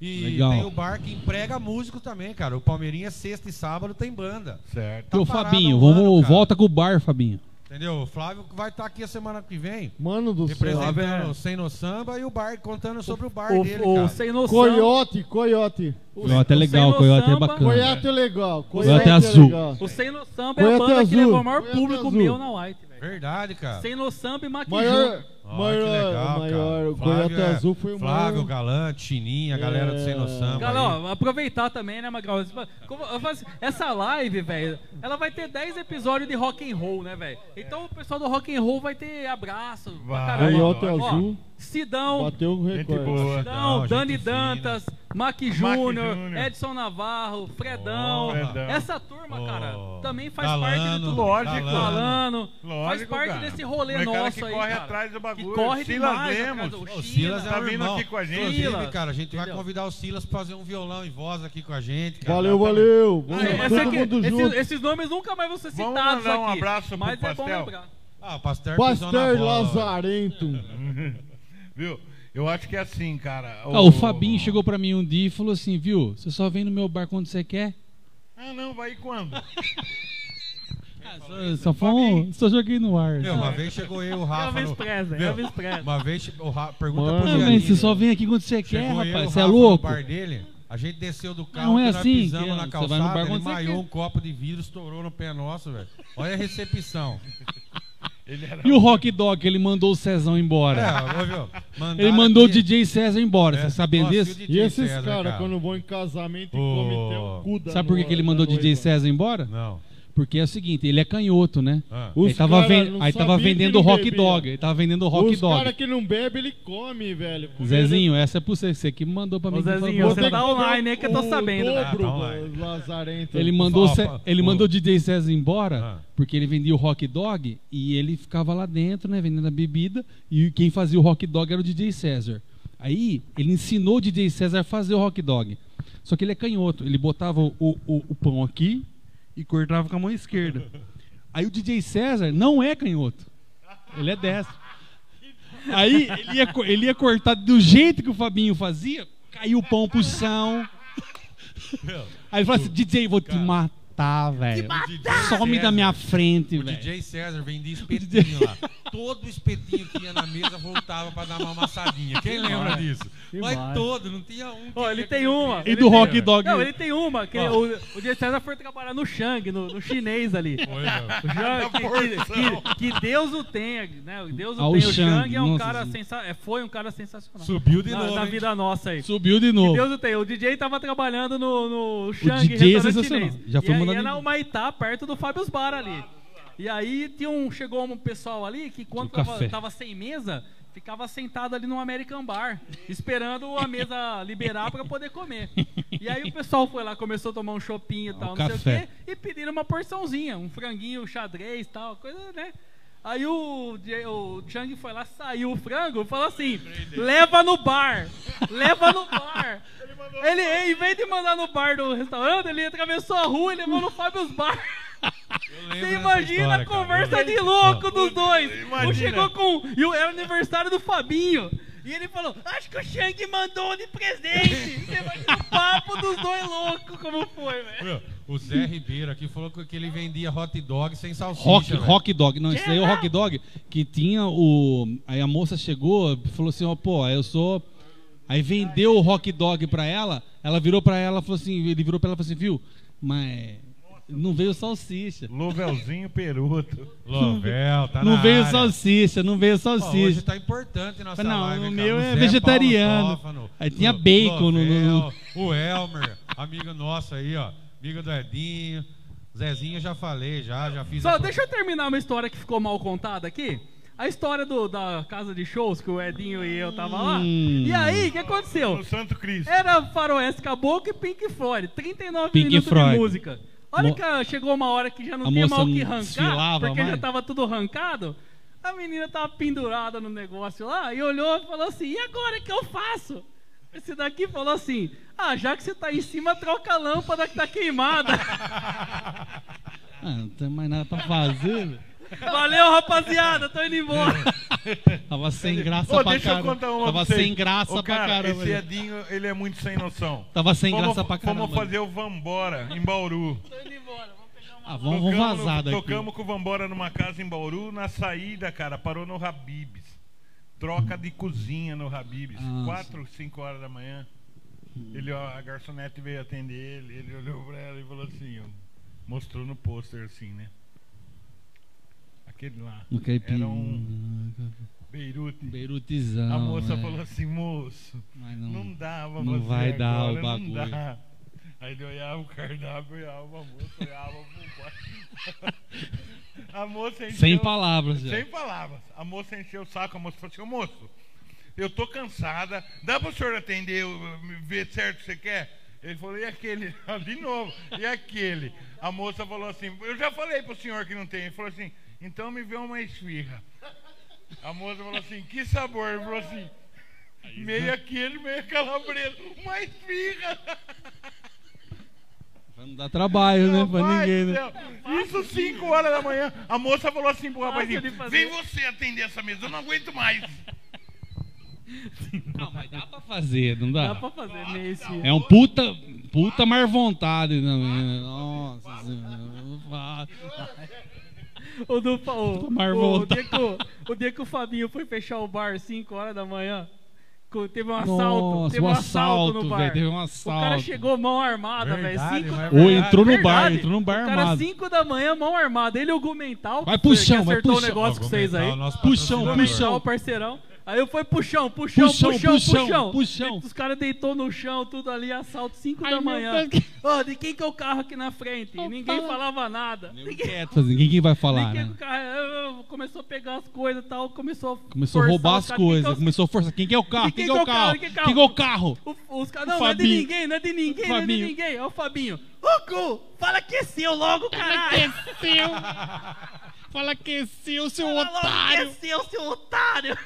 Speaker 1: E
Speaker 3: Legal.
Speaker 1: tem o bar que emprega músico também, cara. O Palmeirinhas, sexta e sábado, tem banda.
Speaker 5: Certo.
Speaker 1: Tá
Speaker 3: Ô,
Speaker 1: parado
Speaker 3: Fabinho,
Speaker 1: há um ano,
Speaker 3: vamos,
Speaker 1: cara.
Speaker 3: volta com o bar, Fabinho.
Speaker 1: Entendeu? O Flávio vai estar aqui a semana que vem.
Speaker 2: Mano do céu.
Speaker 1: Representando o Sem No Samba e o bar, contando sobre o bar
Speaker 4: Tá O,
Speaker 1: dele,
Speaker 4: o
Speaker 1: cara.
Speaker 4: sem noção.
Speaker 2: Coiote, coiote.
Speaker 4: o-
Speaker 3: Coyote é
Speaker 4: o
Speaker 3: legal,
Speaker 4: Sem No
Speaker 3: Coyote é
Speaker 4: Samba-
Speaker 3: bacana.
Speaker 2: Coiote é legal.
Speaker 3: Coiote azul.
Speaker 2: legal.
Speaker 4: O Sem No Samba é a
Speaker 2: Coyote
Speaker 4: banda que
Speaker 2: azul.
Speaker 4: levou o maior
Speaker 2: Coyote
Speaker 4: público
Speaker 2: azul.
Speaker 4: meu na White, velho.
Speaker 1: Verdade, cara.
Speaker 4: Sem No Samba e Maquijou.
Speaker 2: Maior,
Speaker 1: Ó,
Speaker 2: maior,
Speaker 1: que legal,
Speaker 2: maior. O
Speaker 1: cara.
Speaker 2: Coiote
Speaker 1: Flávio, é
Speaker 2: Azul foi o
Speaker 1: Flávio,
Speaker 2: maior. É.
Speaker 1: Galante, Chininha, a galera do Sem Noção.
Speaker 4: Galera,
Speaker 1: aí.
Speaker 4: ó, aproveitar também, né, Magal? Como eu faço- Essa live, velho, ela vai ter 10 episódios de rock and roll, né, velho? Então o pessoal do rock and roll vai ter abraço. pra
Speaker 5: Vai.
Speaker 4: caramba.
Speaker 2: Coiote
Speaker 4: Ó,
Speaker 2: Azul
Speaker 4: Sidão,
Speaker 2: bateu o
Speaker 5: Gente
Speaker 2: recorde.
Speaker 5: boa.
Speaker 4: Sidão,
Speaker 1: Legal,
Speaker 4: Dani
Speaker 1: gente fina.
Speaker 4: Dantas, Mac
Speaker 5: Júnior.
Speaker 4: Júnior, Edson Navarro, Fredão.
Speaker 5: Oh, Fredão.
Speaker 4: Essa turma, cara,
Speaker 1: Ó,
Speaker 4: também faz parte
Speaker 1: Galano,
Speaker 4: de tudo.
Speaker 5: Lógico.
Speaker 4: Falando, faz
Speaker 5: Lógico,
Speaker 4: parte
Speaker 5: cara.
Speaker 4: desse rolê
Speaker 5: Não é cara
Speaker 4: nosso
Speaker 5: que
Speaker 4: aí,
Speaker 5: corre
Speaker 4: cara.
Speaker 5: atrás do bagulho.
Speaker 4: Que corre
Speaker 5: Silas
Speaker 4: demais
Speaker 5: Lemos.
Speaker 4: atrás do-
Speaker 1: O Silas
Speaker 5: Tá
Speaker 1: é o
Speaker 5: vindo
Speaker 1: irmão.
Speaker 5: aqui com a gente.
Speaker 1: Inclusive,
Speaker 4: Silas,
Speaker 1: cara, a gente vai
Speaker 4: entendeu?
Speaker 1: convidar o Silas pra fazer um violão e voz aqui com a gente. Cara.
Speaker 2: Valeu, valeu. Vamos,
Speaker 1: Ah,
Speaker 4: É, essa
Speaker 2: todo
Speaker 4: aqui-
Speaker 2: mundo
Speaker 4: esses-
Speaker 2: junto.
Speaker 4: esses nomes nunca mais vão ser
Speaker 5: Vamos
Speaker 4: citados
Speaker 5: mandar um
Speaker 4: aqui,
Speaker 5: abraço pro
Speaker 4: mas é bom
Speaker 5: Pastel.
Speaker 4: lembrar.
Speaker 1: Ah, o Pasteur, pisou na
Speaker 2: Pastor
Speaker 1: bola.
Speaker 2: Lazarento.
Speaker 1: É,
Speaker 5: Viu? Eu acho que é assim, cara.
Speaker 3: Ah, o Fabinho chegou pra mim um dia e falou assim, viu, você só vem no meu bar quando você quer?
Speaker 5: Ah, não, vai quando?
Speaker 3: Só, foi um- só joguei no ar.
Speaker 1: Meu, uma vez chegou
Speaker 4: <laughs>
Speaker 1: eu, o Rafa.
Speaker 4: Elvis
Speaker 1: no-
Speaker 4: Presley,
Speaker 1: Meu,
Speaker 4: Elvis Presley.
Speaker 1: Uma vez, che- o Ra... pergunta
Speaker 2: Mano.
Speaker 1: pro
Speaker 3: Ah,
Speaker 1: Gianni.
Speaker 3: mas você só vem aqui quando você quer,
Speaker 1: Chegou eu, o
Speaker 3: rapaz. Você é
Speaker 1: Rafa,
Speaker 3: louco?
Speaker 1: No bar dele, a gente desceu do carro,
Speaker 3: Não é
Speaker 1: que nós
Speaker 3: assim,
Speaker 1: pisamos
Speaker 3: que é,
Speaker 1: na
Speaker 3: você
Speaker 1: calçada,
Speaker 3: vai no bar
Speaker 1: ele
Speaker 3: quando você
Speaker 1: maiou
Speaker 3: quer.
Speaker 1: um copo de vidro, estourou no pé nosso, velho. Olha a
Speaker 3: <laughs>
Speaker 1: recepção.
Speaker 5: Ele era.
Speaker 3: E o Rock Dog, ele mandou o Cezão embora.
Speaker 1: É, ô, viu?
Speaker 3: ele
Speaker 1: Mandaram
Speaker 3: mandou
Speaker 1: aqui-
Speaker 3: o DJ César embora,
Speaker 1: É.
Speaker 3: você sabia
Speaker 1: Ó, se o
Speaker 3: disso?
Speaker 1: DJ
Speaker 2: E esses
Speaker 1: César,
Speaker 2: caras, quando vão em casamento, e
Speaker 1: Ô.
Speaker 2: comem até o cu né, da
Speaker 3: Sabe por que,
Speaker 2: noiva-
Speaker 3: que ele mandou o
Speaker 2: da
Speaker 3: DJ
Speaker 2: noiva?
Speaker 3: César embora?
Speaker 1: Não.
Speaker 3: Porque é o seguinte, ele é canhoto, né?
Speaker 1: <laughs> Ah.
Speaker 2: Os
Speaker 3: aí tava,
Speaker 2: cara
Speaker 3: ven-
Speaker 2: não
Speaker 3: aí tava
Speaker 2: sabia que
Speaker 3: vendendo
Speaker 2: não
Speaker 3: Rock
Speaker 2: bebia.
Speaker 3: Dog, ele tava vendendo Rock
Speaker 2: Os
Speaker 3: Dog.
Speaker 2: cara que não bebe, ele come, velho. Porque
Speaker 3: Zezinho, essa é pra você, você que mandou pra mim.
Speaker 4: Ô,
Speaker 3: que
Speaker 4: Zezinho,
Speaker 3: falou,
Speaker 2: ele-
Speaker 4: você
Speaker 2: Vou ter
Speaker 4: tá
Speaker 2: que
Speaker 4: online
Speaker 2: comer
Speaker 4: aí que eu tô
Speaker 2: o
Speaker 4: sabendo, né?
Speaker 2: dobro
Speaker 1: Ah, tá online.
Speaker 2: do Lazarento.
Speaker 3: Ele mandou, o
Speaker 1: Ó,
Speaker 3: Ce-
Speaker 1: ó,
Speaker 3: ele
Speaker 1: ó.
Speaker 3: mandou o DJ César embora
Speaker 1: Ah.
Speaker 3: porque ele vendia o hot dog e ele ficava lá dentro, né, vendendo a bebida e quem fazia o hot dog era o DJ César. Aí ele ensinou o DJ César a fazer o hot dog. Só que ele é canhoto, ele botava o, o- o pão aqui e cortava com a mão esquerda. Aí o DJ César não é canhoto, ele é destro. Aí ele ia, co- ele ia cortar do jeito que o Fabinho fazia, caiu o pão pro chão. Aí ele falou assim: DJ, vou te matar, velho. Some da minha frente,
Speaker 1: O
Speaker 3: velho.
Speaker 1: DJ César vendia espetinho lá. Todo espetinho que ia na mesa voltava pra dar uma amassadinha. Quem lembra disso? Mas
Speaker 4: demais.
Speaker 1: todo, não tinha um. que
Speaker 4: Ó, ele
Speaker 1: ia
Speaker 4: tem
Speaker 1: querer
Speaker 4: uma.
Speaker 1: ver.
Speaker 3: E
Speaker 4: ele
Speaker 3: do
Speaker 4: tem-
Speaker 3: Rock Dog.
Speaker 4: Não, ele tem uma. Que
Speaker 1: Ó.
Speaker 4: o, o Jay César foi trabalhar no Shang, no, no chinês
Speaker 5: <laughs>
Speaker 4: ali.
Speaker 1: Foi, meu.
Speaker 4: O Shang,
Speaker 5: porção.
Speaker 4: que, que- que Deus o tenha, né? O Deus o
Speaker 3: Ah, o
Speaker 4: tenha. O
Speaker 3: Shang,
Speaker 4: Shang é um
Speaker 3: nossa
Speaker 4: cara
Speaker 3: senhora.
Speaker 4: sensacional. Foi um cara sensacional.
Speaker 1: Subiu de
Speaker 4: na,
Speaker 1: novo.
Speaker 4: na
Speaker 1: hein?
Speaker 4: vida nossa aí.
Speaker 3: Subiu de
Speaker 4: Que
Speaker 3: novo.
Speaker 4: Deus o tenha. O DJ tava trabalhando no, no Shang,
Speaker 3: DJ é
Speaker 4: restaurante
Speaker 3: sensacional.
Speaker 4: chinês.
Speaker 3: Já foi
Speaker 4: e, aí
Speaker 3: mandado
Speaker 4: é na
Speaker 3: embora.
Speaker 4: Humaitá, perto do Fábio's Bar ali. E aí tinha um, chegou um pessoal ali que quando
Speaker 3: Tinha um
Speaker 4: tava,
Speaker 3: café.
Speaker 4: tava sem mesa, ficava sentado ali no American Bar, esperando
Speaker 1: <laughs>
Speaker 4: a mesa liberar pra poder comer. E aí o pessoal foi lá, começou a tomar um chopinho e
Speaker 3: Ah,
Speaker 4: tal,
Speaker 3: o
Speaker 4: não sei o
Speaker 3: café.
Speaker 4: quê, e pediram uma porçãozinha, um franguinho, xadrez tal, coisa, né? Aí o, J- o Chang foi lá, saiu o frango, falou assim: leva no bar,
Speaker 1: <laughs>
Speaker 4: leva no bar. Ele, em vez de mandar no bar do restaurante, ele atravessou a rua e levou no Fábio's Bar.
Speaker 1: <laughs> Eu lembro
Speaker 4: Você
Speaker 1: dessa
Speaker 4: imagina
Speaker 1: história, cara.
Speaker 4: a conversa
Speaker 1: Eu
Speaker 4: de
Speaker 1: lembro.
Speaker 4: louco dos dois.
Speaker 5: imagina.
Speaker 4: Um chegou com. E o- era o aniversário do Fabinho. E ele falou: Acho que o um Shang mandou de presente. Você imagina o papo dos dois loucos, como foi, velho.
Speaker 1: Meu, O O Zé Ribeiro aqui falou que que ele vendia hot dog sem salsicha.
Speaker 3: Rock,
Speaker 1: velho.
Speaker 3: rock dog. Não, isso daí é o rock dog que tinha o. Aí a moça chegou e falou assim: ó, pô, eu sou. Aí vendeu o rock dog pra ela, ela virou pra ela e falou assim: ele virou pra ela e falou assim, viu, mas não veio salsicha.
Speaker 5: Louvelzinho Peruto.
Speaker 1: Lovel, tá
Speaker 3: não
Speaker 1: na
Speaker 3: veio
Speaker 1: área.
Speaker 3: salsicha, não
Speaker 1: Ó,
Speaker 3: veio
Speaker 1: hoje
Speaker 3: salsicha.
Speaker 1: tá importante nossa
Speaker 3: Não,
Speaker 1: live,
Speaker 3: o
Speaker 1: cara.
Speaker 3: meu
Speaker 1: O
Speaker 3: é
Speaker 1: Zé
Speaker 3: vegetariano.
Speaker 1: Paulo Tófano,
Speaker 3: Aí tinha
Speaker 1: o
Speaker 3: bacon no- no-
Speaker 1: Lovel, O Elmer, amigo nosso aí, ó. Amigo do Edinho. Zezinho, eu já falei, já, já fiz.
Speaker 4: Só deixa eu terminar uma história que ficou mal contada aqui. A história do- da casa de shows que o Edinho e eu tava lá.
Speaker 3: Hum.
Speaker 4: E aí, o que aconteceu?
Speaker 5: No Santo Cristo.
Speaker 4: Era Faroeste Caboclo e Pink Floyd. 39
Speaker 3: Pink
Speaker 4: minutos
Speaker 3: Floyd.
Speaker 4: de música. Olha
Speaker 3: Mo-
Speaker 4: que ah, chegou uma hora que já não
Speaker 3: A
Speaker 4: tinha
Speaker 3: moça
Speaker 4: mal o que
Speaker 3: não
Speaker 4: arrancar,
Speaker 3: desfilava
Speaker 4: porque já
Speaker 3: mais?
Speaker 4: tava tudo arrancado. A menina tava pendurada no negócio lá e olhou e falou assim: e agora que eu faço? Esse daqui falou assim: ah, já que você tá em cima, troca a lâmpada que tá queimada. <laughs>
Speaker 3: Ah, não tem mais nada pra fazer. velho.
Speaker 4: Valeu, rapaziada, tô indo embora.
Speaker 3: Tava sem graça
Speaker 5: Ô,
Speaker 3: pra
Speaker 5: deixa eu
Speaker 3: caramba.
Speaker 5: contar uma
Speaker 3: Tava
Speaker 5: pra vocês.
Speaker 3: sem graça
Speaker 5: Ô,
Speaker 3: pra
Speaker 5: cara,
Speaker 3: caramba.
Speaker 5: Esse Edinho, ele é muito sem noção.
Speaker 3: Tava sem
Speaker 5: Fomos-
Speaker 3: graça pra caramba.
Speaker 5: Fomos fazer o Vambora em Bauru.
Speaker 4: tô indo embora, vou pegar uma.
Speaker 3: Ah, vamos, vamos
Speaker 5: Tocamos no-
Speaker 3: vazar daqui.
Speaker 5: Tocamos com o Vambora numa casa em Bauru. Na saída, cara, parou no Habibs. Troca de cozinha no Habibs.
Speaker 3: Ah,
Speaker 5: Quatro, cinco horas da manhã. Ele, ó, a garçonete veio atender ele. Ele olhou pra ela e falou assim: ó, mostrou no pôster assim, né? Aquele lá.
Speaker 3: No caipim.
Speaker 5: Era um Beirute.
Speaker 3: Beirutizão.
Speaker 5: a moça
Speaker 3: é.
Speaker 5: falou assim: moço,
Speaker 3: Mas
Speaker 5: não dá pra
Speaker 3: não
Speaker 5: você
Speaker 3: vai dar
Speaker 5: agora,
Speaker 3: o
Speaker 5: não
Speaker 3: bagulho.
Speaker 5: dá. Aí ele olhava o cardápio, olhava a moça, olhava pro pai. <laughs> A moça encheu,
Speaker 3: Sem palavras, já.
Speaker 5: Sem palavras. A moça encheu o saco, a moça falou assim, ô moço, eu tô cansada, dá pro senhor atender, eu- eu- ver certo o que você quer? Ele falou, e aquele? <laughs> De novo, e aquele? A moça falou assim, eu já falei pro senhor que não tem. Ele falou assim, então me vê uma esfirra. A moça falou assim, que sabor? Ele falou assim,
Speaker 3: né?
Speaker 5: meio aquele, meio calabresa, uma esfirra.
Speaker 3: Pra não dar trabalho, né? Pra
Speaker 5: Rapaz
Speaker 3: ninguém,
Speaker 5: do
Speaker 3: né?
Speaker 5: céu. Isso 5 horas da manhã. A moça falou assim pro rapazinho,
Speaker 4: de fazer.
Speaker 5: vem você atender essa mesa, eu não aguento mais.
Speaker 3: Não, mas dá pra fazer, não dá?
Speaker 4: Dá pra fazer nesse.
Speaker 3: É um puta, puta mar vontade também, né? Nossa senhora.
Speaker 4: O do fa- o,
Speaker 3: Tomar
Speaker 4: o,
Speaker 3: volta.
Speaker 4: dia que o, o dia que o Fabinho foi fechar o bar 5 horas da manhã, co- teve um assalto.
Speaker 3: Nossa,
Speaker 4: teve um
Speaker 3: um
Speaker 4: assalto,
Speaker 3: assalto,
Speaker 4: no bar.
Speaker 3: velho, teve um
Speaker 4: O cara
Speaker 3: assalto.
Speaker 4: chegou mão armada, velho.
Speaker 1: Verdade,
Speaker 4: cinco
Speaker 1: mas
Speaker 4: da-
Speaker 1: é
Speaker 3: Ou
Speaker 1: verdade.
Speaker 3: entrou no bar,
Speaker 4: Verdade.
Speaker 3: entrou no bar
Speaker 4: O cara
Speaker 3: armado.
Speaker 4: 5 da manhã, mão armada. Ele e o Gumental.
Speaker 3: Vai
Speaker 4: que foi-
Speaker 3: puxão,
Speaker 4: que
Speaker 3: vai
Speaker 4: acertou o
Speaker 3: puxão.
Speaker 4: um negócio com vocês aí.
Speaker 1: Ó, o nosso
Speaker 3: Puxão,
Speaker 1: patrocinador.
Speaker 3: puxão.
Speaker 4: Gumental, parceirão. Aí eu fui puxão, puxão,
Speaker 3: Puxão,
Speaker 4: puxão, puxão.
Speaker 3: puxão, puxão.
Speaker 4: Os caras deitou no chão, tudo ali, assalto 5
Speaker 3: Ai,
Speaker 4: da
Speaker 3: meu
Speaker 4: manhã.
Speaker 3: Deus.
Speaker 4: Ô, de quem que é o carro aqui na frente? E ninguém falava nada. Ninguém
Speaker 3: Quieto, assim, Ninguém que vai falar,
Speaker 4: Brinquedo,
Speaker 3: né?
Speaker 4: cara, eu- eu- começou a pegar as coisas e tal, começou a
Speaker 3: Começou a
Speaker 4: forçar
Speaker 3: roubar
Speaker 4: os
Speaker 3: as
Speaker 4: caras. Quem
Speaker 3: coisas,
Speaker 4: que é os-
Speaker 3: começou a forçar. Quem que é o carro?
Speaker 4: E
Speaker 3: Quem que é o carro? Quem
Speaker 4: Quem
Speaker 3: que é o carro?
Speaker 4: o- os caras, não,
Speaker 3: O
Speaker 4: não é de
Speaker 3: Fabinho.
Speaker 4: ninguém, não é de ninguém,
Speaker 3: O
Speaker 4: não é de
Speaker 3: Fabinho.
Speaker 4: ninguém. É o Fabinho. Ô, Gu, fala que é seu logo,
Speaker 3: é
Speaker 4: caralho.
Speaker 3: Aqueceu! Fala aqueceu, seu
Speaker 4: Fala logo que é seu, seu otário.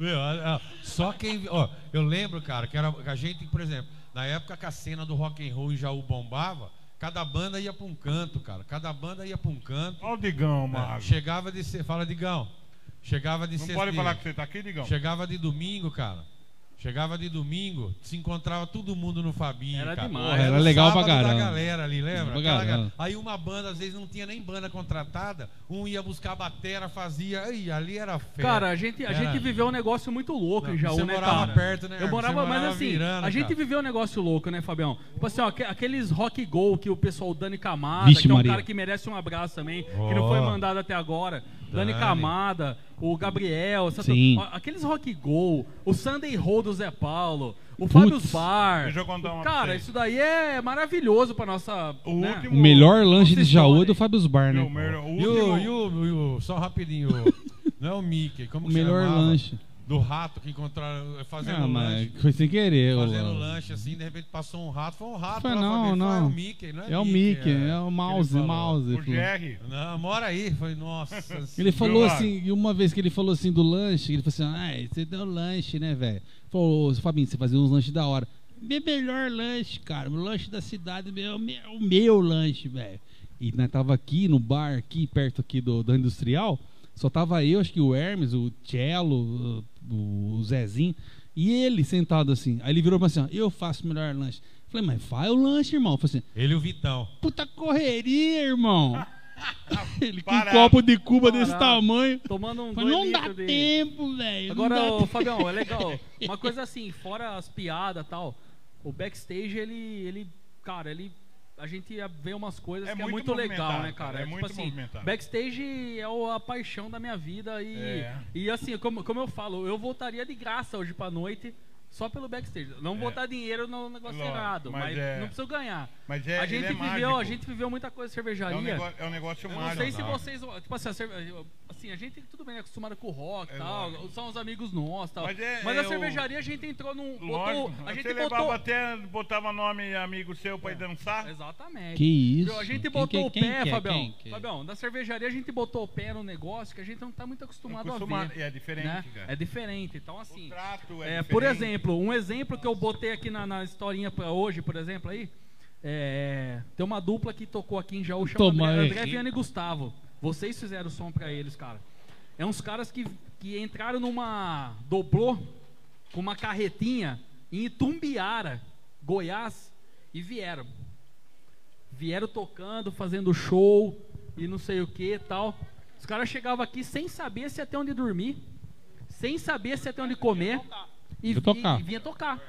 Speaker 1: Meu, ó, ó, só quem. Ó, eu lembro, cara, que era que a gente, por exemplo, na época que a cena do rock and roll em Jaú bombava, cada banda ia pra um canto, cara. Cada banda ia pra um canto.
Speaker 5: Olha o Digão,
Speaker 1: É,
Speaker 5: Mago.
Speaker 1: chegava de. se- Fala, Digão. Chegava de
Speaker 5: Não
Speaker 1: sexta-
Speaker 5: pode falar que você tá aqui, Digão?
Speaker 1: Chegava de domingo, cara. Chegava de domingo, se encontrava todo mundo no Fabinho.
Speaker 4: Era
Speaker 1: cara.
Speaker 4: demais.
Speaker 1: Porra,
Speaker 3: Era
Speaker 1: o
Speaker 3: legal pra
Speaker 1: sábado da
Speaker 3: caramba.
Speaker 1: galera ali, lembra?
Speaker 3: Pra
Speaker 1: Aquela
Speaker 3: caramba.
Speaker 1: galera. Aí uma banda, às vezes, não tinha nem banda contratada. Um ia buscar a batera, fazia. Aí, ali era fera.
Speaker 4: Cara, a gente, a
Speaker 1: Era.
Speaker 4: gente viveu um negócio muito louco
Speaker 1: É. Não,
Speaker 4: em Jaú,
Speaker 1: você
Speaker 4: né,
Speaker 1: morava
Speaker 4: cara?
Speaker 1: perto, né,
Speaker 4: Eu
Speaker 1: Hermes?
Speaker 4: morava,
Speaker 1: Você
Speaker 4: mas
Speaker 1: morava
Speaker 4: assim,
Speaker 1: virando,
Speaker 4: a gente
Speaker 1: cara.
Speaker 4: viveu um negócio louco, né, Fabião? Tipo assim, ó, aque- aqueles rock go que o pessoal Dani Camada,
Speaker 3: Vixe,
Speaker 4: que é um
Speaker 3: Maria.
Speaker 4: cara que merece um abraço também, que não
Speaker 1: Ó.
Speaker 4: foi mandado até agora. Dani,
Speaker 1: Dani.
Speaker 4: Camada, o Gabriel, essa
Speaker 3: Sim.
Speaker 4: tu- ó, aqueles rock go, o Sunday Roll do Zé Paulo, o
Speaker 3: Putz.
Speaker 4: Fábio Bar.
Speaker 5: Deixa eu contar uma pra
Speaker 4: Cara,
Speaker 5: vocês.
Speaker 4: isso daí é maravilhoso pra nossa.
Speaker 5: O
Speaker 4: né?
Speaker 5: último-
Speaker 3: O melhor lanche
Speaker 4: Nossa
Speaker 3: de Jaú é
Speaker 4: história,
Speaker 3: do
Speaker 4: hein?
Speaker 3: Fábio's Bar, né?
Speaker 5: Meu, meu, o
Speaker 1: E
Speaker 5: último,
Speaker 1: o, e o- e o- só
Speaker 3: <laughs>
Speaker 1: rapidinho, o- não é o Mickey, como
Speaker 3: O
Speaker 1: que se
Speaker 3: melhor
Speaker 1: chamava?
Speaker 3: lanche.
Speaker 1: Do rato que encontraram eh, fazendo
Speaker 3: Ah, mas
Speaker 1: lanche.
Speaker 3: foi sem querer. ô,
Speaker 1: Fazendo
Speaker 3: Lauro.
Speaker 1: lanche assim, de repente passou um rato, foi um rato.
Speaker 3: Foi
Speaker 1: lá,
Speaker 3: não,
Speaker 1: Fabinho, foi,
Speaker 3: não.
Speaker 1: É o Mickey, não é,
Speaker 3: É o Mickey,
Speaker 1: é,
Speaker 3: é o mouse,
Speaker 1: que ele falou.
Speaker 3: mouse.
Speaker 5: o
Speaker 3: pô.
Speaker 5: Jerry.
Speaker 1: Não, mora aí. Foi, nossa.
Speaker 3: <laughs> Ele falou
Speaker 5: Lago?
Speaker 3: assim, e uma vez que ele falou assim do lanche, ele falou assim, ai, você deu lanche, né, velho? Falou, "Ô, Fabinho, você fazia uns lanches da hora. Meu melhor lanche, cara, o lanche da cidade, meu, meu, o meu lanche, velho. E nós tava aqui no bar, aqui perto aqui do, da Industrial, só tava eu, acho que o Hermes, o Cello, o, o Zezinho, E ele sentado assim. Aí ele virou pra mim assim: ó, eu faço o melhor lanche. Falei, mas vai o lanche, irmão. Eu Falei assim:
Speaker 1: Ele e o Vitão.
Speaker 3: puta correria, irmão. ele com um
Speaker 5: Parado.
Speaker 3: copo de Cuba desse
Speaker 4: Parado.
Speaker 3: tamanho.
Speaker 4: Tomando um
Speaker 3: Falei,
Speaker 4: dois
Speaker 3: não dá
Speaker 4: litros de-
Speaker 3: tempo, velho.
Speaker 4: Agora,
Speaker 3: não dá
Speaker 4: ô, Fabião, é legal. Uma coisa assim, fora as piadas e tal, o backstage, ele, ele. Cara, ele. A gente vê umas coisas
Speaker 5: É
Speaker 4: que é
Speaker 5: muito
Speaker 4: muito legal,
Speaker 5: movimentado,
Speaker 4: né, cara?
Speaker 5: cara, é muito
Speaker 4: assim,
Speaker 5: movimentado.
Speaker 4: backstage é o- a paixão da minha vida e.
Speaker 5: É.
Speaker 4: E assim, como, como eu falo, eu voltaria de graça hoje pra noite. Só pelo backstage. Não
Speaker 5: É.
Speaker 4: botar dinheiro no negócio
Speaker 5: Lógico,
Speaker 4: errado, mas,
Speaker 5: mas é-
Speaker 4: não preciso ganhar.
Speaker 5: Mas é-
Speaker 4: a
Speaker 5: ele
Speaker 4: gente
Speaker 5: é
Speaker 4: viveu,
Speaker 5: mágico.
Speaker 4: a gente viveu muita coisa
Speaker 5: É um
Speaker 4: cervejaria.
Speaker 5: negócio, é um negócio
Speaker 4: Eu não
Speaker 5: mágico.
Speaker 4: sei se
Speaker 5: cara.
Speaker 4: vocês. Tipo assim, a, cerve- assim, a gente tudo bem é acostumado com o rock e
Speaker 5: É
Speaker 4: tal.
Speaker 5: lógico.
Speaker 4: São os amigos nossos e tal. Mas,
Speaker 5: Mas é-
Speaker 4: a
Speaker 5: é o-
Speaker 4: cervejaria a gente entrou num. botou,
Speaker 5: Lógico,
Speaker 4: a
Speaker 5: você
Speaker 4: gente
Speaker 5: levava
Speaker 4: botou. É.
Speaker 5: até, botava nome amigo seu pra ir dançar.
Speaker 3: <laughs>
Speaker 4: Exatamente.
Speaker 3: Que isso?
Speaker 4: Meu, a gente
Speaker 3: Quem-
Speaker 4: botou
Speaker 3: quem-
Speaker 4: o pé,
Speaker 3: quem quer?
Speaker 4: Fabião.
Speaker 3: Quem é? quer?
Speaker 4: Fabião, da cervejaria a gente botou o pé no negócio que a gente não tá muito acostumado,
Speaker 5: Acostumado,
Speaker 4: a ver.
Speaker 5: é diferente,
Speaker 4: né?
Speaker 5: cara.
Speaker 4: É diferente. Então, assim.
Speaker 5: O trato é
Speaker 4: É, por
Speaker 5: diferente.
Speaker 4: exemplo, um exemplo que eu botei aqui na, na historinha pra hoje, por exemplo, aí. é, tem uma dupla que tocou aqui em Jaú chamada
Speaker 3: Toma
Speaker 4: André,
Speaker 3: aí.
Speaker 4: André Viana e Gustavo. Vocês fizeram o som pra eles, cara. É uns caras que, que entraram numa. dobrou com uma carretinha em Itumbiara, Goiás, e vieram. Vieram tocando, fazendo show e não sei o que tal. Os caras chegavam aqui sem saber se ia ter onde dormir, sem saber se ia ter onde comer. E,
Speaker 3: Vinha tocar.
Speaker 4: e- e vinha tocar.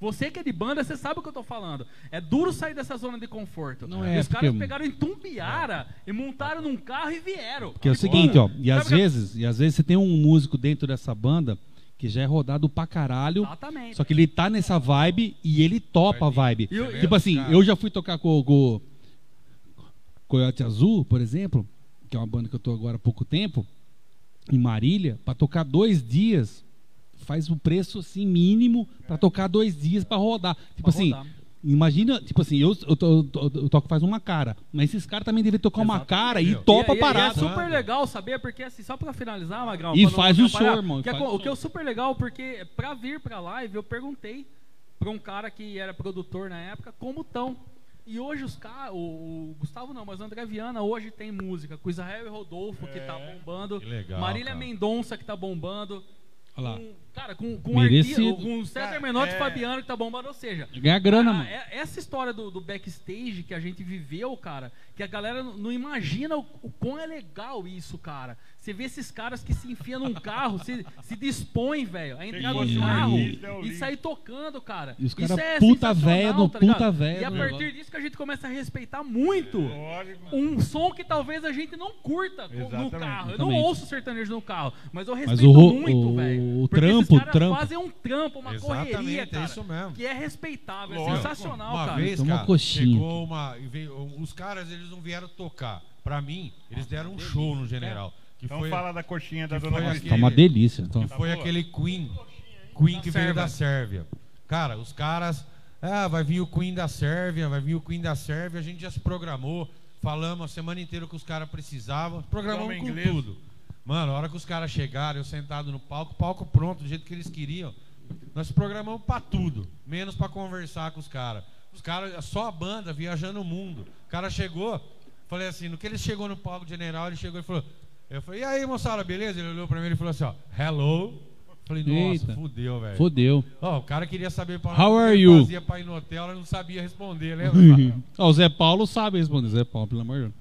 Speaker 4: Você que é de banda, você sabe o que eu tô falando. É duro sair dessa zona de conforto.
Speaker 3: Não
Speaker 4: E
Speaker 3: é,
Speaker 4: os caras
Speaker 3: porque-
Speaker 4: pegaram em Tumbiara e montaram num carro e vieram.
Speaker 3: Porque é o
Speaker 4: Agora,
Speaker 3: seguinte, ó, e às
Speaker 4: sabe o que-
Speaker 3: vezes, e às vezes você tem um músico dentro dessa banda que já é rodado pra caralho.
Speaker 4: Exatamente.
Speaker 3: Só que ele tá nessa vibe e ele topa a vibe.
Speaker 4: E o-
Speaker 3: tipo assim, eu já fui tocar com o com o Coyote Azul, por exemplo, que é uma banda que eu tô agora há pouco tempo, em Marília, pra tocar dois dias, faz um preço assim mínimo pra tocar dois dias pra rodar. Tipo
Speaker 4: É. Pra
Speaker 3: assim,
Speaker 4: rodar.
Speaker 3: imagina, tipo assim, eu, eu, to- eu to- eu toco faz uma cara, mas esses caras também devem tocar uma cara e topa
Speaker 4: e,
Speaker 3: a
Speaker 4: e-
Speaker 3: parada.
Speaker 4: E é super legal saber, porque assim, só pra finalizar, Magrão.
Speaker 3: E
Speaker 4: pra não
Speaker 3: faz o
Speaker 4: atrapalhar,
Speaker 3: show, irmão,
Speaker 4: que é
Speaker 3: faz
Speaker 4: co-
Speaker 3: o
Speaker 4: o que é super legal, porque pra vir pra live, eu perguntei pra um cara que era produtor na época, como tão. E hoje os caras, o, o Gustavo não, mas o André Viana hoje tem música, com Israel e Rodolfo, que tá bombando.
Speaker 1: É, Que legal,
Speaker 4: Marília
Speaker 1: cara.
Speaker 4: Mendonça, que tá bombando.
Speaker 3: Olha lá.
Speaker 4: Com, cara, com, com,
Speaker 3: Merecido.
Speaker 4: arti- com o César
Speaker 5: Cara,
Speaker 4: Menotti e
Speaker 5: é.
Speaker 4: Fabiano, que tá bombando, ou seja,
Speaker 3: Ganhar grana,
Speaker 4: ah,
Speaker 3: mano.
Speaker 4: é- Essa história do, do backstage que a gente viveu, cara, que a galera não não imagina o, o quão é legal isso, cara. Você vê esses caras que se enfiam num carro, se, se dispõem, velho, a entrar
Speaker 5: fosse
Speaker 4: no
Speaker 5: um
Speaker 4: carro
Speaker 5: artista, é o
Speaker 4: e
Speaker 5: lixo.
Speaker 4: sair tocando, cara.
Speaker 3: E os
Speaker 4: Isso
Speaker 3: cara
Speaker 4: é
Speaker 3: puta
Speaker 4: sensacional,
Speaker 3: véia do
Speaker 4: tá ligado?
Speaker 3: puta véia né?
Speaker 4: E a
Speaker 3: do
Speaker 4: partir
Speaker 3: negócio.
Speaker 4: disso que a gente começa a respeitar muito.
Speaker 5: Lógico.
Speaker 4: Um som que talvez a gente não curta co- no
Speaker 5: Exatamente.
Speaker 4: carro. Eu não
Speaker 3: Exatamente.
Speaker 4: ouço sertanejo no carro, mas eu respeito
Speaker 3: o ro-
Speaker 4: muito,
Speaker 3: o-
Speaker 4: velho.
Speaker 3: o
Speaker 4: porque esses
Speaker 3: trampo, o
Speaker 4: caras
Speaker 3: trampo.
Speaker 4: fazem um trampo, uma correria,
Speaker 1: Exatamente,
Speaker 4: cara.
Speaker 1: é isso mesmo.
Speaker 4: Que é respeitável, é
Speaker 5: Lógico.
Speaker 4: sensacional,
Speaker 1: uma
Speaker 4: cara.
Speaker 1: vez,
Speaker 3: Toma
Speaker 1: cara,
Speaker 3: coxinha
Speaker 1: chegou uma. e veio- Os caras, eles não vieram tocar. Pra mim, eles deram um show no
Speaker 4: né?
Speaker 1: general. Que
Speaker 5: Então
Speaker 1: foi,
Speaker 5: fala da coxinha da
Speaker 1: que
Speaker 5: dona
Speaker 1: foi
Speaker 5: Cristina.
Speaker 3: Tá uma
Speaker 1: aquele-
Speaker 3: delícia. Então.
Speaker 1: que foi
Speaker 5: Tá boa?
Speaker 1: aquele Queen. Queen que veio
Speaker 4: Sérvia.
Speaker 1: da Sérvia. Cara, os caras. Ah, vai vir o Queen da Sérvia, vai vir o Queen da Sérvia. A gente já se programou. Falamos a semana inteira o que os caras precisavam. Programamos
Speaker 5: Programa
Speaker 1: com
Speaker 5: inglês.
Speaker 1: tudo. Mano, a hora que os caras chegaram, eu sentado no palco, palco pronto, do jeito que eles queriam. Nós programamos pra tudo, menos pra conversar com os caras. Os caras, só a banda viajando o mundo. O cara chegou, falei assim, no que ele chegou no palco general, ele chegou e falou. Eu falei, e aí, moçada, beleza? Ele olhou pra mim e falou assim, ó, hello. Falei, nossa,
Speaker 3: Eita.
Speaker 1: fudeu, velho.
Speaker 3: Fodeu.
Speaker 1: Ó, o cara queria saber pra
Speaker 3: How
Speaker 1: onde
Speaker 3: are
Speaker 1: ele
Speaker 3: you?
Speaker 1: fazia pra ir no hotel, ela não sabia responder,
Speaker 3: <laughs>
Speaker 1: lembra?
Speaker 3: Ó, o Zé Paulo sabe responder. Zé Paulo, pelo amor de Deus.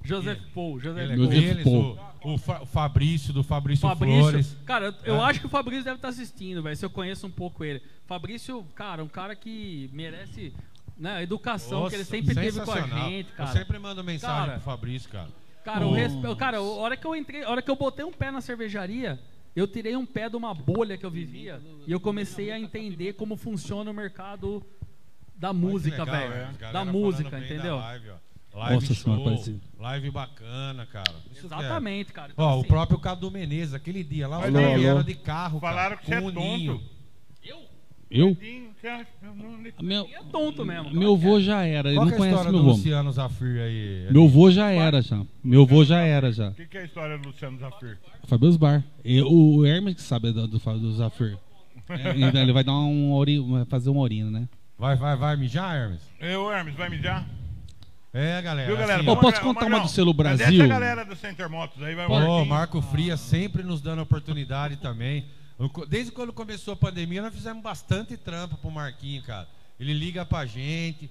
Speaker 4: Joseph Paul, Joseph
Speaker 1: Ele é
Speaker 4: Paul.
Speaker 3: Meu Deus.
Speaker 1: deles, o, o Fa- o Fabrício, do Fabrício,
Speaker 4: Fabrício,
Speaker 1: Flores.
Speaker 4: cara, eu
Speaker 1: Ah.
Speaker 4: acho que o Fabrício deve estar assistindo, velho, se eu conheço um pouco ele. Fabrício, cara, um cara que merece né, a educação que ele
Speaker 1: Nossa,
Speaker 4: sempre teve com a
Speaker 1: sensacional.
Speaker 4: gente,
Speaker 1: Eu
Speaker 4: cara.
Speaker 1: sempre mando mensagem
Speaker 4: Cara.
Speaker 1: pro Fabrício, cara.
Speaker 4: Cara, o respe... cara, a hora que eu entrei, a hora que eu botei um pé na cervejaria, eu tirei um pé de uma bolha que eu vivia e eu comecei a entender como funciona o mercado da música,
Speaker 1: Olha que legal,
Speaker 4: velho.
Speaker 1: é, os galera
Speaker 4: Da
Speaker 1: falando
Speaker 4: música,
Speaker 1: bem da
Speaker 4: entendeu?
Speaker 1: live, ó. Live
Speaker 3: Nossa
Speaker 1: show,
Speaker 3: Senhora, parecido.
Speaker 1: live bacana, cara. Isso que é.
Speaker 4: Exatamente, cara. Então,
Speaker 1: Ó, o
Speaker 4: assim,
Speaker 1: próprio Cadu Menezes, aquele dia lá, os
Speaker 5: Alô,
Speaker 1: caras
Speaker 2: alô.
Speaker 1: vieram de carro, cara,
Speaker 5: Falaram que você
Speaker 1: com o
Speaker 5: é
Speaker 1: Ninho.
Speaker 5: tonto.
Speaker 3: Eu?
Speaker 5: Dinho, você acha que eu não-
Speaker 3: A Meu,
Speaker 4: é tonto mesmo.
Speaker 3: meu vô já era. Ele
Speaker 1: Qual
Speaker 3: não
Speaker 1: que é a
Speaker 3: conhece
Speaker 1: história do
Speaker 3: meu vô.
Speaker 1: Luciano Zafir aí?
Speaker 3: Meu vô já era já. Meu vô já era já.
Speaker 5: O que, que é a história do Luciano Zafir?
Speaker 3: Fabio Bar. E o Hermes que sabe do, do, Fábio- do Zafir. É, então ele vai dar um ori, vai fazer uma orina, né?
Speaker 1: Vai, vai, vai mijar, Hermes?
Speaker 5: Eu, Hermes, vai mijar?
Speaker 1: É, galera.
Speaker 5: Viu, galera?
Speaker 1: assim,
Speaker 3: Pô,
Speaker 1: ó.
Speaker 5: Vamos, um.
Speaker 3: posso
Speaker 5: Magrão,
Speaker 3: contar uma
Speaker 5: Magrão.
Speaker 3: do Selo
Speaker 5: Cadê
Speaker 3: Brasil?
Speaker 5: essa galera do Center Motos aí vai
Speaker 1: Ô,
Speaker 5: Marquinhos?
Speaker 1: Marco Fria sempre nos dando oportunidade também. Eu co- Desde quando começou a pandemia, nós fizemos bastante trampa pro Marquinho, cara. Ele liga pra gente.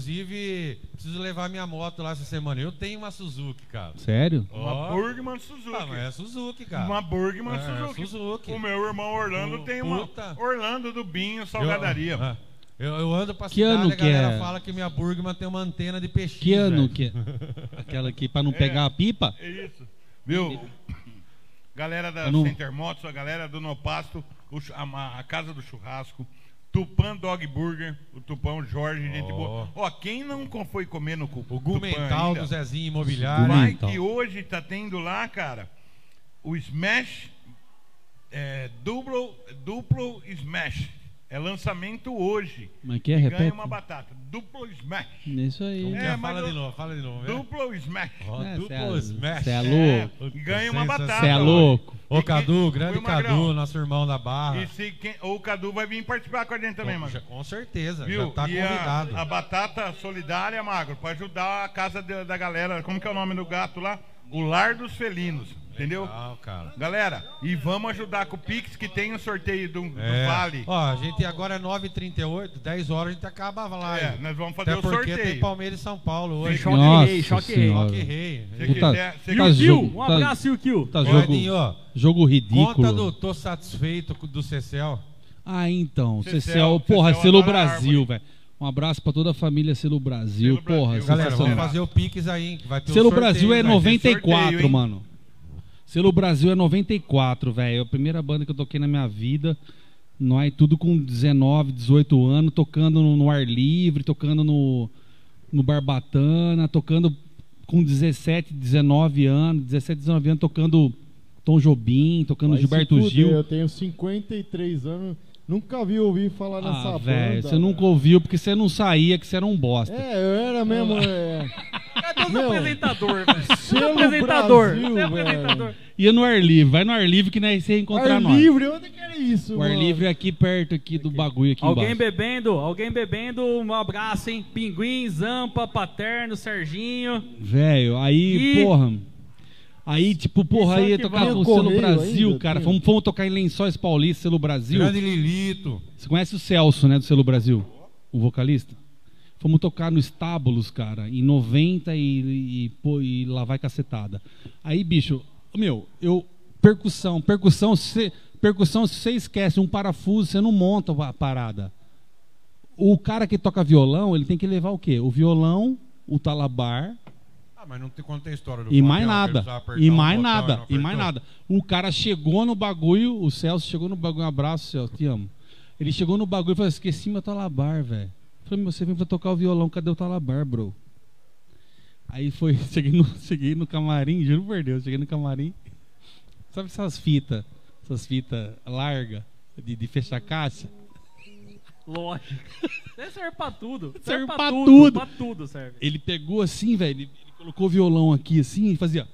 Speaker 1: Inclusive, preciso levar minha moto lá essa semana. Eu tenho uma Suzuki, cara.
Speaker 3: Sério?
Speaker 5: Uma
Speaker 1: Ó.
Speaker 5: Burgman Suzuki.
Speaker 1: Ah, mas é Suzuki, cara.
Speaker 5: Uma Burgman
Speaker 1: É,
Speaker 5: Suzuki.
Speaker 1: Suzuki.
Speaker 5: O meu irmão Orlando
Speaker 1: O-
Speaker 5: tem uma.
Speaker 1: Hum, puta.
Speaker 5: Orlando do Binho,
Speaker 1: Eu-
Speaker 5: Salgadaria.
Speaker 1: ah, Eu, eu ando pra
Speaker 3: Que
Speaker 1: cidade,
Speaker 3: ano
Speaker 1: a
Speaker 3: que
Speaker 1: galera
Speaker 3: é?
Speaker 1: fala que minha Burgman tem uma antena de peixe.
Speaker 3: Que ano que é? Aquela aqui pra não pegar a pipa?
Speaker 5: É isso. Viu? Galera da
Speaker 3: Eu não-
Speaker 5: Center Motos, a galera do Nopasto, o chu- a, ma- a Casa do Churrasco, Tupan Dog Burger, o Tupão Jorge, gente
Speaker 1: Ó.
Speaker 5: boa. Ó, quem não co- foi comer no cu-
Speaker 1: O
Speaker 5: Tupã
Speaker 1: Gumental
Speaker 5: ainda,
Speaker 1: do Zezinho Imobiliário.
Speaker 5: Vai
Speaker 3: Gumental.
Speaker 5: que hoje tá tendo lá, cara, o Smash, é, duplo, duplo Smash. É lançamento hoje.
Speaker 3: Mas que é,
Speaker 5: E
Speaker 3: repete.
Speaker 5: Ganha uma batata. Duplo Smash.
Speaker 3: Isso aí.
Speaker 1: Como que
Speaker 5: É,
Speaker 1: é?
Speaker 5: mas
Speaker 1: fala
Speaker 5: eu-
Speaker 1: de novo, fala de novo. né?
Speaker 5: Duplo Smash.
Speaker 1: Ó,
Speaker 3: É,
Speaker 1: duplo
Speaker 3: cê é-
Speaker 1: smash.
Speaker 3: cê é louco.
Speaker 5: É, ganha uma
Speaker 1: Sensacional.
Speaker 5: batata.
Speaker 3: Cê é louco.
Speaker 1: Ô Cadu, grande
Speaker 5: Viu, Magrão?
Speaker 1: Cadu, nosso irmão da Barra.
Speaker 5: E se quem, ou o Cadu vai vir participar com a gente também,
Speaker 1: Ah. Já-
Speaker 5: mano.
Speaker 1: com certeza,
Speaker 5: Viu?
Speaker 1: já tá
Speaker 5: e
Speaker 1: convidado.
Speaker 5: a, a batata solidária, Magro, pra ajudar a casa de- da galera. Como que é o nome do gato lá? O Lar dos Felinos. Entendeu?
Speaker 1: Legal, cara.
Speaker 5: Galera, e vamos ajudar com o Pix, que tem o sorteio do, do
Speaker 1: É.
Speaker 5: Vale.
Speaker 1: Ó, a gente agora é 9h38, 10 horas a gente acaba a live.
Speaker 5: É, nós vamos fazer
Speaker 1: Até
Speaker 5: o
Speaker 1: porque
Speaker 5: sorteio.
Speaker 1: tem Palmeiras e São Paulo hoje.
Speaker 4: Choque
Speaker 3: Nossa
Speaker 4: rei, choque rei.
Speaker 3: senhora.
Speaker 1: Rock Rei.
Speaker 5: Se
Speaker 3: Puta-
Speaker 5: quiser, se
Speaker 3: tá
Speaker 5: quiser-
Speaker 4: Kill,
Speaker 3: jogo-
Speaker 4: um
Speaker 3: tá-
Speaker 4: abraço, Yu Kill.
Speaker 3: Tá jogo,
Speaker 1: Guardinho, ó,
Speaker 3: jogo
Speaker 1: Conta
Speaker 3: ridículo.
Speaker 1: do Tô Satisfeito com- do Cecel.
Speaker 3: Ah, então.
Speaker 5: Cecel,
Speaker 3: Cecel,
Speaker 1: é
Speaker 5: Cecel
Speaker 3: porra,
Speaker 5: adora
Speaker 3: Selo
Speaker 5: a
Speaker 3: Brasil, velho. Um abraço pra toda a família Selo Brasil,
Speaker 5: Selo
Speaker 3: porra.
Speaker 5: Brasil.
Speaker 1: Galera, vamos
Speaker 5: Sensacional.
Speaker 3: sensacional.
Speaker 1: fazer o Pix aí, hein, que vai ter um
Speaker 3: Selo
Speaker 1: sorteio,
Speaker 3: Brasil é
Speaker 1: vai ter
Speaker 3: 94,
Speaker 5: sorteio, hein?
Speaker 3: mano. Selo Brasil é 94, velho. É a primeira banda que eu toquei na minha vida. Nós tudo com 19, 18 anos, tocando no, no ar livre, tocando no, no Barbatana, tocando com 17, 19 anos, 17, 19 anos, tocando Tom Jobim, tocando
Speaker 2: Vai se
Speaker 3: Gilberto
Speaker 2: fuder,
Speaker 3: Gil.
Speaker 2: Eu tenho 53 anos, nunca vi ouvir falar nessa
Speaker 3: Ah,
Speaker 2: banda.
Speaker 3: velho, você
Speaker 2: velho.
Speaker 3: nunca ouviu porque você não saía, que você era um bosta.
Speaker 2: É, eu era mesmo.
Speaker 3: <laughs>
Speaker 2: É,
Speaker 4: Cadê os
Speaker 2: Meu.
Speaker 4: apresentador, velho? Você é
Speaker 2: Selo
Speaker 4: apresentador.
Speaker 2: Brasil,
Speaker 4: Você é
Speaker 2: velho.
Speaker 4: apresentador.
Speaker 3: Ia no ar livre, vai no ar livre que nós você ia encontrar
Speaker 2: ar
Speaker 3: nós.
Speaker 2: livre, onde que era isso?
Speaker 3: O ar
Speaker 2: mano?
Speaker 3: livre é aqui perto aqui do bagulho aqui
Speaker 4: Alguém
Speaker 3: embaixo.
Speaker 4: bebendo, alguém bebendo, um abraço, hein? Pinguim, Zampa, Paterno, Serginho.
Speaker 3: Velho, aí,
Speaker 4: E-
Speaker 3: porra. Aí, tipo, porra,
Speaker 4: Isso
Speaker 3: aí ia
Speaker 4: que
Speaker 3: tocar
Speaker 4: vai.
Speaker 3: com o Selo
Speaker 2: Correio
Speaker 3: Brasil,
Speaker 2: ainda,
Speaker 3: cara.
Speaker 2: tem.
Speaker 3: Fomos, fomos tocar em Lençóis Paulista, Selo Brasil.
Speaker 1: Grande Lilito.
Speaker 3: Você conhece o Celso, né, do Selo Brasil? O vocalista? Fomos tocar no Estábulos, cara, em 90 e, e, pô, e lá vai cacetada. Aí, bicho, meu, eu. Percussão, percussão, cê, percussão, se você esquece um parafuso, você não monta a parada. O cara que toca violão, ele tem que levar o quê? O violão, o talabar,
Speaker 1: Ah, mas não te contei a história do
Speaker 3: e
Speaker 1: Fabião, que
Speaker 3: mais
Speaker 1: ele
Speaker 3: nada.
Speaker 1: precisava apertar
Speaker 3: E
Speaker 1: um
Speaker 3: mais
Speaker 1: botão
Speaker 3: nada.
Speaker 1: não
Speaker 3: E mais
Speaker 1: apertou?
Speaker 3: nada. O cara chegou no bagulho, o Celso chegou no bagulho. Um abraço, Celso, te amo. Ele chegou no bagulho e falou: esqueci meu talabar, velho. Falei, meu, você vem pra tocar o violão, cadê o talabar, bro? Aí foi, <laughs> cheguei no, cheguei no camarim, juro por Deus, cheguei no camarim. Sabe essas fitas? Essas fitas largas de, de fechar caixa?
Speaker 4: Lógico. <laughs> Isso serve pra tudo. Serve,
Speaker 3: Serve
Speaker 4: pra,
Speaker 3: pra
Speaker 4: tudo.
Speaker 3: tudo.
Speaker 4: Pra tudo serve.
Speaker 3: Ele pegou assim, velho, ele, ele colocou o violão aqui assim e fazia.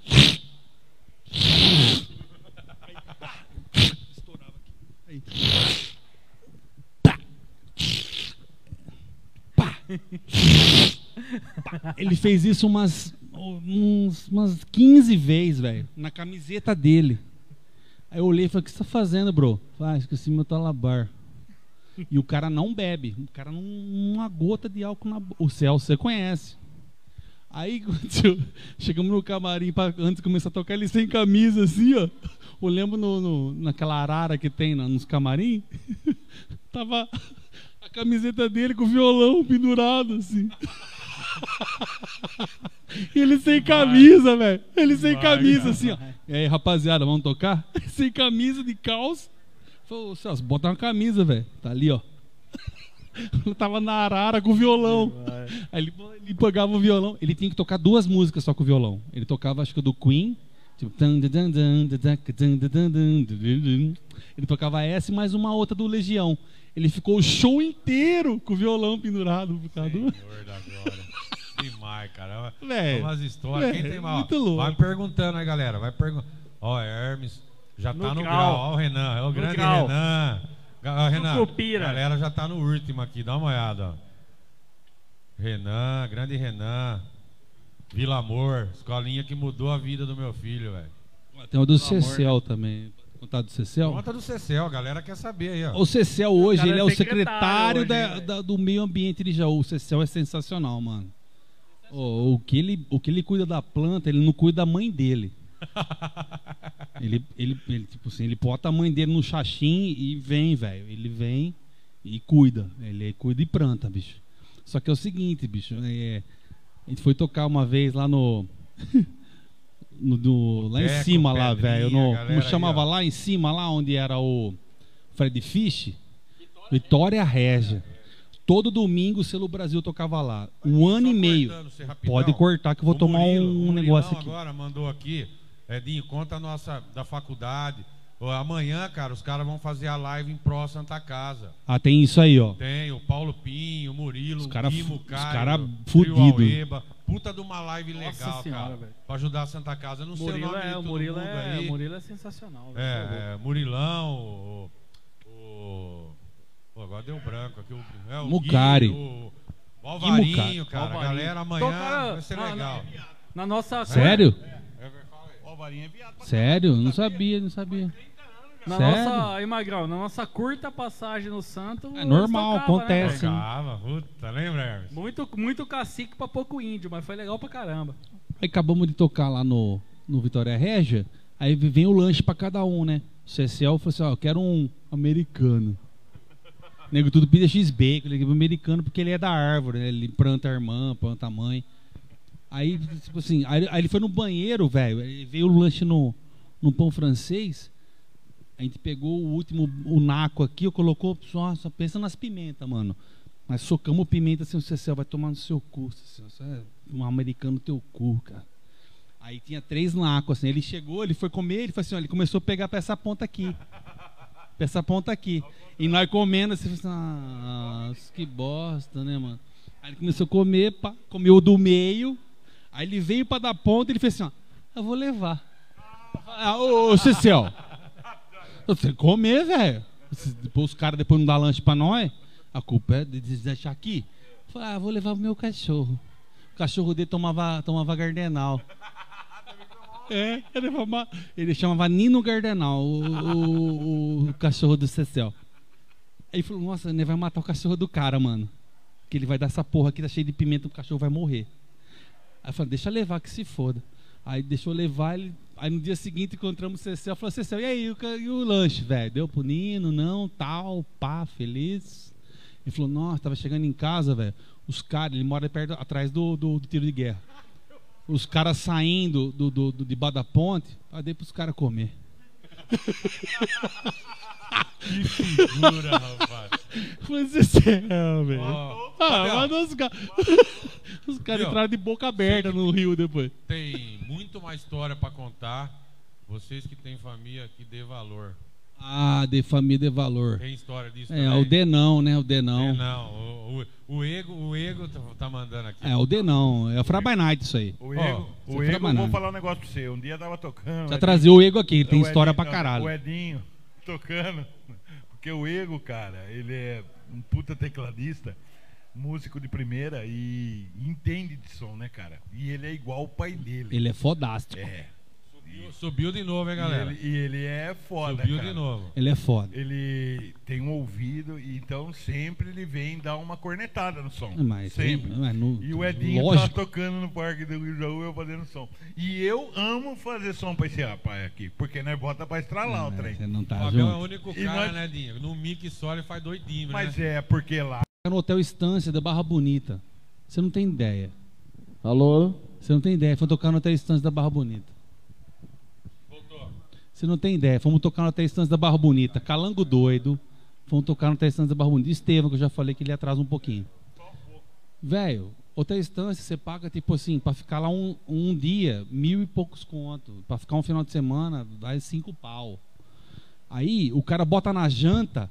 Speaker 3: Estourava aqui. Aí. Pá. Pá. Pá. Ele fez isso umas, uns- umas 15 vezes, velho, na camiseta dele. Aí eu olhei e falei: O que você tá fazendo, bro? Faz, ah, esqueci meu talabar. E o cara não bebe. O cara não. Uma gota de álcool na bo- O Celso, você conhece. Aí <laughs> aconteceu. Chegamos no camarim pra, antes de começar a tocar, ele sem camisa, assim, ó. Eu lembro no, no- naquela arara que tem na- nos camarim. <laughs> Tava a camiseta dele com o violão pendurado, assim. E ele sem camisa, velho. Ele sem camisa, assim, ó. E aí, rapaziada, vamos tocar? <laughs> Sem camisa, de calça. Falou, "Ô, Celso, bota uma camisa, velho. Tá ali, ó. <laughs> Ele tava na arara com o violão. Aí ele, ele pegava o violão. Ele tinha que tocar duas músicas só com o violão. Ele tocava, acho que do Queen. Tipo. tan, dan, dan, dan, dan, dan, dan, dan, dan, dan, dan, dan. Ele tocava essa e mais uma outra do Legião. Ele ficou o show inteiro com o violão pendurado por causa do. <laughs>
Speaker 1: Senhor da glória. Demais, cara.
Speaker 3: Véi.
Speaker 1: Umas histórias.
Speaker 3: Véi,
Speaker 1: Quem tem mal?
Speaker 3: É. muito louco.
Speaker 1: Vai perguntando aí, galera. Vai perguntando. Ó, Hermes. Já
Speaker 4: No
Speaker 1: tá no grau.
Speaker 4: grau.
Speaker 1: Ó, o Renan. Ó, o grande
Speaker 4: grau.
Speaker 1: Renan. Ga- ó, Renan.
Speaker 4: Sucupira.
Speaker 1: Galera já tá no último aqui. Dá uma olhada, ó. Renan, grande Renan. Vila Amor. Escolinha que mudou a vida do meu filho, velho.
Speaker 3: Tem o do Cecel também. Contato do Cecel?
Speaker 1: Conta do Cecel, a galera quer saber aí, ó.
Speaker 3: O Cecel hoje,
Speaker 4: cara
Speaker 3: ele
Speaker 4: é
Speaker 3: é o secretário,
Speaker 4: secretário
Speaker 3: da-
Speaker 4: hoje, né,
Speaker 3: da- do meio ambiente de Jaú. O Cecel é sensacional, mano. Ô, o, que ele, o que ele cuida da planta, ele não cuida da mãe
Speaker 4: <laughs>
Speaker 3: dele. ele, ele, ele, tipo assim, ele bota a mãe dele no xaxim e vem, velho. Ele vem e cuida. Ele é cuida e planta, bicho. Só que é o seguinte, bicho. é, a gente foi tocar uma vez lá no. <laughs> no- do- lá em
Speaker 1: Boteco,
Speaker 3: cima, lá,
Speaker 1: Pedrinha,
Speaker 3: velho. no-
Speaker 1: galera
Speaker 3: Como
Speaker 1: aí,
Speaker 3: chamava
Speaker 1: ó.
Speaker 3: lá em cima, lá onde era o Fred Fish? Vitória Régia. Todo domingo o Selo Brasil tocava lá. Um ano e
Speaker 1: Só
Speaker 3: meio.
Speaker 1: cortando, você rapidão.
Speaker 3: Pode cortar que eu vou
Speaker 1: O
Speaker 3: tomar
Speaker 1: Murilo,
Speaker 3: um,
Speaker 1: o Murilão
Speaker 3: negócio aqui.
Speaker 1: agora mandou aqui. é, Edinho, conta a nossa da faculdade. Ó, Amanhã, cara, os caras vão fazer a live em pró Santa Casa.
Speaker 3: Ah, tem isso aí, ó.
Speaker 1: Tem o Paulo Pinho, o Murilo,
Speaker 3: Os
Speaker 1: o
Speaker 3: cara
Speaker 1: Guimo,
Speaker 3: fu- os
Speaker 1: Caio,
Speaker 3: cara
Speaker 1: o Trio
Speaker 3: fudido.
Speaker 1: Aueba. Puta de uma live
Speaker 4: Nossa
Speaker 1: legal,
Speaker 4: senhora,
Speaker 1: cara.
Speaker 4: velho.
Speaker 1: Pra ajudar a Santa Casa. Eu não sei o
Speaker 4: Murilo
Speaker 1: nome de
Speaker 4: é, o
Speaker 1: todo
Speaker 4: Murilo
Speaker 1: mundo
Speaker 4: é,
Speaker 1: aí.
Speaker 4: o Murilo é sensacional. velho.
Speaker 1: É, é, Murilão, o. o- o- agora deu branco aqui. O, é, o
Speaker 3: Mucari.
Speaker 1: Gui, o, o Alvarinho,
Speaker 3: Mucari.
Speaker 1: cara.
Speaker 4: Alvarinho.
Speaker 1: A galera amanhã
Speaker 5: Então,
Speaker 4: Tocaram-
Speaker 1: vai ser
Speaker 4: ah,
Speaker 1: legal.
Speaker 4: Na nossa
Speaker 1: É?
Speaker 3: Sério?
Speaker 5: Ó, o Varinha é viado pra
Speaker 3: Sério? Não sabia, não sabia.
Speaker 4: Na
Speaker 3: Sério?
Speaker 4: nossa, aí, Magrão, na nossa curta passagem no Santo.
Speaker 3: É
Speaker 4: eles
Speaker 3: normal,
Speaker 4: tocavam, né,
Speaker 3: acontece.
Speaker 4: velho?
Speaker 1: Tocava, puta, lembra, Hermes?
Speaker 4: muito, muito cacique pra pouco índio, mas foi legal pra caramba.
Speaker 3: Aí acabamos de tocar lá no, no Vitória Régia. Aí vem o lanche pra cada um, né? O Cecel falou assim: ó, eu quero um americano. O Nego tudo pida XB, que ele é americano porque ele é da árvore, né? Ele planta a irmã, planta a mãe. Aí, tipo assim, aí, aí ele foi no banheiro, velho. Aí veio o lanche no, no pão francês. A gente pegou o último, o naco aqui, eu colocou, só, só pensa nas pimentas, mano. Mas socamos pimenta assim, o Cecel vai tomar no seu cu, Cecel. Você é um americano no teu cu, cara. Aí tinha três nacos, assim. Ele chegou, ele foi comer, ele falou assim, ó, ele começou a pegar pra essa ponta aqui. Pra essa ponta aqui. E nós comendo, assim, falou assim, ah, que bosta, né, mano? Aí ele começou a comer, pá, comeu o do meio. Aí ele veio pra dar ponta e ele fez assim, ó, eu vou levar. Ah, ô, ô, Cecel, você comer, velho. Se Depois os caras depois não dá lanche pra nós. A culpa é de de deixar aqui. Eu Falei, ah, vou levar pro meu cachorro. O cachorro dele tomava, tomava gardenal. É, ele chamava, ele chamava Nino Gardenal, o, o- o cachorro do Cecel. Aí ele falou, nossa, ele vai matar o cachorro do cara, mano. Que ele vai dar essa porra aqui, tá cheio de pimenta, o cachorro vai morrer. Aí eu falei, deixa eu levar que se foda. Aí deixou eu levar ele. Aí no dia seguinte encontramos o Cecel. Falou, Cecel, e aí, o, ca- e o lanche, velho? Deu pro Nino, não, tal, pá, feliz. Ele falou, nossa, tava chegando em casa, velho. Os caras, ele mora perto, atrás do, do, do tiro de guerra. Os caras saindo do, do, do, debaixo da ponte, aí dei pros caras comer. <laughs>
Speaker 1: Que figura, rapaz.
Speaker 3: Eu Falei, Cecel, é velho.
Speaker 1: Ó, tá
Speaker 3: Ah,
Speaker 1: Fabião,
Speaker 3: mandou os caras. <laughs> Os caras
Speaker 1: Fabião,
Speaker 3: entraram de boca aberta no rio depois.
Speaker 1: Tem muito mais história pra contar. Vocês que têm família que dê valor.
Speaker 3: Ah, de família é valor.
Speaker 1: Tem história disso
Speaker 3: É,
Speaker 1: também?
Speaker 3: o Denão, né? O
Speaker 1: É,
Speaker 3: Denão.
Speaker 1: Não, o, o, o Ego, o Ego tá, tá mandando aqui.
Speaker 3: É, o Denão. É o Friday Night isso aí.
Speaker 5: O Ego,
Speaker 3: você
Speaker 5: o
Speaker 3: fica
Speaker 5: Ego vou
Speaker 3: banana.
Speaker 5: falar um negócio pra você. Um dia eu tava tocando.
Speaker 3: Precisa
Speaker 5: o
Speaker 3: trazer o Ego aqui, ele tem
Speaker 5: É O
Speaker 3: história
Speaker 5: Edinho-
Speaker 3: pra
Speaker 5: não, O
Speaker 3: caralho.
Speaker 5: Edinho tocando. Porque o Ego, cara, ele é um puta tecladista, músico de primeira e entende de som, né, cara? E ele é igual o pai dele.
Speaker 3: Ele é fodástico.
Speaker 5: É.
Speaker 1: Subiu, subiu de novo, hein,
Speaker 5: E
Speaker 1: galera?
Speaker 5: ele, e ele é foda,
Speaker 1: subiu
Speaker 5: cara.
Speaker 1: de novo.
Speaker 3: Ele é foda.
Speaker 5: Ele tem um ouvido, e então sempre ele vem dar uma cornetada no som.
Speaker 3: É, Mas,
Speaker 5: É. sempre.
Speaker 3: mas no-
Speaker 5: E o Edinho
Speaker 3: lógico.
Speaker 5: tá tocando no parque do Rio Jaú, eu fazendo som. E eu amo fazer som pra esse rapaz aqui, porque nós bota pra estralar o um trem.
Speaker 3: Você não
Speaker 1: O
Speaker 3: tá
Speaker 1: Fabião é o
Speaker 3: junto.
Speaker 1: único
Speaker 5: E
Speaker 1: cara,
Speaker 5: nós-
Speaker 1: né, Dinho? No mic só ele faz doidinho, né?
Speaker 5: Mas é, porque lá.
Speaker 3: Tá no Hotel Estância da Barra Bonita. Você não tem ideia. é
Speaker 2: Alô?
Speaker 3: Você não tem ideia. Foi tocar no Hotel Estância da Barra Bonita.
Speaker 1: Voltou.
Speaker 3: Você não tem ideia. Fomos tocar no Hotel Estância da Barra Bonita. Calango doido. Fomos tocar no Hotel Estância da Barra Bonita. Estevam, que eu já falei que ele atrasa um pouquinho. Velho, Hotel Estância você paga, tipo assim, pra ficar lá um, um dia, mil e poucos conto. Pra ficar um final de semana, dá cinco pau. Aí o cara bota na janta,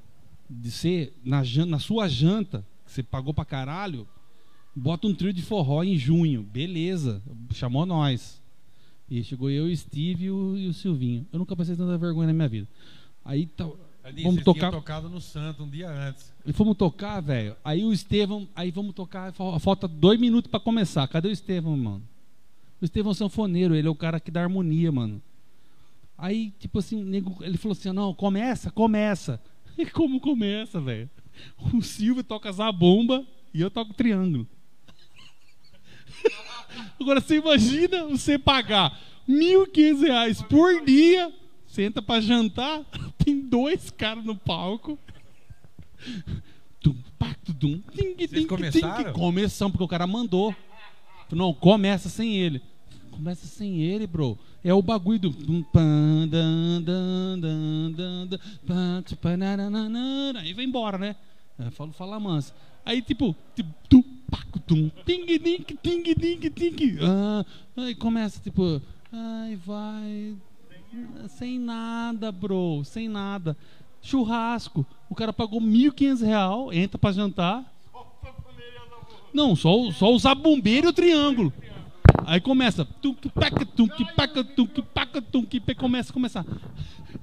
Speaker 3: de ser, na, jan- na sua janta, que você pagou pra caralho, bota um trio de forró em junho. Beleza, chamou nós. E chegou eu, o Steve e o, e o Silvinho. Eu nunca passei tanta vergonha na minha vida. Aí tá,
Speaker 1: Edinho,
Speaker 3: vamos
Speaker 1: vocês tinham
Speaker 3: tocar.
Speaker 1: tocado no Santo um dia antes.
Speaker 3: E fomos tocar, velho. Aí o Estevão, aí vamos tocar, fal- falta tá dois minutos pra começar. Cadê o Estevão, mano? O Estevão é um sanfoneiro, ele é o cara que dá harmonia, mano. Aí, tipo assim, nego- ele falou assim: não, começa, começa. <laughs> E como começa, velho? O Silvio toca zabumba e eu toco triângulo. <laughs> Agora você imagina você pagar R$ 1.500 reais por dia, senta pra jantar, <laughs> tem dois caras no palco. <laughs> Tum, pac, tudum, ting, ting, ting,
Speaker 1: começaram?
Speaker 3: Começamos, porque o cara mandou. Falei, Não, começa sem ele. Começa sem ele, bro. É o bagulho do. pum, pam, dan, dan, dan, dan, dan, pam, tsu, pam, na, na, na, na, na. Aí vai embora, né? Eu falo, fala mansa. Aí tipo. ti- tu, pacu, tum, ting, ding, ting, ding, ting. Ah, aí começa tipo. Ai, vai. Sem nada, bro. Sem nada. Churrasco. O cara pagou R$ 1.500, real, entra pra jantar. Não, só, o- só usar bombeiro e o triângulo. Aí começa. tum, que, paca, tum, que, paca, tum, que, paca, tum, que, pe- Começa, começa.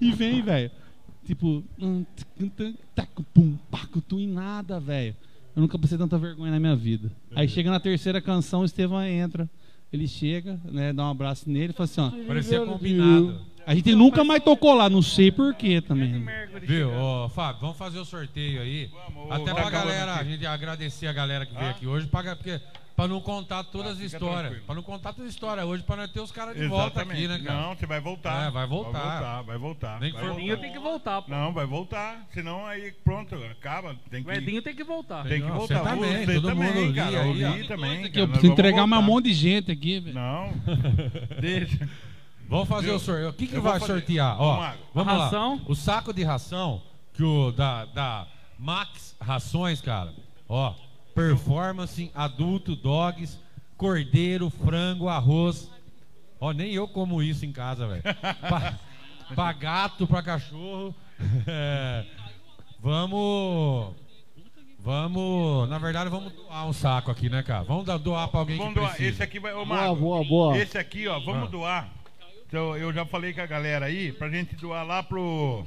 Speaker 3: E vem, velho. Tipo. hum, tic, tic, tac, pum, paco, tum, e nada, velho. Eu nunca passei tanta vergonha na minha vida. Aí chega na terceira canção, o Estevão entra. Ele chega, né? Dá um abraço nele e fala assim, ó.
Speaker 1: Parecia combinado.
Speaker 3: A gente nunca mais tocou lá, não sei porquê também. né?
Speaker 1: Viu? Ô, Fábio, vamos fazer o sorteio aí.
Speaker 5: Vamos, ô,
Speaker 1: Até
Speaker 5: tá
Speaker 1: pra
Speaker 5: acabando
Speaker 1: galera,
Speaker 5: aqui. Tá?
Speaker 1: a gente agradecer a galera que veio aqui hoje, pra, porque, pra não contar todas as
Speaker 5: fica
Speaker 1: histórias.
Speaker 5: tranquilo.
Speaker 1: Pra não contar todas as histórias hoje, pra nós ter os caras de volta aqui, né, cara?
Speaker 5: Não, você vai voltar.
Speaker 1: É, vai voltar.
Speaker 5: Vai voltar, vai voltar.
Speaker 1: Nem que
Speaker 5: vai
Speaker 1: for
Speaker 5: voltar.
Speaker 1: minha,
Speaker 4: Eu tenho que voltar, pô.
Speaker 5: Não, vai voltar. Senão aí pronto, acaba. Tem
Speaker 4: O
Speaker 5: que,
Speaker 4: Edinho tem que voltar.
Speaker 5: tem que
Speaker 1: Não,
Speaker 5: voltar.
Speaker 1: você também,
Speaker 5: Você
Speaker 1: todo
Speaker 5: também,
Speaker 1: mundo
Speaker 5: cara.
Speaker 1: ali,
Speaker 5: eu
Speaker 1: aí,
Speaker 5: li
Speaker 1: ó.
Speaker 5: também.
Speaker 3: Que eu
Speaker 5: cara, nós
Speaker 3: preciso
Speaker 5: vamos
Speaker 3: entregar mais um
Speaker 5: voltar.
Speaker 3: monte de gente aqui, velho.
Speaker 1: <laughs>
Speaker 5: Não, deixa.
Speaker 1: Vamos fazer
Speaker 5: Viu?
Speaker 1: o sorteio. O que, que
Speaker 5: Eu vou
Speaker 1: vai
Speaker 5: fazer.
Speaker 1: sortear? Ó,
Speaker 5: Vamos lá.
Speaker 1: vamos lá.
Speaker 4: Ração.
Speaker 1: O saco de ração que o da, da Max Rações, cara. Ó, performance, adulto, dogs, cordeiro, frango, arroz. Ó, nem eu como isso em casa,
Speaker 5: <laughs>
Speaker 1: velho. Pra, pra gato, pra cachorro. <laughs> É, vamos. Vamos. Na verdade, vamos doar um saco aqui, né, cara? Vamos dar- doar pra alguém
Speaker 5: Vamos
Speaker 1: que
Speaker 5: doar.
Speaker 1: precisa.
Speaker 5: Esse aqui vai. Ô,
Speaker 2: Boa,
Speaker 5: Mago,
Speaker 2: boa, boa.
Speaker 5: Esse aqui, ó, vamos
Speaker 1: Ah.
Speaker 5: doar. Então, eu já falei com a galera aí pra gente doar lá pro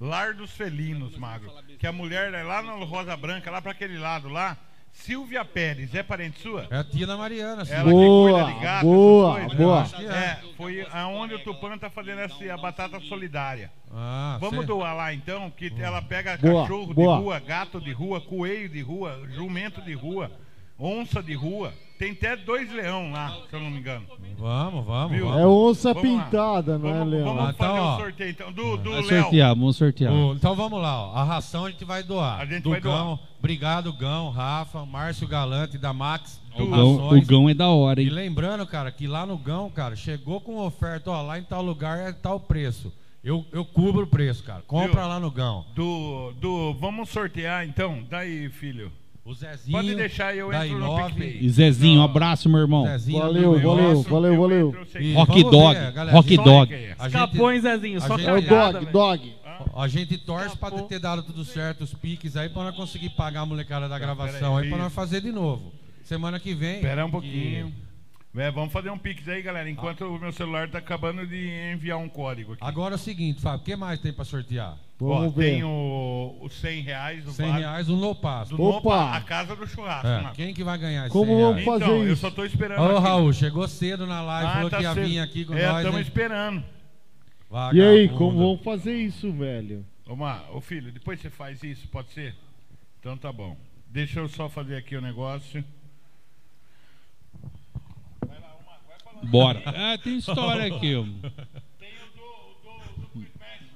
Speaker 5: Lar dos Felinos, Magro. Que a mulher é lá na Rosa Branca, lá pra aquele lado lá. Silvia Pérez, é parente sua?
Speaker 1: É a tia da Mariana, assim.
Speaker 5: Ela
Speaker 2: Boa,
Speaker 5: que cuida de gato,
Speaker 2: boa,
Speaker 5: essas coisas,
Speaker 2: boa.
Speaker 5: né? É, foi aonde o Tupan tá fazendo essa a batata solidária.
Speaker 1: Ah,
Speaker 5: Vamos
Speaker 1: cê-
Speaker 5: doar lá então, que ela pega
Speaker 2: Boa,
Speaker 5: cachorro
Speaker 2: boa.
Speaker 5: de rua, gato de rua, coelho de rua, jumento de rua, onça de rua. Tem até dois leão lá, se eu não me engano.
Speaker 1: Vamos, vamos.
Speaker 5: Viu?
Speaker 1: vamos.
Speaker 2: É onça
Speaker 5: Vamos lá.
Speaker 2: pintada, não é,
Speaker 5: vamos,
Speaker 2: Leão?
Speaker 5: Vamos
Speaker 1: Ah, então,
Speaker 5: fazer o
Speaker 1: ó.
Speaker 5: sorteio então. Do, do
Speaker 3: Vamos
Speaker 5: Léo.
Speaker 3: sortear, vamos sortear.
Speaker 1: Ô, então vamos lá, ó. a ração a gente vai doar.
Speaker 5: É A gente
Speaker 1: do
Speaker 5: vai doar.
Speaker 1: Gão, obrigado Gão, Rafa, Márcio Galante da Max.
Speaker 3: O
Speaker 1: do
Speaker 3: Gão,
Speaker 1: Rações.
Speaker 3: o Gão é da hora,
Speaker 1: E
Speaker 3: hein?
Speaker 1: lembrando, cara, que lá no Gão, cara, chegou com oferta, ó, lá em tal lugar é tal preço. Eu, eu cubro o preço, cara. Compra
Speaker 5: Viu?
Speaker 1: lá no Gão.
Speaker 5: Do, do, vamos sortear então. Daí, filho.
Speaker 1: O Zezinho.
Speaker 5: Pode deixar, eu
Speaker 1: da
Speaker 5: entro no
Speaker 1: I9,
Speaker 5: PicPay.
Speaker 3: E Zezinho, um
Speaker 5: Não.
Speaker 3: abraço, meu irmão.
Speaker 1: Zezinho da
Speaker 2: Valeu,
Speaker 1: Nuvem.
Speaker 2: valeu.
Speaker 5: Nosso, eu
Speaker 2: valeu.
Speaker 5: entro, eu sei.
Speaker 1: E
Speaker 3: Rock
Speaker 1: vamos
Speaker 3: dog,
Speaker 1: ver, galera,
Speaker 3: rock
Speaker 1: gente-
Speaker 5: Só
Speaker 3: dog.
Speaker 5: que-
Speaker 1: A gente-
Speaker 4: Escapou, hein, Zezinho?
Speaker 1: a
Speaker 4: Só
Speaker 1: gente-
Speaker 2: É o
Speaker 4: cagada,
Speaker 2: dog,
Speaker 4: velho.
Speaker 2: dog.
Speaker 1: A gente torce pra
Speaker 4: Acabou.
Speaker 1: ter dado tudo certo os piques aí pra nós conseguir pagar a molecada
Speaker 5: Tá,
Speaker 1: da gravação aí pra nós fazer de novo. Semana que vem.
Speaker 5: Espera um
Speaker 1: que-
Speaker 5: pouquinho. É, vamos fazer um pix aí, galera, enquanto o meu celular tá acabando de enviar um código aqui.
Speaker 1: Agora é o seguinte, Fábio, o que mais tem pra sortear?
Speaker 5: Ó,
Speaker 2: Ah, Vamos ver.
Speaker 5: tem o, o 100 reais, o
Speaker 1: 100
Speaker 5: vale
Speaker 1: reais, um Lopato.
Speaker 5: do
Speaker 2: Opa!
Speaker 5: Opa! a casa do churrasco,
Speaker 1: É,
Speaker 5: mano.
Speaker 1: quem que vai ganhar esse
Speaker 2: Como
Speaker 1: 100
Speaker 2: vamos
Speaker 1: reais?
Speaker 2: fazer
Speaker 5: Então, eu
Speaker 2: isso?
Speaker 5: só tô esperando.
Speaker 1: Ô,
Speaker 5: aqui.
Speaker 1: Raul, chegou cedo na live,
Speaker 5: Ah,
Speaker 1: falou
Speaker 5: tá
Speaker 1: que ia
Speaker 5: cedo.
Speaker 1: vir aqui com
Speaker 5: é,
Speaker 1: nós,
Speaker 5: estamos
Speaker 1: hein?
Speaker 5: esperando.
Speaker 2: E aí,
Speaker 1: Vagabundo.
Speaker 2: como vamos fazer isso, velho?
Speaker 5: Vamos lá, ô filho, depois você faz isso, pode ser? Então tá bom. Deixa eu só fazer aqui o negócio.
Speaker 3: Bora. Ah, tem história aqui, ó.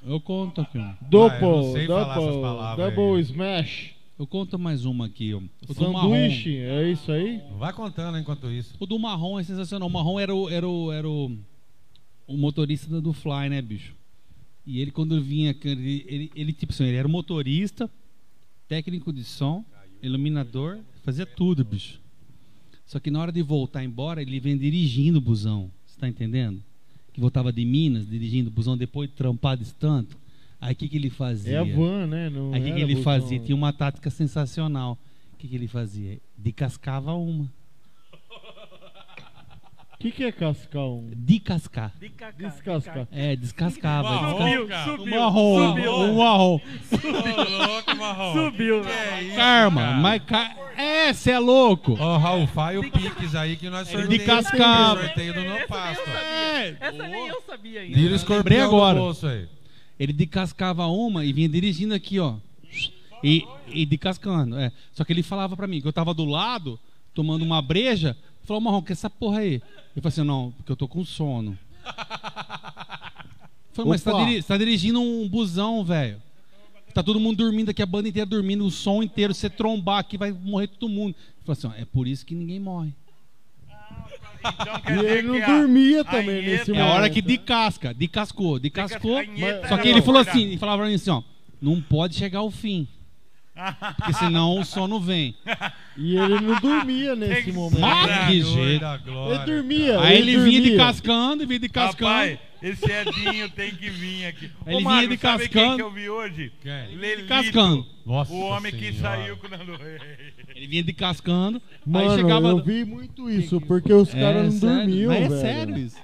Speaker 3: Eu conto aqui, ó.
Speaker 1: Ah, eu não
Speaker 2: Double,
Speaker 1: sei falar essas
Speaker 2: double,
Speaker 1: palavras aí.
Speaker 2: double smash.
Speaker 3: Eu conto mais uma aqui, ó. O do marrom.
Speaker 2: Sanduíche, é isso aí?
Speaker 1: Vai contando enquanto isso.
Speaker 3: O do marrom é sensacional. O marrom era o, era o, era o, o motorista do Fly, né, bicho? E ele quando vinha, cara, ele, ele, ele, tipo assim, ele era motorista, técnico de som, iluminador, fazia tudo, bicho. Só que na hora de voltar embora, ele vem dirigindo o busão. Você tá entendendo? Que voltava de Minas, dirigindo o busão, depois de trampar de tanto. Aí o que, que ele
Speaker 2: É
Speaker 3: fazia?
Speaker 2: a van, né? Não
Speaker 3: Aí o que,
Speaker 2: era
Speaker 3: que ele
Speaker 2: busão.
Speaker 3: fazia? Tinha uma tática sensacional. O que, que ele fazia? Decascava uma.
Speaker 2: O que, que é cascar um?
Speaker 3: De cascar.
Speaker 4: De cacá, de
Speaker 2: Descascar.
Speaker 3: É,
Speaker 1: Uau.
Speaker 3: descascava. desca-
Speaker 4: Subiu,
Speaker 1: Marrom,
Speaker 3: Um
Speaker 4: subiu,
Speaker 3: marrom, um
Speaker 4: subiu,
Speaker 3: marrom.
Speaker 1: Ô, louco, é marrom.
Speaker 4: subiu.
Speaker 1: né?
Speaker 3: Karma, mas. Car... É, cê é louco!
Speaker 1: Ó, Raul, faz o Pix aí que nós sorteio,
Speaker 3: de cascava.
Speaker 1: sorteio do No
Speaker 4: Essa
Speaker 1: Pasto.
Speaker 4: nem
Speaker 1: ó.
Speaker 4: eu sabia.
Speaker 3: É,
Speaker 4: Essa nem eu sabia ainda.
Speaker 1: Tira o
Speaker 3: Lembrei
Speaker 1: escorpião
Speaker 3: agora.
Speaker 1: do bolso aí.
Speaker 3: Ele decascava uma e vinha dirigindo aqui, ó. E, e decascando, é. Só que ele falava pra mim que eu tava do lado, tomando uma breja. Falou, Marrom, que é essa porra aí? Eu falei assim, não, porque eu tô com sono. Falei, mas você tá,
Speaker 2: Opa.
Speaker 3: diri- você tá dirigindo um busão, velho. Tá todo mundo dormindo aqui, a banda inteira dormindo, o som inteiro. Se você trombar aqui, vai morrer todo mundo. Eu falei assim, ó, é por isso que ninguém morre.
Speaker 5: Então
Speaker 2: E
Speaker 5: quer dizer
Speaker 2: ele não
Speaker 5: que a-
Speaker 2: dormia
Speaker 5: a
Speaker 2: também nesse
Speaker 5: Anheta-
Speaker 3: É a hora que
Speaker 2: momento, né?
Speaker 3: decasca, decascou, decascou.
Speaker 5: a é Anheta
Speaker 3: Só
Speaker 5: era
Speaker 3: que ele falou
Speaker 5: acordada.
Speaker 3: assim, ele falava pra mim assim, ó, não pode chegar ao fim. Porque senão o sono vem.
Speaker 2: E ele não dormia
Speaker 5: Tem que
Speaker 2: nesse momento.
Speaker 3: Ah, que
Speaker 1: Traidor
Speaker 3: jeito.
Speaker 1: da
Speaker 2: Ele
Speaker 1: glória.
Speaker 2: dormia.
Speaker 3: Aí ele vinha
Speaker 2: dormia.
Speaker 3: decascando e vinha decascando.
Speaker 5: Rapaz, esse Edinho tem que vir aqui.
Speaker 3: Ele vinha
Speaker 5: Magro,
Speaker 3: de
Speaker 5: sabe quem
Speaker 3: cascando.
Speaker 5: que eu vi hoje?
Speaker 1: Quem?
Speaker 5: Lelito,
Speaker 3: Cascando.
Speaker 1: Nossa
Speaker 5: o homem que
Speaker 1: Senhora.
Speaker 5: saiu com o <laughs>
Speaker 3: Ele vinha decascando.
Speaker 2: Mano,
Speaker 3: aí chegava.
Speaker 2: eu vi muito isso, porque os
Speaker 3: É,
Speaker 2: caras não
Speaker 3: sério,
Speaker 2: dormiam,
Speaker 3: mas é
Speaker 2: velho.
Speaker 3: sério isso.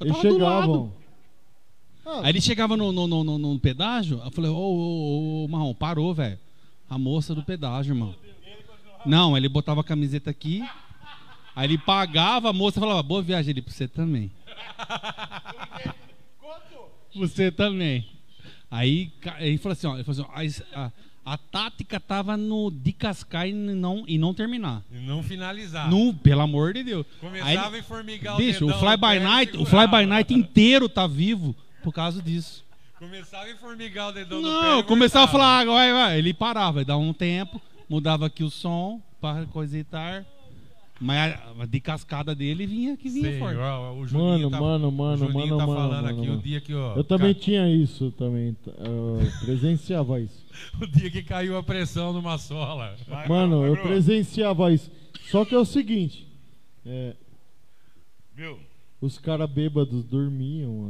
Speaker 3: Eu
Speaker 2: Eles
Speaker 3: tava do
Speaker 2: chegavam.
Speaker 3: lado. Aí ele chegava no, no, no, no, no pedágio, eu falei, ô, ô, ô, ô, Marrom, parou, velho. A moça do pedágio, irmão. Não, ele botava a camiseta aqui, aí ele pagava, a moça falava, boa viagem, ele, pra você também. Você também. Aí ca- ele falou assim, ó, ele falou assim, ó, a es- a, a tática tava no de cascar e não, e não terminar.
Speaker 1: E não finalizar.
Speaker 3: Não, pelo amor de Deus. Aí
Speaker 1: Ah. Começava
Speaker 3: ele-
Speaker 1: em formigar
Speaker 3: Bicho,
Speaker 1: o
Speaker 3: o
Speaker 1: dedão
Speaker 3: Fly
Speaker 1: no
Speaker 3: by
Speaker 1: pé e
Speaker 3: Night, o Fly
Speaker 1: segurava. né?
Speaker 3: by Night inteiro tá vivo por causa disso.
Speaker 1: Começava em formigar o dedão no pé. é
Speaker 3: Não,
Speaker 1: e
Speaker 3: eu começava a
Speaker 1: voltava.
Speaker 3: falar, "Ah, vai, vai. Ele parava, dava um tempo, mudava aqui o som para coisitar. Mas a- a de cascada dele vinha que vinha forte.
Speaker 1: Senhor, o Juninho
Speaker 2: Mano,
Speaker 1: tá,
Speaker 2: mano, mano,
Speaker 1: o Juninho
Speaker 2: mano,
Speaker 1: tá
Speaker 2: mano,
Speaker 1: falando
Speaker 2: mano,
Speaker 1: aqui o
Speaker 2: mano.
Speaker 1: dia que ó,
Speaker 2: Eu também
Speaker 1: ca-
Speaker 2: tinha isso, também. t- Eu presenciava isso.
Speaker 1: o dia que caiu a pressão numa sola.
Speaker 2: Mano, eu presenciava isso. Só que é o seguinte: é,
Speaker 5: Viu?
Speaker 2: os caras bêbados dormiam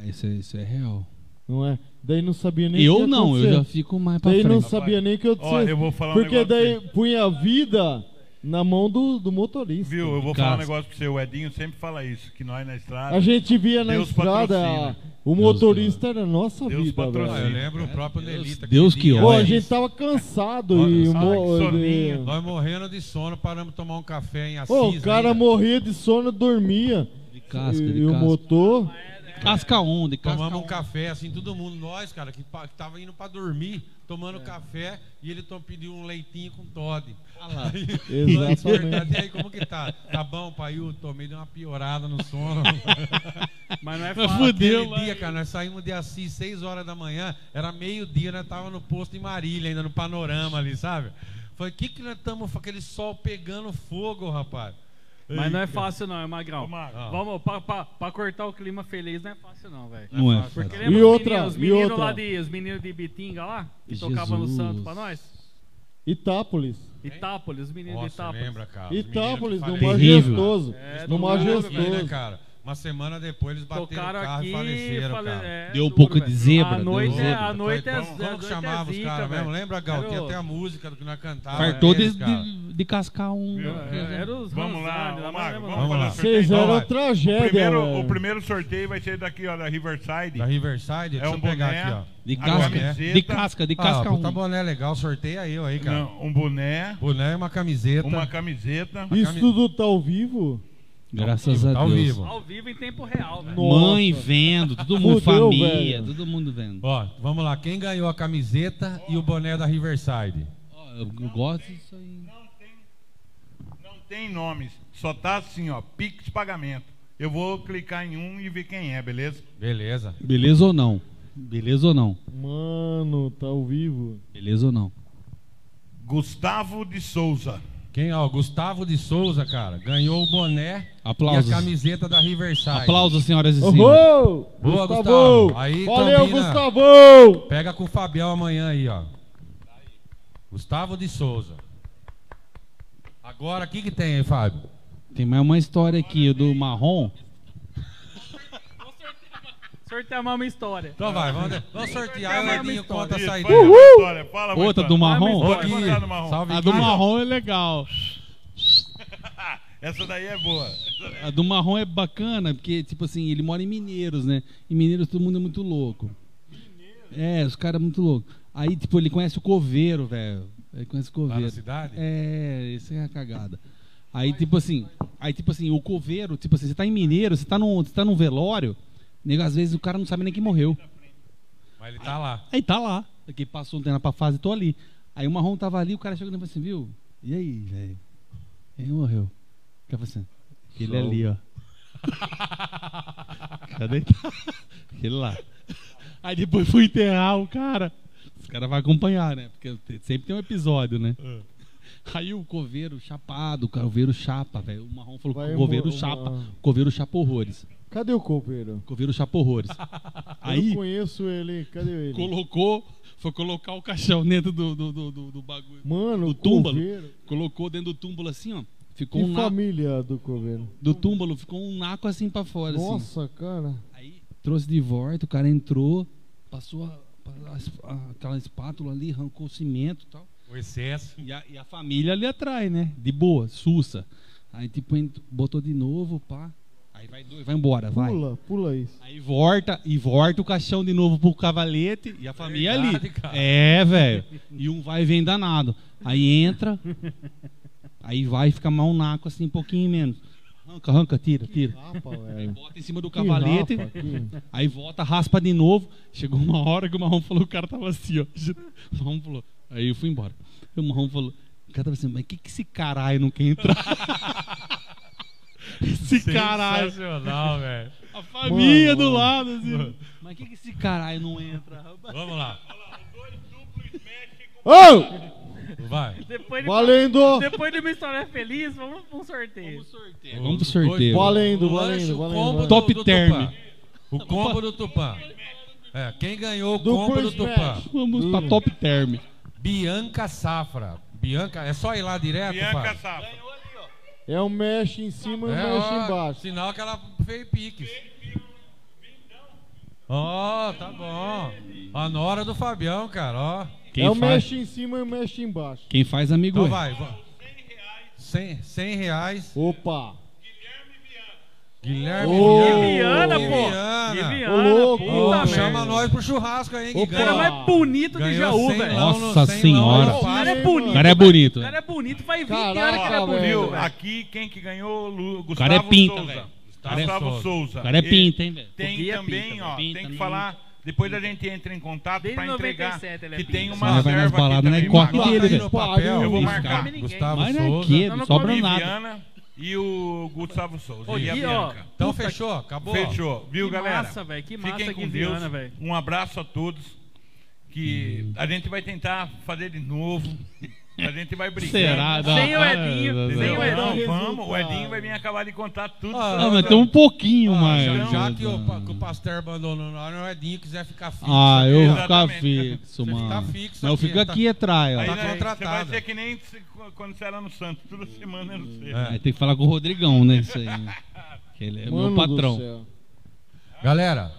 Speaker 2: antes,
Speaker 3: Isso, é- isso é real.
Speaker 2: não é? Daí não sabia nem o que
Speaker 3: Eu
Speaker 2: ia
Speaker 3: não, eu
Speaker 2: acontecer.
Speaker 3: já fico mais pra
Speaker 2: Daí não
Speaker 3: frente.
Speaker 2: sabia nem o que eu
Speaker 5: Ó, eu vou falar um
Speaker 2: Porque
Speaker 5: negócio pra
Speaker 2: daí punha a vida na mão do, do motorista.
Speaker 5: Viu? Eu vou falar um
Speaker 3: Casca.
Speaker 5: negócio pra você. O Edinho sempre fala isso, que nós na estrada.
Speaker 2: A gente via na
Speaker 5: Deus
Speaker 2: estrada,
Speaker 5: patrocina.
Speaker 2: o motorista era a nossa
Speaker 5: Deus
Speaker 2: vida,
Speaker 1: Ah, eu
Speaker 5: patrocina.
Speaker 2: velho.
Speaker 1: lembro o próprio Nelita.
Speaker 3: Deus
Speaker 1: aquele
Speaker 3: que
Speaker 1: dia,
Speaker 2: Pô, a
Speaker 3: olha.
Speaker 1: né?
Speaker 2: gente tava cansado
Speaker 1: Olha,
Speaker 2: e...
Speaker 1: sabe que
Speaker 2: mo-
Speaker 5: soninho.
Speaker 2: de-
Speaker 1: Nós morrendo de sono, paramos tomar um café em Assis.
Speaker 2: Pô, o cara
Speaker 1: ainda.
Speaker 2: morria de sono, dormia.
Speaker 3: De casca,
Speaker 2: e
Speaker 3: de
Speaker 2: e o
Speaker 3: casca.
Speaker 2: motor...
Speaker 5: <laughs>
Speaker 3: Casca on, de casca
Speaker 1: Tomamos um
Speaker 3: on.
Speaker 1: café, assim, todo mundo, nós, cara, que, pa- que tava indo pra dormir, tomando café, e ele tom- pediu um leitinho com Todd. Aí,
Speaker 5: é
Speaker 1: nós
Speaker 2: Exatamente.
Speaker 1: acordamos, E aí, como que tá? Tá bom, pai, eu tomei deu uma piorada no sono.
Speaker 4: Mas não é
Speaker 3: Mas
Speaker 4: fácil.
Speaker 3: fudeu,
Speaker 1: Aquele dia, cara, nós saímos de Assis, 6 horas da manhã, era meio-dia, nós tava no posto em Marília, ainda no panorama ali, sabe? Falei, o que que nós estamos, aquele sol pegando fogo, rapaz?
Speaker 4: Mas não é fácil não, é magrão.
Speaker 5: Ô, Magro.
Speaker 1: Ah.
Speaker 4: Vamos, pra, pra- pra cortar o clima feliz não é fácil não, velho.
Speaker 3: Não é.
Speaker 4: Porque
Speaker 3: fácil.
Speaker 4: lembra
Speaker 2: E
Speaker 4: os
Speaker 2: outra,
Speaker 4: meninos- os
Speaker 2: e
Speaker 4: meninos
Speaker 2: outra.
Speaker 4: lá de, os meninos de Bitinga lá, que tocavam no
Speaker 3: Jesus.
Speaker 4: santo pra nós?
Speaker 2: Itápolis.
Speaker 4: Itápolis, os meninos de
Speaker 1: Nossa,
Speaker 4: Itápolis.
Speaker 1: lembra, cara? os meninos que
Speaker 2: Itápolis, no
Speaker 1: falei-
Speaker 3: Terrível.
Speaker 2: Majestoso.
Speaker 4: É,
Speaker 2: no
Speaker 4: todo mundo,
Speaker 2: Majestoso.
Speaker 1: Né, cara? Uma semana depois eles bateram
Speaker 4: Tocaram
Speaker 1: o carro
Speaker 4: aqui,
Speaker 1: e faleceram,
Speaker 4: fale-
Speaker 1: cara.
Speaker 4: é,
Speaker 3: Deu um
Speaker 4: duro,
Speaker 3: pouco de
Speaker 4: velho.
Speaker 3: zebra,
Speaker 4: A
Speaker 3: deu
Speaker 4: noite é,
Speaker 3: zebra.
Speaker 4: a noite é,
Speaker 1: Como, como que chamava os caras mesmo? Lembra, Gal? Tinha até a música que nós cantávamos.
Speaker 3: Fartou de,
Speaker 1: eles, cara. É,
Speaker 3: de, de cascar um.
Speaker 5: Viu?
Speaker 4: é, Era os
Speaker 5: Vamos lá,
Speaker 4: Ranzani, mas
Speaker 5: ô, Magro,
Speaker 4: lembra
Speaker 1: não.
Speaker 5: vamos fazer o
Speaker 1: Vamos lá.
Speaker 5: sorteio.
Speaker 2: Vocês eram
Speaker 1: vai.
Speaker 5: O
Speaker 2: tragédia,
Speaker 5: primeiro,
Speaker 2: velho.
Speaker 5: o primeiro sorteio vai ser daqui, ó, da Riverside.
Speaker 1: Da Riverside?
Speaker 5: É
Speaker 1: Deixa
Speaker 5: um
Speaker 1: eu pegar
Speaker 5: boné.
Speaker 1: aqui, ó.
Speaker 3: De
Speaker 5: A
Speaker 3: casca,
Speaker 5: camiseta.
Speaker 3: de casca, de casca
Speaker 1: ah, puta
Speaker 3: um.
Speaker 1: boné legal, sorteia eu aí, cara.
Speaker 5: Não, um boné,
Speaker 1: Boné e uma camiseta.
Speaker 5: uma camiseta.
Speaker 2: Isso
Speaker 1: camisa-
Speaker 2: tudo tá ao vivo?
Speaker 3: Graças a
Speaker 1: Tá Ao
Speaker 3: Deus.
Speaker 1: vivo.
Speaker 4: Ao vivo em tempo real, velho.
Speaker 2: Nossa.
Speaker 3: Mãe vendo,
Speaker 1: <laughs>
Speaker 3: todo mundo,
Speaker 2: Fudeu,
Speaker 3: família,
Speaker 2: velho.
Speaker 3: todo mundo vendo.
Speaker 1: Ó, vamos lá. Quem ganhou a camiseta e o boné da Riverside?
Speaker 3: Ó, Eu eu gosto disso aí.
Speaker 5: Não tem, não tem nomes, só tá assim, ó, Pix pagamento. Eu vou clicar em um e ver quem é, beleza?
Speaker 1: Beleza.
Speaker 3: Beleza ou não? Beleza ou não?
Speaker 2: Mano, tá ao vivo.
Speaker 3: Beleza ou não?
Speaker 5: Gustavo de Souza.
Speaker 1: Quem, ó, Gustavo de Souza, cara, ganhou o boné
Speaker 3: Aplausos.
Speaker 1: e a camiseta da Riverside.
Speaker 3: Aplausos, senhoras e senhores.
Speaker 2: Uhul!
Speaker 1: Boa,
Speaker 2: Gustavão!
Speaker 1: Gustavo. Aí
Speaker 2: Valeu,
Speaker 1: combina.
Speaker 2: Gustavão!
Speaker 1: Pega com o Fabião amanhã aí, ó. Gustavo de Souza. Agora, o que que tem aí, Fábio?
Speaker 3: Tem mais uma história aqui do Marrom.
Speaker 4: Sorteio a mesma história.
Speaker 1: Então vai, vamos, vamos sortear. O
Speaker 4: Sorteia
Speaker 1: Edinho
Speaker 4: mais
Speaker 1: conta a
Speaker 5: Isso,
Speaker 1: saída.
Speaker 5: fala uma história, fala uma
Speaker 3: Outra do
Speaker 5: história.
Speaker 4: Vai,
Speaker 3: Ah, Marrom. é
Speaker 4: mas-
Speaker 1: Ô,
Speaker 5: Pode
Speaker 1: Gui,
Speaker 5: mandar no marrom.
Speaker 1: salve,
Speaker 3: A do
Speaker 1: Gui.
Speaker 3: Marrom é legal.
Speaker 5: Essa daí é boa.
Speaker 3: A do Marrom é bacana, porque, tipo assim, ele mora em Mineiros, né? Em Mineiros todo mundo é muito louco. É, os caras muito loucos. Aí, tipo, ele conhece o coveiro, velho. Ele conhece o coveiro.
Speaker 1: cidade?
Speaker 3: É, isso é a cagada. Aí, tipo assim, aí, tipo assim, o coveiro, tipo assim, você tá em Mineiro, você tá num, você tá num velório, nego, às vezes o cara não sabe nem quem morreu.
Speaker 1: Mas ele tá lá.
Speaker 3: Aí tá lá. Aqui passou um tempo pra fase, tô ali. Aí o marrom tava ali, o cara chegou e falou assim, viu? E aí, velho? Quem morreu? O cara falou assim, aquele
Speaker 2: Sou. <laughs>
Speaker 3: ali, ó. Cadê? <laughs> Tá? Aquele lá. Aí depois fui enterrar o cara. Os caras vão acompanhar, né? Porque te- sempre tem um episódio, né?
Speaker 2: É.
Speaker 3: Aí o coveiro chapado, o coveiro chapa, velho. O marrom falou
Speaker 2: Vai
Speaker 3: que o coveiro
Speaker 2: uma-
Speaker 3: chapa.
Speaker 2: uma-
Speaker 3: O coveiro chapa horrores.
Speaker 2: Cadê o coveiro?
Speaker 3: O coveiro
Speaker 2: <laughs>
Speaker 3: chapa horrores.
Speaker 2: Eu
Speaker 3: Aí
Speaker 2: conheço ele. Cadê ele?
Speaker 3: colocou, foi colocar o caixão dentro do, do, do, do- do bagulho.
Speaker 2: Mano,
Speaker 3: do
Speaker 2: o
Speaker 3: túmbalo.
Speaker 2: coveiro.
Speaker 3: Colocou dentro do túmulo assim, ó. Ficou
Speaker 2: Que
Speaker 3: um naco,
Speaker 2: família do coveiro.
Speaker 3: do túmulo, ficou um naco assim pra fora, assim.
Speaker 2: Nossa, cara.
Speaker 3: Aí trouxe de volta, o cara entrou, passou a- a- a esp- a- aquela espátula ali, arrancou o cimento e tal.
Speaker 1: O excesso.
Speaker 3: E a, e a família ali atrás, né? De boa, sussa. Aí tipo, ent- botou de novo, pá. Aí vai, dois, vai embora, vai.
Speaker 2: Pula, pula isso.
Speaker 3: Aí volta e volta o caixão de novo pro cavalete e a família
Speaker 1: Verdade,
Speaker 3: ali.
Speaker 1: cara.
Speaker 3: É, velho. E um vai e vem danado. Aí entra, aí vai e fica mal naco assim, um pouquinho menos. Arranca, arranca, tira, tira.
Speaker 2: Rapa,
Speaker 3: Aí
Speaker 2: velho.
Speaker 3: bota em cima do
Speaker 2: Que
Speaker 3: cavalete,
Speaker 2: rapa,
Speaker 1: <laughs>
Speaker 2: que-
Speaker 3: aí volta, raspa de novo. Chegou uma hora que o Marrom falou, o cara tava assim, ó. O Marrom falou, aí eu fui embora. Aí o Marrom falou, o cara tava assim, mas que que esse caralho não quer entrar? <laughs> esse caralho.
Speaker 1: Sensacional, velho.
Speaker 3: A família
Speaker 2: Mano,
Speaker 3: do lado, assim. Mas que, que esse caralho não entra? rapaz?
Speaker 1: Vamos lá.
Speaker 2: Ô!
Speaker 1: Vai.
Speaker 4: Depois de,
Speaker 2: Valendo!
Speaker 4: depois de uma história feliz, vamos pra um sorteio.
Speaker 3: Vamos pro sorteio.
Speaker 2: Valendo,
Speaker 1: é O lanche,
Speaker 2: valendo,
Speaker 1: o
Speaker 2: valendo,
Speaker 1: combo
Speaker 2: valendo.
Speaker 1: do-
Speaker 3: Top
Speaker 1: do
Speaker 3: term.
Speaker 1: Tupã. O combo do Tupã. É, quem ganhou o
Speaker 2: Duplo
Speaker 1: combo do Tupã?
Speaker 2: smash.
Speaker 3: Vamos pra top term.
Speaker 1: Bianca Safra. Bianca, é só ir lá direto,
Speaker 5: Bianca
Speaker 1: Fábio?
Speaker 5: Safra.
Speaker 2: É um mexe em cima e um
Speaker 1: É,
Speaker 2: mexe
Speaker 1: ó,
Speaker 2: embaixo.
Speaker 1: Sinal que ela fez piques. Ó, tá bom. A nora do Fabião, cara, ó.
Speaker 3: Quem,
Speaker 2: é um
Speaker 3: faz,
Speaker 2: mexe em cima e um mexe embaixo.
Speaker 3: quem faz amigo
Speaker 1: Então
Speaker 3: é.
Speaker 1: vai, vai. 100, 100 reais.
Speaker 2: Opa!
Speaker 1: Guilherme
Speaker 2: Ô,
Speaker 4: Viviana, pô.
Speaker 1: Viviana.
Speaker 4: Viviana,
Speaker 2: Ô, louco.
Speaker 4: puta
Speaker 1: Ô,
Speaker 2: Puta
Speaker 1: chama
Speaker 4: merda.
Speaker 1: nós pro churrasco aí, que
Speaker 2: Opa.
Speaker 4: O cara é
Speaker 1: ganha.
Speaker 4: mais bonito de
Speaker 1: ganhou
Speaker 4: Jaú,
Speaker 1: 100
Speaker 4: velho.
Speaker 1: lão no-
Speaker 3: Nossa
Speaker 1: 100 lão
Speaker 3: senhora.
Speaker 1: no
Speaker 4: O cara é
Speaker 2: Sim,
Speaker 4: bonito.
Speaker 2: mano.
Speaker 3: O cara é bonito.
Speaker 4: O cara é bonito, faz 20 anos que
Speaker 2: Caraca,
Speaker 4: ele é bonito.
Speaker 2: velho.
Speaker 5: Viu?
Speaker 4: velho.
Speaker 5: Aqui quem que ganhou, Lu, Gustavo
Speaker 3: cara é pinta,
Speaker 5: Souza.
Speaker 3: velho.
Speaker 1: cara é
Speaker 5: Gustavo
Speaker 1: Souza.
Speaker 5: Souza.
Speaker 3: O cara é
Speaker 5: E
Speaker 3: pinta, hein, velho?
Speaker 5: Tem
Speaker 4: O Gui é
Speaker 5: também,
Speaker 4: pinta,
Speaker 5: ó,
Speaker 3: pinta,
Speaker 5: tem que
Speaker 3: não-
Speaker 5: falar. Depois a gente entra em contato
Speaker 4: Desde
Speaker 5: pra entregar
Speaker 4: 97 ele é
Speaker 5: que
Speaker 4: pinta.
Speaker 5: tem
Speaker 3: Mas
Speaker 5: uma
Speaker 3: vai nas
Speaker 5: serva
Speaker 3: baladas,
Speaker 5: aqui
Speaker 3: né?
Speaker 5: também.
Speaker 3: Corre
Speaker 1: Bota
Speaker 5: Marcos
Speaker 3: dele,
Speaker 1: aí
Speaker 3: velho.
Speaker 1: no papel.
Speaker 5: Eu vou
Speaker 1: esse
Speaker 5: marcar.
Speaker 1: cara,
Speaker 4: Ninguém.
Speaker 1: Gustavo
Speaker 3: Mas não é
Speaker 1: Souza.
Speaker 3: que,
Speaker 4: Não, não
Speaker 3: sobra
Speaker 4: come
Speaker 3: nada.
Speaker 5: Viviana e o Gustavo Souza.
Speaker 4: Ô,
Speaker 5: e a
Speaker 4: Gui, ó,
Speaker 5: Bianca.
Speaker 1: Então fechou, acabou.
Speaker 5: Fechou, viu,
Speaker 4: Que
Speaker 5: galera?
Speaker 4: massa, velho, que
Speaker 5: Fiquem
Speaker 4: massa,
Speaker 5: com
Speaker 4: Guiviana,
Speaker 5: Deus.
Speaker 4: velho.
Speaker 5: Um abraço a todos. Que
Speaker 3: Uhum.
Speaker 5: a gente vai tentar fazer de novo. A gente
Speaker 3: <laughs>
Speaker 5: vai brigar.
Speaker 3: Será? Não,
Speaker 4: Sem o
Speaker 3: ah,
Speaker 4: Edinho,
Speaker 3: não,
Speaker 4: sem
Speaker 5: Entendeu?
Speaker 4: o
Speaker 3: não.
Speaker 4: um Edinho.
Speaker 5: Não,
Speaker 2: Edinho.
Speaker 5: vamos. O Edinho vai vir acabar de contar tudo.
Speaker 1: Ah,
Speaker 5: sobre
Speaker 3: Ah,
Speaker 5: o
Speaker 3: mas tem um pouquinho
Speaker 1: Ah,
Speaker 3: mais.
Speaker 1: já, já que o, pa- que o pastor abandonou na hora, o Edinho quiser ficar fixo.
Speaker 3: Ah, eu vou
Speaker 1: aqui,
Speaker 3: ficar
Speaker 5: Exatamente.
Speaker 3: fixo,
Speaker 1: Você
Speaker 3: mano.
Speaker 1: tá fixo
Speaker 3: Não, eu
Speaker 1: aqui,
Speaker 3: fico
Speaker 1: tá-
Speaker 3: aqui atrás, ó.
Speaker 5: Aí,
Speaker 1: Tá
Speaker 5: né, Você vai
Speaker 1: contratada.
Speaker 5: ser que nem se- quando você era no Santos. Toda semana eu não sei.
Speaker 1: É.
Speaker 3: Aí tem que falar com o Rodrigão, né? Isso aí. né? Que ele é
Speaker 2: Mano
Speaker 3: meu
Speaker 2: do
Speaker 3: patrão.
Speaker 2: céu.
Speaker 1: ó. Galera,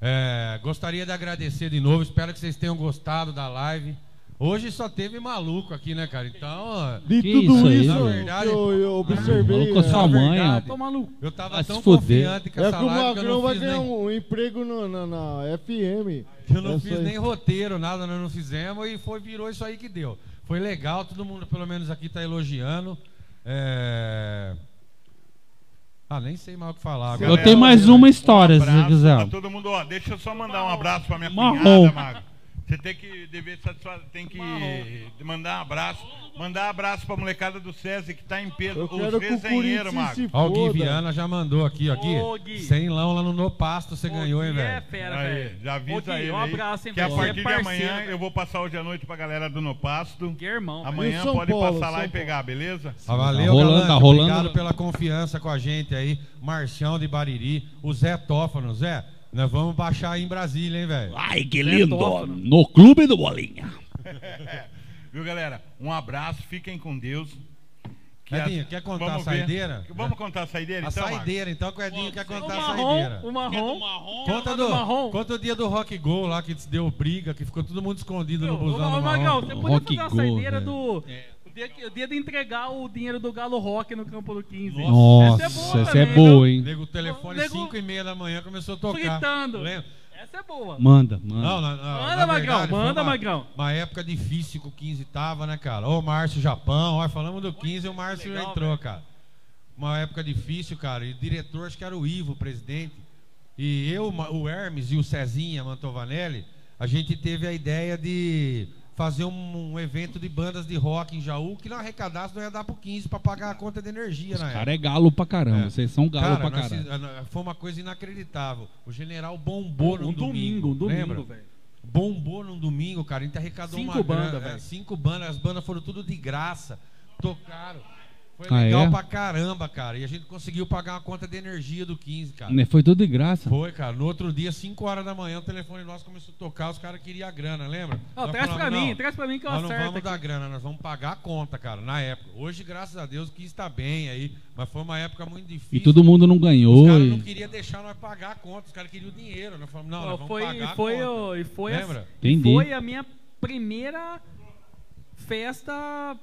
Speaker 1: é, gostaria de agradecer de novo. Espero que vocês tenham gostado da live. Hoje só teve maluco aqui, né, cara? Então, ó,
Speaker 2: De
Speaker 3: Que
Speaker 2: tudo
Speaker 3: isso
Speaker 2: isso, que
Speaker 3: aí, né?
Speaker 1: na verdade?
Speaker 2: eu, eu
Speaker 3: Falou
Speaker 2: observei.
Speaker 3: com a
Speaker 2: é,
Speaker 3: sua mãe, ó.
Speaker 1: verdade.
Speaker 4: Toma no.
Speaker 1: eu tava
Speaker 3: Vai se
Speaker 1: tão
Speaker 3: fuder.
Speaker 1: confiante com
Speaker 2: É
Speaker 1: essa
Speaker 2: que o
Speaker 1: live que eu
Speaker 2: Magrão
Speaker 1: não
Speaker 2: vai
Speaker 1: fiz
Speaker 2: ganhar
Speaker 1: nem,
Speaker 2: um, um emprego no- na, na FM.
Speaker 1: eu não
Speaker 2: Essa
Speaker 1: fiz
Speaker 2: aí.
Speaker 1: nem roteiro, nada, nós não fizemos e foi, virou isso aí que deu. Foi legal, todo mundo pelo menos aqui tá elogiando. É... Ah, nem sei mais o que falar agora.
Speaker 3: Eu tenho mais uma história, se você
Speaker 5: abraço
Speaker 3: quiser.
Speaker 5: pra todo mundo. Ó, deixa eu só mandar um abraço pra minha
Speaker 3: Marrom.
Speaker 5: cunhada, Mago. Você tem que dever satisfa- tem que mandar um abraço. Mandar um abraço pra molecada do César que tá em peso.
Speaker 2: Eu
Speaker 5: Os
Speaker 2: quero que o
Speaker 5: desenheiros,
Speaker 2: Corinthians
Speaker 5: Mago.
Speaker 2: se
Speaker 1: Ó, o Gui
Speaker 2: foda.
Speaker 1: Viana já mandou aqui, ó, Gui.
Speaker 4: Ô, Gui.
Speaker 1: 100 lão lá no No Pasto você ganhou, hein,
Speaker 4: Gui É
Speaker 1: velho?
Speaker 4: fera,
Speaker 5: Aí,
Speaker 4: velho.
Speaker 5: já
Speaker 4: Ô, Gui,
Speaker 5: avisa ele
Speaker 4: Um
Speaker 5: aí,
Speaker 4: abraço, hein,
Speaker 5: que a
Speaker 4: velho. Você é
Speaker 5: partir de amanhã
Speaker 4: parceiro,
Speaker 5: eu vou passar hoje à noite pra galera do No Pasto.
Speaker 4: Que irmão, velho.
Speaker 5: Amanhã
Speaker 2: E São
Speaker 5: pode
Speaker 2: Paulo,
Speaker 5: passar lá
Speaker 2: São
Speaker 5: e pegar, beleza?
Speaker 1: Ah, valeu,
Speaker 3: rolando,
Speaker 1: Galante,
Speaker 3: tá rolando.
Speaker 1: Obrigado pela confiança com a gente aí. Marcião de Bariri, o Zé Tófano. Zé, nós vamos baixar aí em Brasília, hein, velho?
Speaker 3: Ai, que
Speaker 4: lindo. Certo.
Speaker 1: né?
Speaker 3: No clube do Bolinha.
Speaker 5: Viu, galera? Um abraço, fiquem com Deus.
Speaker 1: Edinho, quer contar a
Speaker 5: ver.
Speaker 1: saideira?
Speaker 5: Vamos contar a saideira,
Speaker 1: A
Speaker 5: então, Marcos?
Speaker 1: saideira, então, que o Edinho quer
Speaker 4: O
Speaker 1: contar a saideira.
Speaker 4: marrom, um o marrom.
Speaker 1: Conta
Speaker 4: do marrom.
Speaker 1: do, conta o dia do Rock Go lá que deu briga, que ficou todo mundo escondido
Speaker 4: Ô,
Speaker 1: um no busão do
Speaker 4: ô,
Speaker 1: marrom.
Speaker 4: Magão, você podia
Speaker 3: Rock
Speaker 4: fazer uma
Speaker 3: Go,
Speaker 4: saideira
Speaker 3: velho.
Speaker 4: do. dia, que- o dia de entregar o dinheiro do Galo Rock no campo do 15.
Speaker 3: Nossa,
Speaker 4: Essa é boa
Speaker 3: essa é
Speaker 1: né?
Speaker 4: também,
Speaker 3: boa, hein?
Speaker 1: Nego, o telefone
Speaker 4: Nego-
Speaker 1: 5 e meia da manhã começou a tocar.
Speaker 4: Fritando.
Speaker 1: Lembra?
Speaker 4: Essa é boa.
Speaker 3: Manda, manda.
Speaker 1: Não, não, não,
Speaker 4: Manda,
Speaker 1: na
Speaker 4: Magrão,
Speaker 1: verdade, foi
Speaker 4: manda,
Speaker 1: uma,
Speaker 4: Magrão.
Speaker 1: Uma época difícil que o 15 tava, né, cara? Ô, Márcio Japão, ó, falamos do 15 e o Márcio
Speaker 4: legal,
Speaker 1: entrou,
Speaker 4: velho.
Speaker 1: cara. Uma época difícil, cara. E o diretor, acho que era o Ivo, o presidente. E eu, ma- o Hermes e o Cezinha Mantovanelli, a gente teve a ideia de fazer um, um evento de bandas de rock em Jaú que não arrecadasse, não ia dar pro 15 pra pagar a conta de energia
Speaker 3: Os
Speaker 1: na época.
Speaker 3: caras é galo pra caramba.
Speaker 1: É.
Speaker 3: Vocês são galo pra
Speaker 1: nós
Speaker 3: caralho.
Speaker 1: fiz- ah, foi uma coisa inacreditável. O general bombou num
Speaker 4: um
Speaker 1: domingo,
Speaker 4: domingo, um domingo,
Speaker 1: lembra?
Speaker 4: velho.
Speaker 1: bombou num domingo, cara. A gente arrecadou
Speaker 4: Cinco
Speaker 1: uma grana,
Speaker 4: bandas,
Speaker 1: é,
Speaker 4: velho.
Speaker 1: Cinco bandas, as bandas foram tudo de graça. Tocaram. Foi
Speaker 3: Ah,
Speaker 1: legal
Speaker 3: é?
Speaker 1: pra caramba, cara. E a gente conseguiu pagar uma conta de energia do 15, cara.
Speaker 3: Né, Foi tudo de graça.
Speaker 1: Foi, cara. No outro dia, 5 horas da manhã, o telefone nosso começou a tocar, os caras queriam a grana, lembra?
Speaker 4: Ó,
Speaker 1: Nós
Speaker 4: traz pra
Speaker 1: falamos,
Speaker 4: mim,
Speaker 1: "Não,
Speaker 4: traz pra mim que eu
Speaker 1: nós não
Speaker 4: acerto.
Speaker 1: vamos
Speaker 4: aqui.
Speaker 1: dar grana, nós vamos pagar a conta, cara, na época. Hoje, graças a Deus, o 15 tá bem aí, mas foi uma época muito difícil.
Speaker 3: E todo mundo não ganhou.
Speaker 1: Os caras não
Speaker 3: e-
Speaker 1: queriam deixar nós pagar a conta, os caras queriam o dinheiro. Nós falamos, não, nós vamos
Speaker 4: foi,
Speaker 1: pagar a
Speaker 4: foi,
Speaker 1: conta.
Speaker 4: o- e foi,
Speaker 1: Lembra?
Speaker 4: A, e
Speaker 3: Entendi.
Speaker 4: foi a minha primeira festa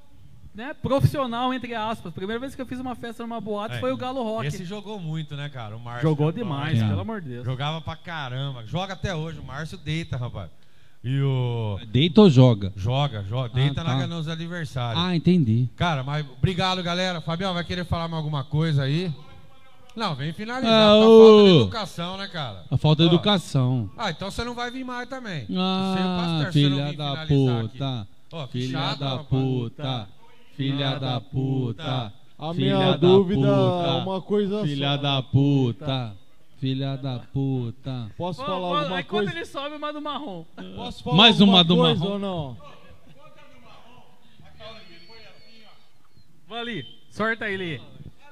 Speaker 4: né, profissional, entre aspas. Primeira vez que eu fiz uma festa numa boate
Speaker 1: É.
Speaker 4: foi o Galo Rock.
Speaker 1: Esse jogou muito, né, cara? O Márcio.
Speaker 4: Jogou
Speaker 1: Japão,
Speaker 4: demais,
Speaker 1: né?
Speaker 3: É.
Speaker 4: pelo amor de Deus.
Speaker 1: Jogava pra caramba. Joga até hoje. O Márcio deita, rapaz. E o.
Speaker 3: Deita ou joga?
Speaker 1: Joga, joga. Deita
Speaker 3: Ah,
Speaker 1: na-
Speaker 3: tá.
Speaker 1: nos adversários.
Speaker 3: Ah, entendi.
Speaker 1: Cara, mas obrigado, galera. Fabião, vai querer falar mais alguma coisa aí? Não, vem finalizar.
Speaker 3: Ah,
Speaker 1: tá falta de
Speaker 3: ô.
Speaker 1: educação, né, cara?
Speaker 3: A falta de
Speaker 1: Ó.
Speaker 3: educação.
Speaker 1: Ah, então você não vai vir mais também. Você e o
Speaker 3: Ah,
Speaker 1: pastor, você não
Speaker 3: filha
Speaker 1: vem finalizar
Speaker 3: da
Speaker 1: aqui.
Speaker 3: puta.
Speaker 1: Ó, que
Speaker 3: Filha
Speaker 1: chato,
Speaker 3: da
Speaker 1: rapaz.
Speaker 3: puta. Filha da puta.
Speaker 2: A
Speaker 3: filha
Speaker 2: minha
Speaker 3: da
Speaker 2: dúvida é
Speaker 3: puta,
Speaker 2: uma coisa
Speaker 3: Filha
Speaker 2: só.
Speaker 3: da puta. Filha da puta.
Speaker 2: Posso
Speaker 4: Ô,
Speaker 2: falar
Speaker 4: ô,
Speaker 2: alguma
Speaker 4: aí
Speaker 2: coisa?
Speaker 4: quando ele sobe, manda o marrom.
Speaker 2: Posso falar
Speaker 3: Mais uma
Speaker 2: alguma
Speaker 3: do
Speaker 2: coisa
Speaker 3: marrom.
Speaker 2: ou não?
Speaker 4: Vai ali, sorta aí, Li.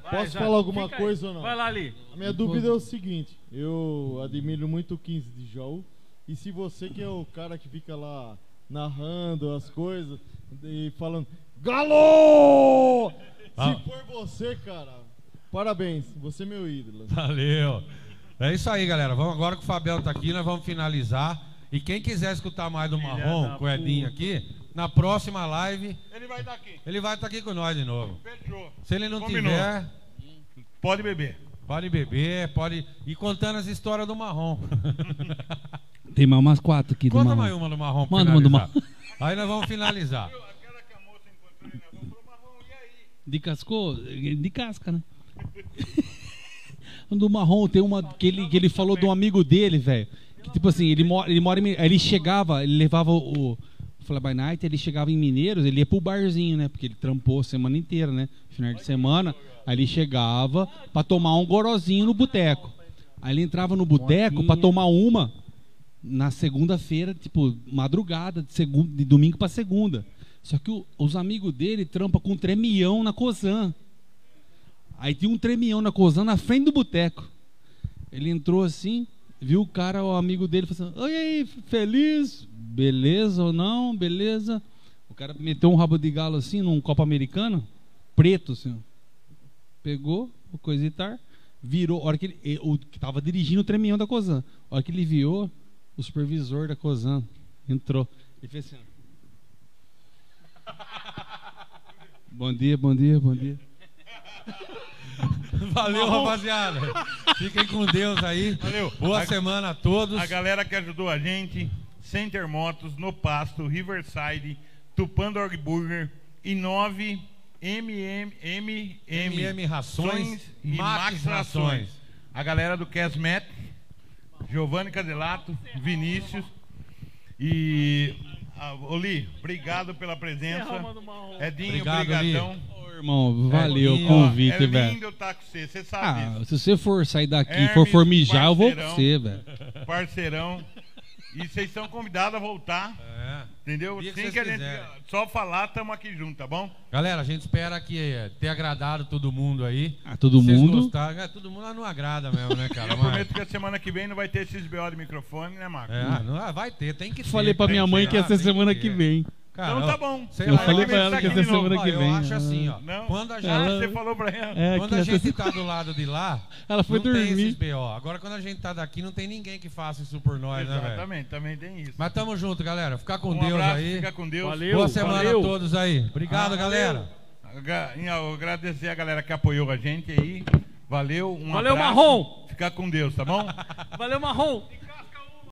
Speaker 4: Vai,
Speaker 2: Posso
Speaker 4: já.
Speaker 2: falar alguma
Speaker 4: Fica aí.
Speaker 2: coisa ou não?
Speaker 4: Vai lá, Li.
Speaker 2: A minha dúvida é o seguinte: eu admiro muito o 15 de Jaú. E se você que é o cara que fica lá narrando as coisas e falando Galo!
Speaker 1: Ah.
Speaker 2: Se for você, cara, parabéns, você é meu
Speaker 1: <laughs>
Speaker 2: ídolo.
Speaker 1: Valeu. É isso aí, galera. Vamos agora que o Fabião tá aqui, nós vamos finalizar. E quem quiser escutar mais do Marrom,
Speaker 4: da
Speaker 1: com o Edinho
Speaker 4: puta.
Speaker 1: aqui, na próxima live,
Speaker 5: Ele vai dar aqui.
Speaker 1: ele vai estar aqui com nós de novo.
Speaker 5: Fechou.
Speaker 1: Se ele não
Speaker 5: Combinou.
Speaker 1: tiver,
Speaker 5: Pode beber.
Speaker 1: pode beber, pode ir contando as histórias do
Speaker 3: <laughs>
Speaker 1: Marrom.
Speaker 3: Tem mais umas quatro aqui do
Speaker 1: Conta
Speaker 3: Marrom.
Speaker 1: mais uma do Marrom. pra
Speaker 3: Manda uma do
Speaker 1: finalizar. Aí nós vamos finalizar.
Speaker 5: <laughs> Aquela que a moça encontrou ele na rua falou, Marrom, e aí?
Speaker 3: De cascou? De casca, né? Do marrom tem uma que ele, que ele falou de um amigo dele, velho. Que tipo assim, ele mora, ele mora em Min- aí ele chegava, ele levava o, o Fly by Night, ele chegava em Mineiros, ele ia pro barzinho, né? Porque ele trampou a semana inteira, né? Final de semana, aí ele chegava pra tomar um gorozinho no boteco. Aí ele entrava no boteco pra tomar uma na segunda-feira, tipo, madrugada, de, segunda, de domingo pra segunda. Só que o- os amigos dele trampa com um tremião na Cozan. Aí tinha um tremião na Cozan na frente do boteco. Ele entrou assim, viu o cara, o amigo dele, falou assim: Oi, e aí, feliz? Beleza ou não? Beleza? O cara meteu um rabo de galo assim num copo americano, preto, assim. ó. Pegou o coisa e tar, virou. A hora que ele, e- o que tava dirigindo o tremião da Cozan. A hora que ele viu, o supervisor da Cozan entrou. Ele fez assim: ó. Bom dia, bom dia, bom dia.
Speaker 1: Valeu, rapaziada. Fiquem com Deus aí.
Speaker 5: Valeu.
Speaker 1: Boa
Speaker 5: A-
Speaker 1: semana a todos.
Speaker 5: A galera que ajudou a gente, Center Motos, No Pasto, Riverside, Tupan Dog Burger, Inove, MM, MM,
Speaker 1: MM Rações
Speaker 5: e Max Rações. A galera do Casmet, Giovanni Cadelato, Vinícius e... Ah, Oli, obrigado pela
Speaker 4: Encerra,
Speaker 5: presença.
Speaker 4: manda o marrom.
Speaker 5: Edinho,
Speaker 1: Obrigado,
Speaker 5: obrigadão.
Speaker 3: Ô, irmão, valeu
Speaker 1: lindo.
Speaker 3: o
Speaker 5: Ó,
Speaker 3: convite,
Speaker 5: é
Speaker 3: velho.
Speaker 5: lindo estar com você, você sabe
Speaker 3: Ah,
Speaker 5: disso.
Speaker 3: se você for sair daqui e
Speaker 5: Hermes,
Speaker 3: for formijar, eu vou com
Speaker 5: parceirão.
Speaker 3: você, velho.
Speaker 5: Parceirão. E vocês são convidados a voltar.
Speaker 1: É.
Speaker 5: Entendeu?
Speaker 1: Dia que
Speaker 5: Sim,
Speaker 1: vocês
Speaker 5: que a gente
Speaker 1: quiserem.
Speaker 5: só falar, tamo aqui junto, tá bom?
Speaker 1: Galera, a gente espera que eh, tenha agradado todo mundo aí.
Speaker 3: A Ah, todo
Speaker 1: Vocês
Speaker 3: mundo.
Speaker 1: gostaram. É, todo mundo lá não agrada mesmo, né, cara?
Speaker 5: Eu
Speaker 1: Mas-
Speaker 5: prometo que a semana que vem não vai ter esses BO de microfone, né, Marco?
Speaker 1: É, ah, não, ah, vai ter, tem que ter.
Speaker 3: Falei pra
Speaker 1: tem
Speaker 3: minha
Speaker 1: que
Speaker 3: mãe
Speaker 1: ter,
Speaker 3: que
Speaker 1: ah,
Speaker 3: essa
Speaker 1: tem
Speaker 3: semana
Speaker 1: ter.
Speaker 3: que vem.
Speaker 1: Cara,
Speaker 5: Então tá
Speaker 1: ó,
Speaker 5: bom.
Speaker 1: sei
Speaker 5: Eu
Speaker 1: lá,
Speaker 5: falei
Speaker 1: eu-
Speaker 5: pra ela que
Speaker 1: eu-
Speaker 5: ia ser
Speaker 3: semana
Speaker 1: ó,
Speaker 3: que
Speaker 1: Eu
Speaker 3: vem,
Speaker 1: acho
Speaker 3: né?
Speaker 1: assim, ó.
Speaker 5: Não.
Speaker 1: Quando a gente,
Speaker 5: Ah, você falou pra ela.
Speaker 3: É,
Speaker 1: quando
Speaker 3: que
Speaker 1: a
Speaker 3: ia
Speaker 1: gente
Speaker 3: <laughs> ser-
Speaker 1: tá do lado de lá,
Speaker 3: Ela foi
Speaker 1: não tem esses
Speaker 3: dormir.
Speaker 1: BO. Agora quando a gente tá daqui, não tem ninguém que faça isso por nós, né, velho?
Speaker 5: Exatamente, é, também tem isso.
Speaker 1: Mas tamo junto, galera. Fica com
Speaker 5: um
Speaker 1: Deus
Speaker 5: abraço,
Speaker 1: aí.
Speaker 5: fica com Deus.
Speaker 4: Valeu.
Speaker 1: Boa semana
Speaker 4: valeu.
Speaker 1: a todos aí. Obrigado,
Speaker 5: Ah,
Speaker 1: galera.
Speaker 5: Aga- em- ó, Agradecer a galera que apoiou a gente aí. Valeu, um
Speaker 4: Valeu,
Speaker 5: abraço.
Speaker 4: Marrom.
Speaker 1: <laughs>
Speaker 5: Fica com Deus, tá bom?
Speaker 4: Valeu, Marrom!